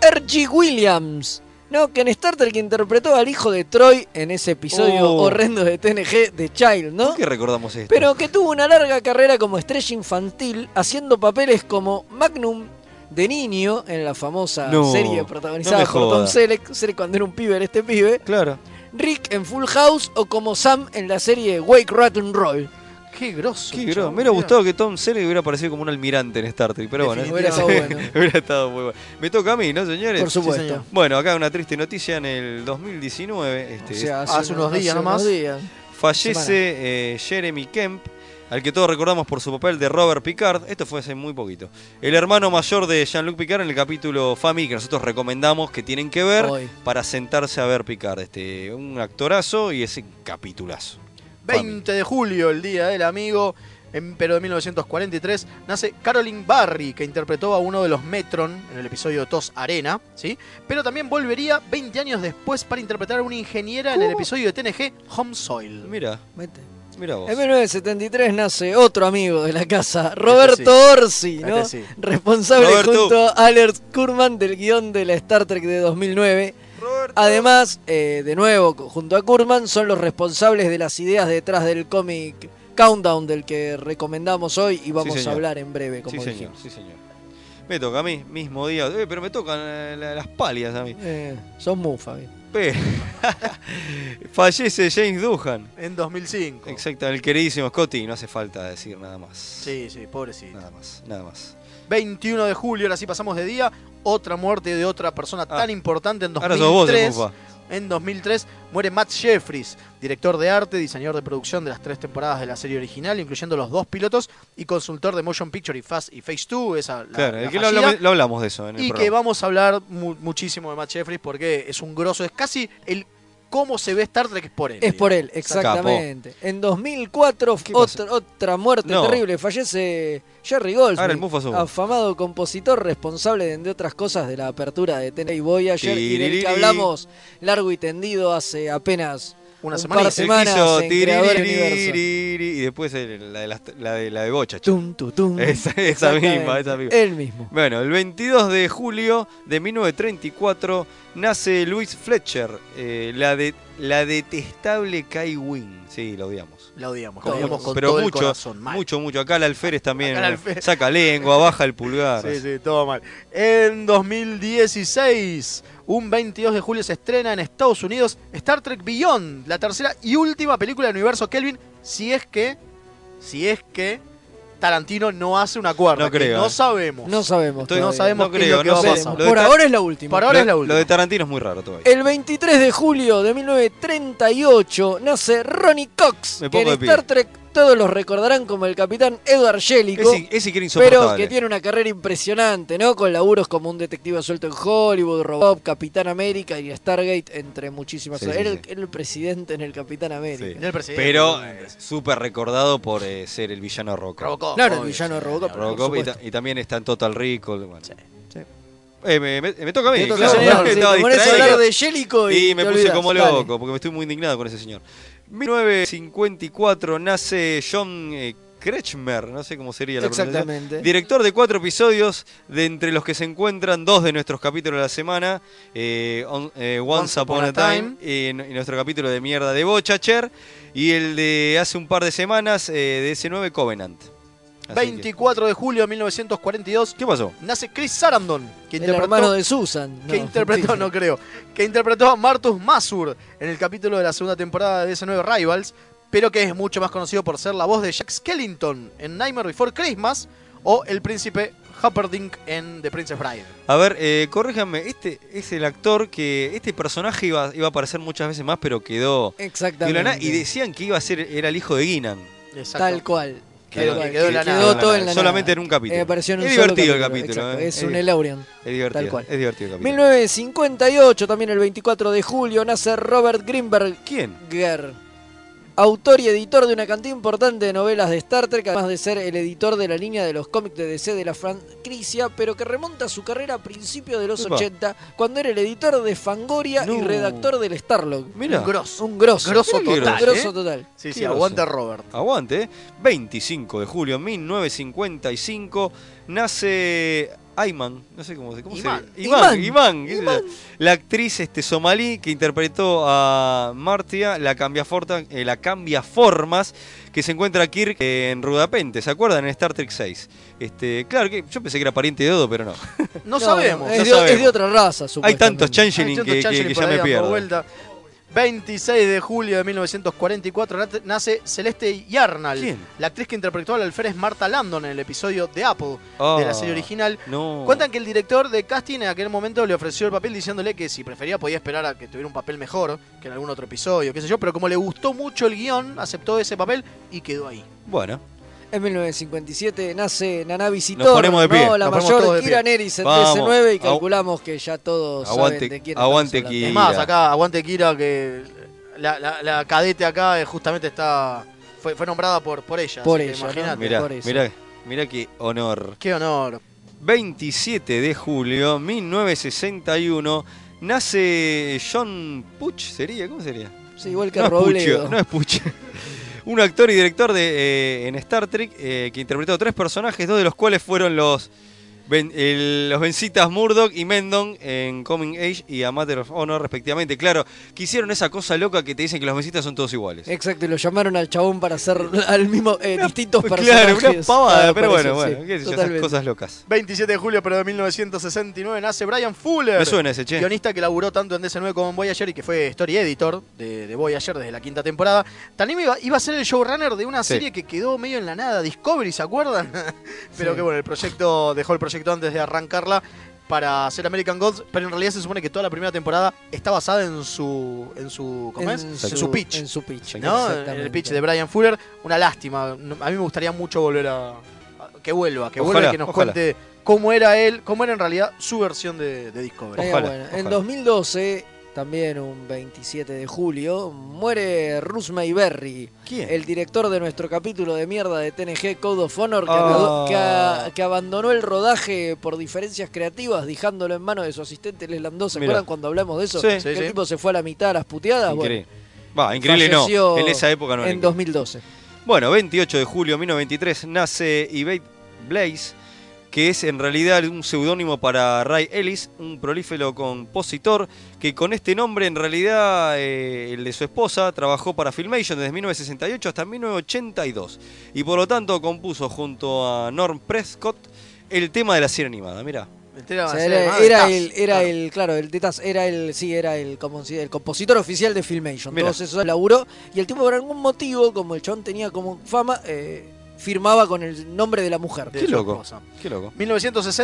Speaker 3: R.G. Williams, ¿no? que en Star Trek interpretó al hijo de Troy en ese episodio
Speaker 4: Oh.
Speaker 3: horrendo de TNG de Child, ¿no?
Speaker 4: ¿Por qué recordamos esto?
Speaker 3: Pero que tuvo una larga carrera como estrella infantil, haciendo papeles como Magnum de niño en la famosa
Speaker 4: No,
Speaker 3: serie
Speaker 4: no
Speaker 3: protagonizada
Speaker 4: me
Speaker 3: por
Speaker 4: joda.
Speaker 3: Tom Selleck, Selleck cuando era un pibe era este pibe,
Speaker 4: Claro.
Speaker 3: Rick en Full House o como Sam en la serie Wake Rat and Roll.
Speaker 2: Qué grosso.
Speaker 4: Qué grosso. Me hubiera gustado que Tom Selleck hubiera aparecido como un almirante en Star Trek, pero bueno.
Speaker 3: Hubiera estado bueno.
Speaker 4: Hubiera estado muy bueno. Me toca a mí, ¿no, señores?
Speaker 3: Por supuesto. Sí, señor.
Speaker 4: bueno, acá una triste noticia en el 2019. Este,
Speaker 2: hace unos días
Speaker 3: hace
Speaker 2: nomás.
Speaker 3: días.
Speaker 4: Fallece
Speaker 3: Semana.
Speaker 4: eh, Jeremy Kemp, al que todos recordamos por su papel de Robert Picard. Esto fue hace muy poquito. El hermano mayor de Jean-Luc Picard en el capítulo Family que nosotros recomendamos que tienen que ver
Speaker 3: Hoy.
Speaker 4: para sentarse a ver Picard. Este, un actorazo y ese capitulazo.
Speaker 2: 20 de julio, el Día del Amigo, en, pero de 1943, nace Caroline Barry, que interpretó a uno de los Metron en el episodio Tos Arena, ¿sí? Pero también volvería 20 años después para interpretar a una ingeniera en el episodio de TNG Home Soil.
Speaker 4: Mira,
Speaker 3: Vete.
Speaker 4: mira vos. Este
Speaker 3: En 1973 nace otro amigo de la casa,
Speaker 2: sí.
Speaker 3: Roberto Orsi, ¿no?
Speaker 2: Este sí.
Speaker 3: Responsable
Speaker 4: Roberto.
Speaker 3: junto a Alex Kurman del guión de la Star Trek de 2009. Además, eh, de nuevo, co- junto a Kurman, son los responsables de las ideas detrás del cómic Countdown del que recomendamos hoy y vamos a
Speaker 4: señor.
Speaker 3: hablar en breve, como
Speaker 4: sí, señor,
Speaker 3: dijimos.
Speaker 4: sí, señor. Me toca a mí, mismo día. Eh, pero me tocan eh, la- las palias a mí.
Speaker 3: Eh, sos mufa. eh.
Speaker 4: Pe- Fallece James Duhan.
Speaker 2: En 2005.
Speaker 4: Exacto, el queridísimo Scotty, no hace falta decir nada más.
Speaker 2: Sí, sí, pobrecito.
Speaker 4: Nada más, nada más.
Speaker 2: 21 de julio, ahora sí pasamos de día, otra muerte de otra persona tan importante en
Speaker 4: Ah. ahora sos vos,
Speaker 2: 2003.
Speaker 4: Mufa.
Speaker 2: en 2003 muere Matt Jeffries, director de arte, diseñador de producción de las tres temporadas de la serie original, incluyendo los dos pilotos, y consultor de Motion Picture y Fast y Phase 2, esa la-
Speaker 4: Claro,
Speaker 2: la
Speaker 4: el que lo
Speaker 2: fallida.
Speaker 4: hablamos, lo hablamos de eso en el
Speaker 2: Y que
Speaker 4: programa.
Speaker 2: vamos a hablar mu- muchísimo de Matt Jeffries porque es un grosso, es casi el cómo se ve Star Trek es por él.
Speaker 3: Es por él,
Speaker 2: digamos.
Speaker 3: exactamente. En 2004,
Speaker 4: pasó?
Speaker 3: otra, otra muerte
Speaker 4: No.
Speaker 3: terrible. Fallece Jerry Goldsmith,
Speaker 4: Ahora el Mufa sos vos.
Speaker 3: afamado compositor responsable de, entre otras cosas, de la apertura de Tena y Voyager, y del
Speaker 4: Tiririri.
Speaker 3: que hablamos largo y tendido hace apenas
Speaker 2: Una
Speaker 3: Un
Speaker 2: semana.
Speaker 3: par de semanas
Speaker 4: hizo
Speaker 3: en
Speaker 4: tiriri,
Speaker 3: Creador Universo.
Speaker 4: y después el- la, de las- la de, la de Bocha. che.
Speaker 3: Tum, tu, tum.
Speaker 4: Esa, esa misma,
Speaker 3: Exactamente.
Speaker 4: esa
Speaker 2: Eh.
Speaker 4: misma.
Speaker 3: El mismo.
Speaker 4: Bueno, el 22 de julio de 1934 nace Louis Fletcher, eh, la, de, la detestable Kai Wing. Sí, la odiamos.
Speaker 2: La odiamos,
Speaker 4: Con-
Speaker 2: la odiamos con
Speaker 4: pero
Speaker 2: todo el
Speaker 4: mucho,
Speaker 2: corazón, mal.
Speaker 4: mucho, mucho. Acá el alférez también
Speaker 2: Acá el
Speaker 4: eh,
Speaker 2: alférez.
Speaker 4: saca lengua, baja el pulgar.
Speaker 2: Sí, sí, todo mal. En 2016, un 22 de julio se estrena en Estados Unidos Star Trek Beyond, la tercera y última película del universo Kelvin, si es que, si es que Tarantino no hace una cuarta.
Speaker 4: No
Speaker 2: que
Speaker 4: creo, eh.
Speaker 2: No sabemos.
Speaker 3: No sabemos.
Speaker 4: Estoy-
Speaker 2: no
Speaker 3: todavía.
Speaker 2: sabemos
Speaker 4: no
Speaker 2: qué es
Speaker 4: creo,
Speaker 2: lo que
Speaker 4: no
Speaker 2: va a
Speaker 4: veremos.
Speaker 2: pasar.
Speaker 4: Lo de
Speaker 3: Por
Speaker 4: Tar-
Speaker 3: ahora es la última.
Speaker 2: Por ahora
Speaker 4: Lo-
Speaker 2: es la última.
Speaker 4: Lo de Tarantino es muy raro todavía.
Speaker 3: El 23 de julio de 1938 nace Ronnie Cox,
Speaker 4: Me
Speaker 3: que en
Speaker 4: pongo de pie.
Speaker 3: Star Trek todos los recordarán como el capitán Edward Jellicoe.
Speaker 4: Ese- ese que era
Speaker 3: Pero
Speaker 4: insoportable.
Speaker 3: que tiene una carrera impresionante, ¿no? Con laburos como un detective suelto en Hollywood, Robocop, Capitán América y Stargate, entre muchísimas
Speaker 4: Sí,
Speaker 3: otras.
Speaker 4: sí,
Speaker 3: era, el-
Speaker 4: sí.
Speaker 3: era el presidente en el Capitán América.
Speaker 4: Pero eh, súper recordado por eh, ser el villano Rocco.
Speaker 3: Claro, el villano de Robocop. por
Speaker 4: Robocop y,
Speaker 3: supuesto.
Speaker 4: ta- y también está en Total Recall. bueno. Eh, me, me- me toca a mí.
Speaker 3: Te toca,
Speaker 4: claro,
Speaker 3: señor.
Speaker 4: que
Speaker 3: Sí,
Speaker 4: estaba
Speaker 3: te pones a
Speaker 4: distraído.
Speaker 3: hablar de Jellicoe y
Speaker 4: y me
Speaker 3: te
Speaker 4: puse
Speaker 3: olvidás.
Speaker 4: como
Speaker 3: Dale.
Speaker 4: loco, porque me estoy muy indignado con ese señor. 1954 nace John eh, Kretschmer, no sé cómo sería la pronunciación.
Speaker 3: Exactamente.
Speaker 4: Director de cuatro episodios, de entre los que se encuentran dos de nuestros capítulos de la semana, eh, on- eh, Once Upon a Time, eh, n- y nuestro capítulo de mierda de Bochacher, y el de hace un par de semanas, eh, de ese 9 Covenant. Así que-
Speaker 2: 24 de julio de 1942.
Speaker 4: ¿Qué pasó?
Speaker 2: Nace Chris Sarandon, que
Speaker 3: El
Speaker 2: interpretó-
Speaker 3: hermano de Susan.
Speaker 2: que
Speaker 3: No,
Speaker 2: interpretó, no creo, que interpretó a Martus Masur en el capítulo de la segunda temporada de S9 Rivals, pero que es mucho más conocido por ser la voz de Jack Skellington en Nightmare Before Christmas o el príncipe Humperdinck en The Princess Bride.
Speaker 4: A ver, eh, corríjanme, este es el actor que. Este personaje iba, iba a aparecer muchas veces más, pero quedó. quedó
Speaker 3: Exactamente.
Speaker 4: la nada, y decían que iba a ser. Era el hijo de Guinan.
Speaker 3: Tal cual.
Speaker 4: Quedó-
Speaker 3: Tal cual.
Speaker 4: quedó en la nada.
Speaker 3: todo en la
Speaker 4: Solamente
Speaker 3: nada.
Speaker 4: en un capítulo.
Speaker 3: Eh, apareció en un
Speaker 4: Es
Speaker 3: solo
Speaker 4: divertido el capítulo,
Speaker 3: exacto.
Speaker 4: eh.
Speaker 3: Es
Speaker 4: Es
Speaker 3: un
Speaker 4: divertido.
Speaker 3: Elaurian.
Speaker 4: Es divertido.
Speaker 3: Tal cual.
Speaker 4: Es divertido el capítulo.
Speaker 3: 1958, también el 24 de julio, nace Robert Greenberg.
Speaker 4: ¿Quién?
Speaker 3: Autor y editor de una cantidad importante de novelas de Star Trek, además de ser el editor de la línea de los cómics de DC de la franquicia, pero que remonta a su carrera a principios de los
Speaker 4: Epa.
Speaker 3: 80, cuando era el editor de Fangoria y
Speaker 4: No.
Speaker 3: redactor del Starlog.
Speaker 4: Mirá.
Speaker 3: Un grosso. Un grosso.
Speaker 2: Grosso
Speaker 3: Un
Speaker 2: total,
Speaker 3: grosso
Speaker 2: ¿eh?
Speaker 3: total.
Speaker 2: Sí, sí,
Speaker 4: Qué groso.
Speaker 2: aguanta Robert.
Speaker 4: Aguante, ¿eh? 25 de julio de 1955 nace Ayman, no sé cómo se cómo se-
Speaker 2: Iman.
Speaker 4: Iman,
Speaker 2: Iman.
Speaker 4: Iman, qué sé yo. la actriz este somalí que interpretó a Martia, la cambia eh, la cambia formas que se encuentra Kirk en Rudapente, ¿se acuerdan? En Star Trek 6. Este, claro que yo pensé que era pariente de Dodo, pero no.
Speaker 2: No, sabemos.
Speaker 3: Es,
Speaker 4: No
Speaker 3: de,
Speaker 4: sabemos.
Speaker 3: es de otra raza,
Speaker 4: Hay
Speaker 3: supuestamente.
Speaker 4: tantos changeling
Speaker 2: Hay
Speaker 4: que,
Speaker 2: tantos
Speaker 4: que-
Speaker 2: changeling
Speaker 4: que
Speaker 2: por
Speaker 4: ya
Speaker 2: ahí
Speaker 4: me
Speaker 2: dando
Speaker 4: pierdo.
Speaker 2: vuelta. 26 de julio de 1944 nat- nace Celeste Yarnall,
Speaker 4: ¿Quién?
Speaker 2: la actriz que interpretó al alférez Marta Landon en el episodio de Apple de
Speaker 4: Ah,
Speaker 2: la serie original.
Speaker 4: No.
Speaker 2: Cuentan que el director de casting en aquel momento le ofreció el papel diciéndole que si prefería podía esperar a que tuviera un papel mejor que en algún otro episodio, qué sé yo, pero como le gustó mucho el guión, aceptó ese papel y quedó ahí.
Speaker 4: Bueno,
Speaker 3: En 1957 nace Naná Visitor,
Speaker 4: Nos ponemos de pie,
Speaker 3: ¿no? la
Speaker 4: nos ponemos
Speaker 3: mayor
Speaker 4: todos de pie.
Speaker 3: Kira Neris en
Speaker 4: Vamos,
Speaker 3: TC9 y
Speaker 4: agu-
Speaker 3: calculamos que ya todos saben de
Speaker 4: aguante,
Speaker 3: quién
Speaker 4: aguante
Speaker 3: estamos
Speaker 4: Kira.
Speaker 2: Es más, acá, aguante Kira, que la, la- la cadete acá eh, justamente está fue, fue nombrada por, por ella.
Speaker 3: Por
Speaker 2: así que
Speaker 3: ella, ¿no?
Speaker 2: imagínate.
Speaker 4: Mirá,
Speaker 2: eh?
Speaker 4: mirá, mirá qué honor.
Speaker 2: Qué honor.
Speaker 4: 27 de julio 1961 nace John Puch, ¿sería? ¿Cómo sería?
Speaker 3: hablando. Sí, igual que
Speaker 4: No es
Speaker 3: Robledo.
Speaker 4: Pucho, no es Pucho. Un actor y director de, eh, en Star Trek eh, que interpretó tres personajes, dos de los cuales fueron los Ben- el- los Bencitas Murdoch y Mendon en Coming Age y A Matter of Honor respectivamente. Claro, que hicieron esa cosa loca que te dicen que los Bencitas son todos iguales.
Speaker 3: Exacto, y lo llamaron al chabón para hacer al mismo, eh, distintos
Speaker 4: Claro,
Speaker 3: personajes.
Speaker 4: una pavada,
Speaker 3: Ah,
Speaker 4: pero
Speaker 3: parece,
Speaker 4: bueno,
Speaker 3: sí,
Speaker 4: bueno, qué sé yo, esas
Speaker 3: totalmente.
Speaker 4: cosas locas.
Speaker 2: 27 de julio pero de 1969 nace Brian Fuller.
Speaker 4: Me suena ese, che.
Speaker 2: Guionista que laburó tanto en DC9 como en Voyager y que fue story editor de, de Voyager desde la quinta temporada. También iba, iba a ser el showrunner de una
Speaker 4: Sí.
Speaker 2: serie que quedó medio en la nada, Discovery, ¿se acuerdan? pero
Speaker 3: Sí.
Speaker 2: que bueno, el proyecto dejó el proyecto antes de arrancarla para hacer American Gods, pero en realidad se supone que toda la primera temporada está basada en su en su ¿cómo
Speaker 3: En
Speaker 2: es?
Speaker 3: su-
Speaker 2: en su pitch,
Speaker 3: en su pitch,
Speaker 2: ¿no? En
Speaker 3: exactamente.
Speaker 2: el pitch de Brian Fuller, una lástima. No- A mí me gustaría mucho volver a, a- que vuelva, que
Speaker 4: Ojalá,
Speaker 2: vuelva y que nos
Speaker 4: ojalá.
Speaker 2: cuente cómo era él, cómo era en realidad su versión de, de Discovery.
Speaker 3: Eh, bueno, En 2012, también un 27 de julio, muere Russ Mayberry,
Speaker 4: ¿Quién?
Speaker 3: el director de nuestro capítulo de mierda de TNG Code of Honor, que,
Speaker 4: Ah.
Speaker 3: abandonó- que a- que abandonó el rodaje por diferencias creativas, dejándolo en manos de su asistente Les Landó. ¿Se
Speaker 4: Mirá.
Speaker 3: acuerdan cuando hablamos de eso?
Speaker 4: Sí.
Speaker 3: que
Speaker 4: Sí,
Speaker 3: el
Speaker 4: sí.
Speaker 3: tipo se fue a la mitad a las puteadas. Ah, Bueno,
Speaker 4: Increíble. Va, increíble
Speaker 3: Falleció
Speaker 4: no. En esa época no. era
Speaker 3: En
Speaker 4: increíble.
Speaker 3: 2012.
Speaker 4: Bueno, 28 de julio de 1923 nace Yvette Blaze, que es en realidad un seudónimo para Ray Ellis, un prolífero compositor que con este nombre, en realidad eh, el de su esposa, trabajó para Filmation desde 1968 hasta 1982 y por lo tanto compuso junto a Norm Prescott el tema de la serie animada. Mirá.
Speaker 3: O sea, era, era el, era el, claro, el de Taz, era el, sí, era el, como si- el compositor oficial de Filmation.
Speaker 4: Mira.
Speaker 3: Todos esos laburó. Y el tipo, por algún motivo, como el chabón tenía como fama, eh, firmaba con el nombre de la mujer.
Speaker 4: Qué loco. Qué loco.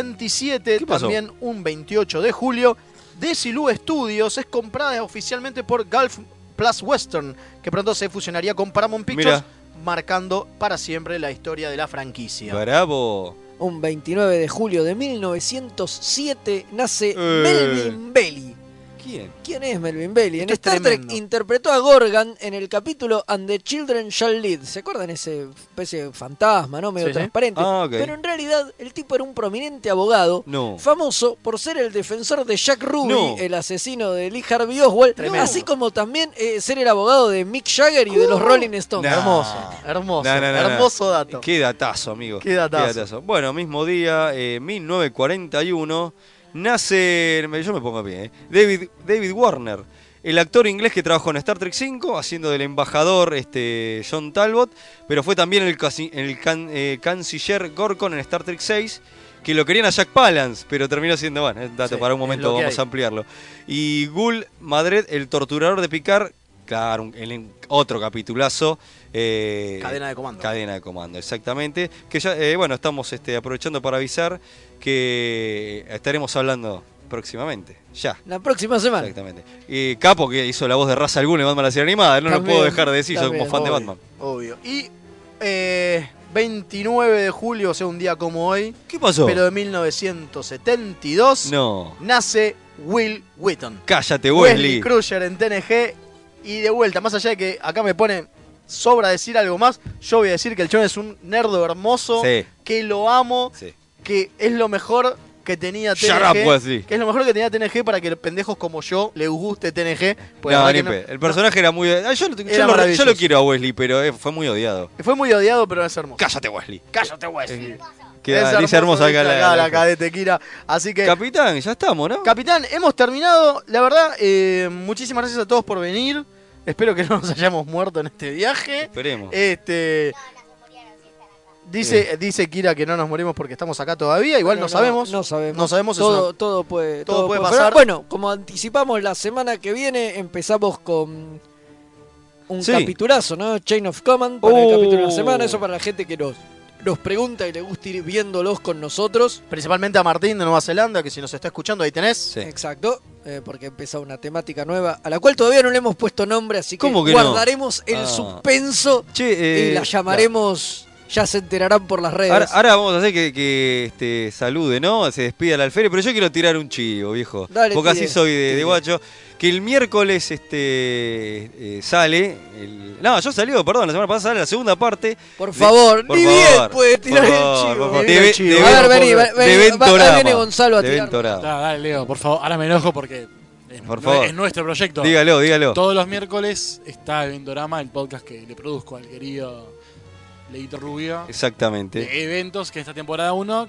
Speaker 2: 1967,
Speaker 4: pasó?
Speaker 2: también un 28 de julio, Desilu Studios es comprada oficialmente por Gulf Plus Western, que pronto se fusionaría con Paramount Pictures, marcando para siempre la historia de la franquicia.
Speaker 4: Bravo.
Speaker 3: Un 29 de julio de 1907 nace
Speaker 4: Eh.
Speaker 3: Melvin Bailey.
Speaker 4: ¿Quién?
Speaker 3: ¿Quién es Melvin Bailey? En
Speaker 2: Esto es
Speaker 3: Star
Speaker 2: tremendo.
Speaker 3: Trek interpretó a Gorgon en el capítulo And the Children Shall Lead. ¿Se acuerdan ese especie de fantasma, no? Medio
Speaker 4: Sí, sí.
Speaker 3: transparente.
Speaker 4: Ah, ok.
Speaker 3: Pero en realidad el tipo era un prominente abogado.
Speaker 4: No.
Speaker 3: Famoso por ser el defensor de Jack Ruby,
Speaker 4: No.
Speaker 3: el asesino de Lee Harvey Oswald.
Speaker 2: Tremendo.
Speaker 3: Así como también eh, ser el abogado de Mick Jagger y de los Rolling Stones.
Speaker 4: Uh. Nah.
Speaker 2: Hermoso,
Speaker 4: Ah. No, no, no, no.
Speaker 2: hermoso dato.
Speaker 4: Qué datazo, amigo.
Speaker 2: Qué datazo.
Speaker 4: Bueno, mismo día, eh, 1941, nace. me- Yo me pongo bien, David, David Warner, el actor inglés que trabajó en Star Trek V, haciendo del embajador este, John Talbot, pero fue también el, casi- el can- eh, canciller Gorkon en Star Trek VI. Que lo querían a Jack Palance, pero terminó siendo, bueno, es dato
Speaker 2: Sí,
Speaker 4: para un
Speaker 2: es
Speaker 4: momento,
Speaker 2: lo que
Speaker 4: vamos a
Speaker 2: hay.
Speaker 4: ampliarlo. Y Gul Madred, el torturador de Picard, claro, un- en otro capitulazo. eh,
Speaker 2: Cadena de comando.
Speaker 4: Cadena de comando, exactamente. Que ya, eh, bueno, estamos este, aprovechando para avisar que estaremos hablando próximamente, ya.
Speaker 3: La próxima semana.
Speaker 4: Exactamente. Y Capo, que hizo la voz de Raza alguna en Batman la serie animada, no lo
Speaker 3: También,
Speaker 4: puedo dejar de decir, soy como
Speaker 3: también.
Speaker 4: fan de
Speaker 2: Obvio.
Speaker 4: Batman.
Speaker 2: Obvio. Y eh, 29 de julio, o sea, un día como hoy.
Speaker 4: ¿Qué pasó?
Speaker 2: Pero de 1972
Speaker 4: No,
Speaker 2: nace Will Wheaton.
Speaker 4: cállate Wesley.
Speaker 2: Crusher en TNG. Y de vuelta, más allá de que acá me pone sobra decir algo más, yo voy a decir que el chon es un nerdo hermoso,
Speaker 4: Sí.
Speaker 2: que lo amo,
Speaker 4: Sí.
Speaker 2: que es lo mejor que tenía TNG.
Speaker 4: Shut up, Wesley.
Speaker 2: Que es lo mejor que tenía TNG para que pendejos como yo les guste TNG. porque pues la
Speaker 4: No,
Speaker 2: verdad
Speaker 4: ni
Speaker 2: que no-
Speaker 4: pe- El personaje era muy... Ah, Yo, yo lo,
Speaker 2: Era
Speaker 4: yo
Speaker 2: maravilloso.
Speaker 4: lo quiero a Wesley, pero eh, fue muy odiado.
Speaker 2: Fue muy odiado, pero es hermoso.
Speaker 4: Cállate Wesley.
Speaker 2: Cállate, Wesley.
Speaker 4: Que dice hermosa acá la- la-
Speaker 2: cadete Kira. Así que.
Speaker 4: Capitán, ya estamos, ¿no?
Speaker 2: Capitán, hemos terminado. La verdad, eh, muchísimas gracias a todos por venir. Espero que no nos hayamos muerto en este viaje.
Speaker 4: Esperemos.
Speaker 2: Este. Dice, dice Kira que no nos morimos porque estamos acá todavía. Igual
Speaker 3: Pero
Speaker 2: no, sabemos.
Speaker 3: No sabemos.
Speaker 2: No sabemos, es
Speaker 3: Todo,
Speaker 2: una-
Speaker 3: todo puede,
Speaker 2: todo puede
Speaker 3: pasar.
Speaker 2: pasar.
Speaker 3: Bueno, como anticipamos la semana que viene, empezamos con un
Speaker 4: Sí.
Speaker 3: capitulazo, ¿no? Chain of Command para
Speaker 4: Oh.
Speaker 3: el capítulo de la semana. Eso para la gente que nos, nos pregunta y le gusta ir viéndolos con nosotros.
Speaker 2: Principalmente a Martín de Nueva Zelanda, que si nos está escuchando, ahí tenés.
Speaker 3: Exacto, eh, porque empieza una temática nueva a la cual todavía no le hemos puesto nombre, así que,
Speaker 4: ¿Cómo que no?
Speaker 3: guardaremos el
Speaker 4: Ah.
Speaker 3: suspenso
Speaker 4: Che, eh,
Speaker 3: y la llamaremos, ya se enterarán por las redes.
Speaker 4: Ahora, ahora vamos a hacer que, que, este, salude, ¿no? Se despida el alférez, pero yo quiero tirar un chivo, viejo.
Speaker 3: Dale,
Speaker 4: Porque así
Speaker 3: tire.
Speaker 4: soy de, de guacho. Que el miércoles este, eh, sale. el- No, yo salió, perdón, la semana pasada sale la segunda parte.
Speaker 3: Por favor, ni bien puede tirar el chivo.
Speaker 1: Ni
Speaker 4: De,
Speaker 1: bien
Speaker 4: ve-
Speaker 1: el chivo.
Speaker 4: de
Speaker 1: A ver,
Speaker 4: ve-
Speaker 1: vení,
Speaker 4: de
Speaker 1: va-
Speaker 3: vení,
Speaker 4: Ventorama,
Speaker 3: va- viene Gonzalo a
Speaker 4: de
Speaker 3: tirar.
Speaker 4: Ventorama.
Speaker 1: Claro, dale, Leo, por favor. Ahora me enojo porque es,
Speaker 4: Por
Speaker 1: no-
Speaker 4: favor.
Speaker 1: es nuestro proyecto.
Speaker 4: Dígalo, dígalo.
Speaker 1: Todos los miércoles está Eventorama, el podcast que le produzco al querido Leito Rubio.
Speaker 4: Exactamente.
Speaker 1: De eventos que esta temporada 1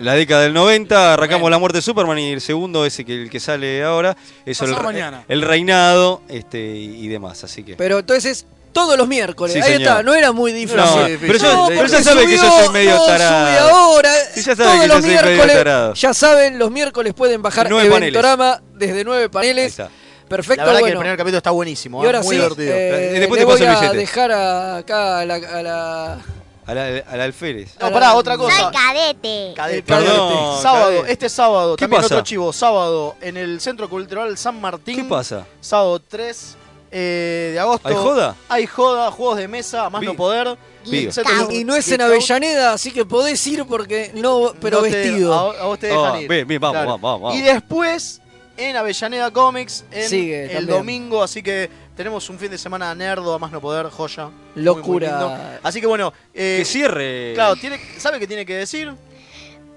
Speaker 4: La década del 90, arrancamos la muerte de Superman y el segundo, ese que el que sale ahora, es el,
Speaker 3: Pasado
Speaker 4: re-
Speaker 3: mañana.
Speaker 4: el reinado este, y, y demás. Así que.
Speaker 3: Pero entonces, todos los miércoles.
Speaker 4: Sí,
Speaker 3: Ahí
Speaker 4: señor.
Speaker 3: está, no era muy difícil.
Speaker 4: No, pero yo- pero
Speaker 3: porque
Speaker 4: ya sabe que yo soy medio
Speaker 3: no,
Speaker 4: tarado.
Speaker 3: sube ahora.
Speaker 4: Sí, ya sabe
Speaker 3: todos
Speaker 4: que yo
Speaker 3: los
Speaker 4: soy medio
Speaker 3: miércoles,
Speaker 4: tarado.
Speaker 3: Ya saben, los miércoles pueden bajar
Speaker 4: Nueve paneles.
Speaker 3: Eventorama desde nueve paneles. Perfecto,
Speaker 2: La verdad que
Speaker 3: bueno.
Speaker 2: el primer capítulo está buenísimo.
Speaker 3: y
Speaker 2: ¿eh?
Speaker 3: ahora
Speaker 2: Muy
Speaker 3: sí,
Speaker 2: divertido.
Speaker 3: eh,
Speaker 4: Y después te
Speaker 3: le voy
Speaker 4: paso el
Speaker 3: a
Speaker 4: billete.
Speaker 3: dejar a- acá a la... a la-
Speaker 4: Al, al- al alférez.
Speaker 2: No, pará, otra cosa.
Speaker 16: cadete.
Speaker 2: Cadete.
Speaker 4: Perdón,
Speaker 2: sábado,
Speaker 4: cadete.
Speaker 2: este sábado,
Speaker 4: ¿Qué
Speaker 2: también
Speaker 4: pasa?
Speaker 2: otro chivo, sábado en el Centro Cultural San Martín.
Speaker 4: ¿Qué pasa?
Speaker 2: Sábado 3 eh, de agosto.
Speaker 4: ¿Hay joda?
Speaker 2: Hay joda, juegos de mesa, a más no poder.
Speaker 4: Vivo.
Speaker 2: Centro Cultural-
Speaker 3: Y no es en
Speaker 2: Geek Out.
Speaker 3: Avellaneda, así que podés ir porque no,
Speaker 2: No
Speaker 3: pero
Speaker 2: te-
Speaker 3: vestido.
Speaker 2: a, a vos te dejan
Speaker 4: Ah,
Speaker 2: ir.
Speaker 4: bien, bien, vamos, vamos, vamos, vamos.
Speaker 2: Y después en Avellaneda Comics en
Speaker 3: Sigue
Speaker 2: el
Speaker 3: también.
Speaker 2: domingo, así que tenemos un fin de semana nerdo, a más no poder, joya. Muy, muy
Speaker 3: Locura.
Speaker 2: lindo. así que bueno, eh,
Speaker 4: Que cierre.
Speaker 2: claro, tiene, ¿sabe qué tiene que decir?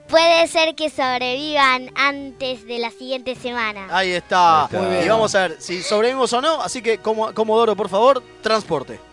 Speaker 21: Puede ser que sobrevivan antes de la siguiente semana.
Speaker 2: Ahí está.
Speaker 4: Ahí está. Muy bien.
Speaker 2: Y vamos a ver si sobrevivimos o no. Así que, Como- Comodoro, por favor, transporte.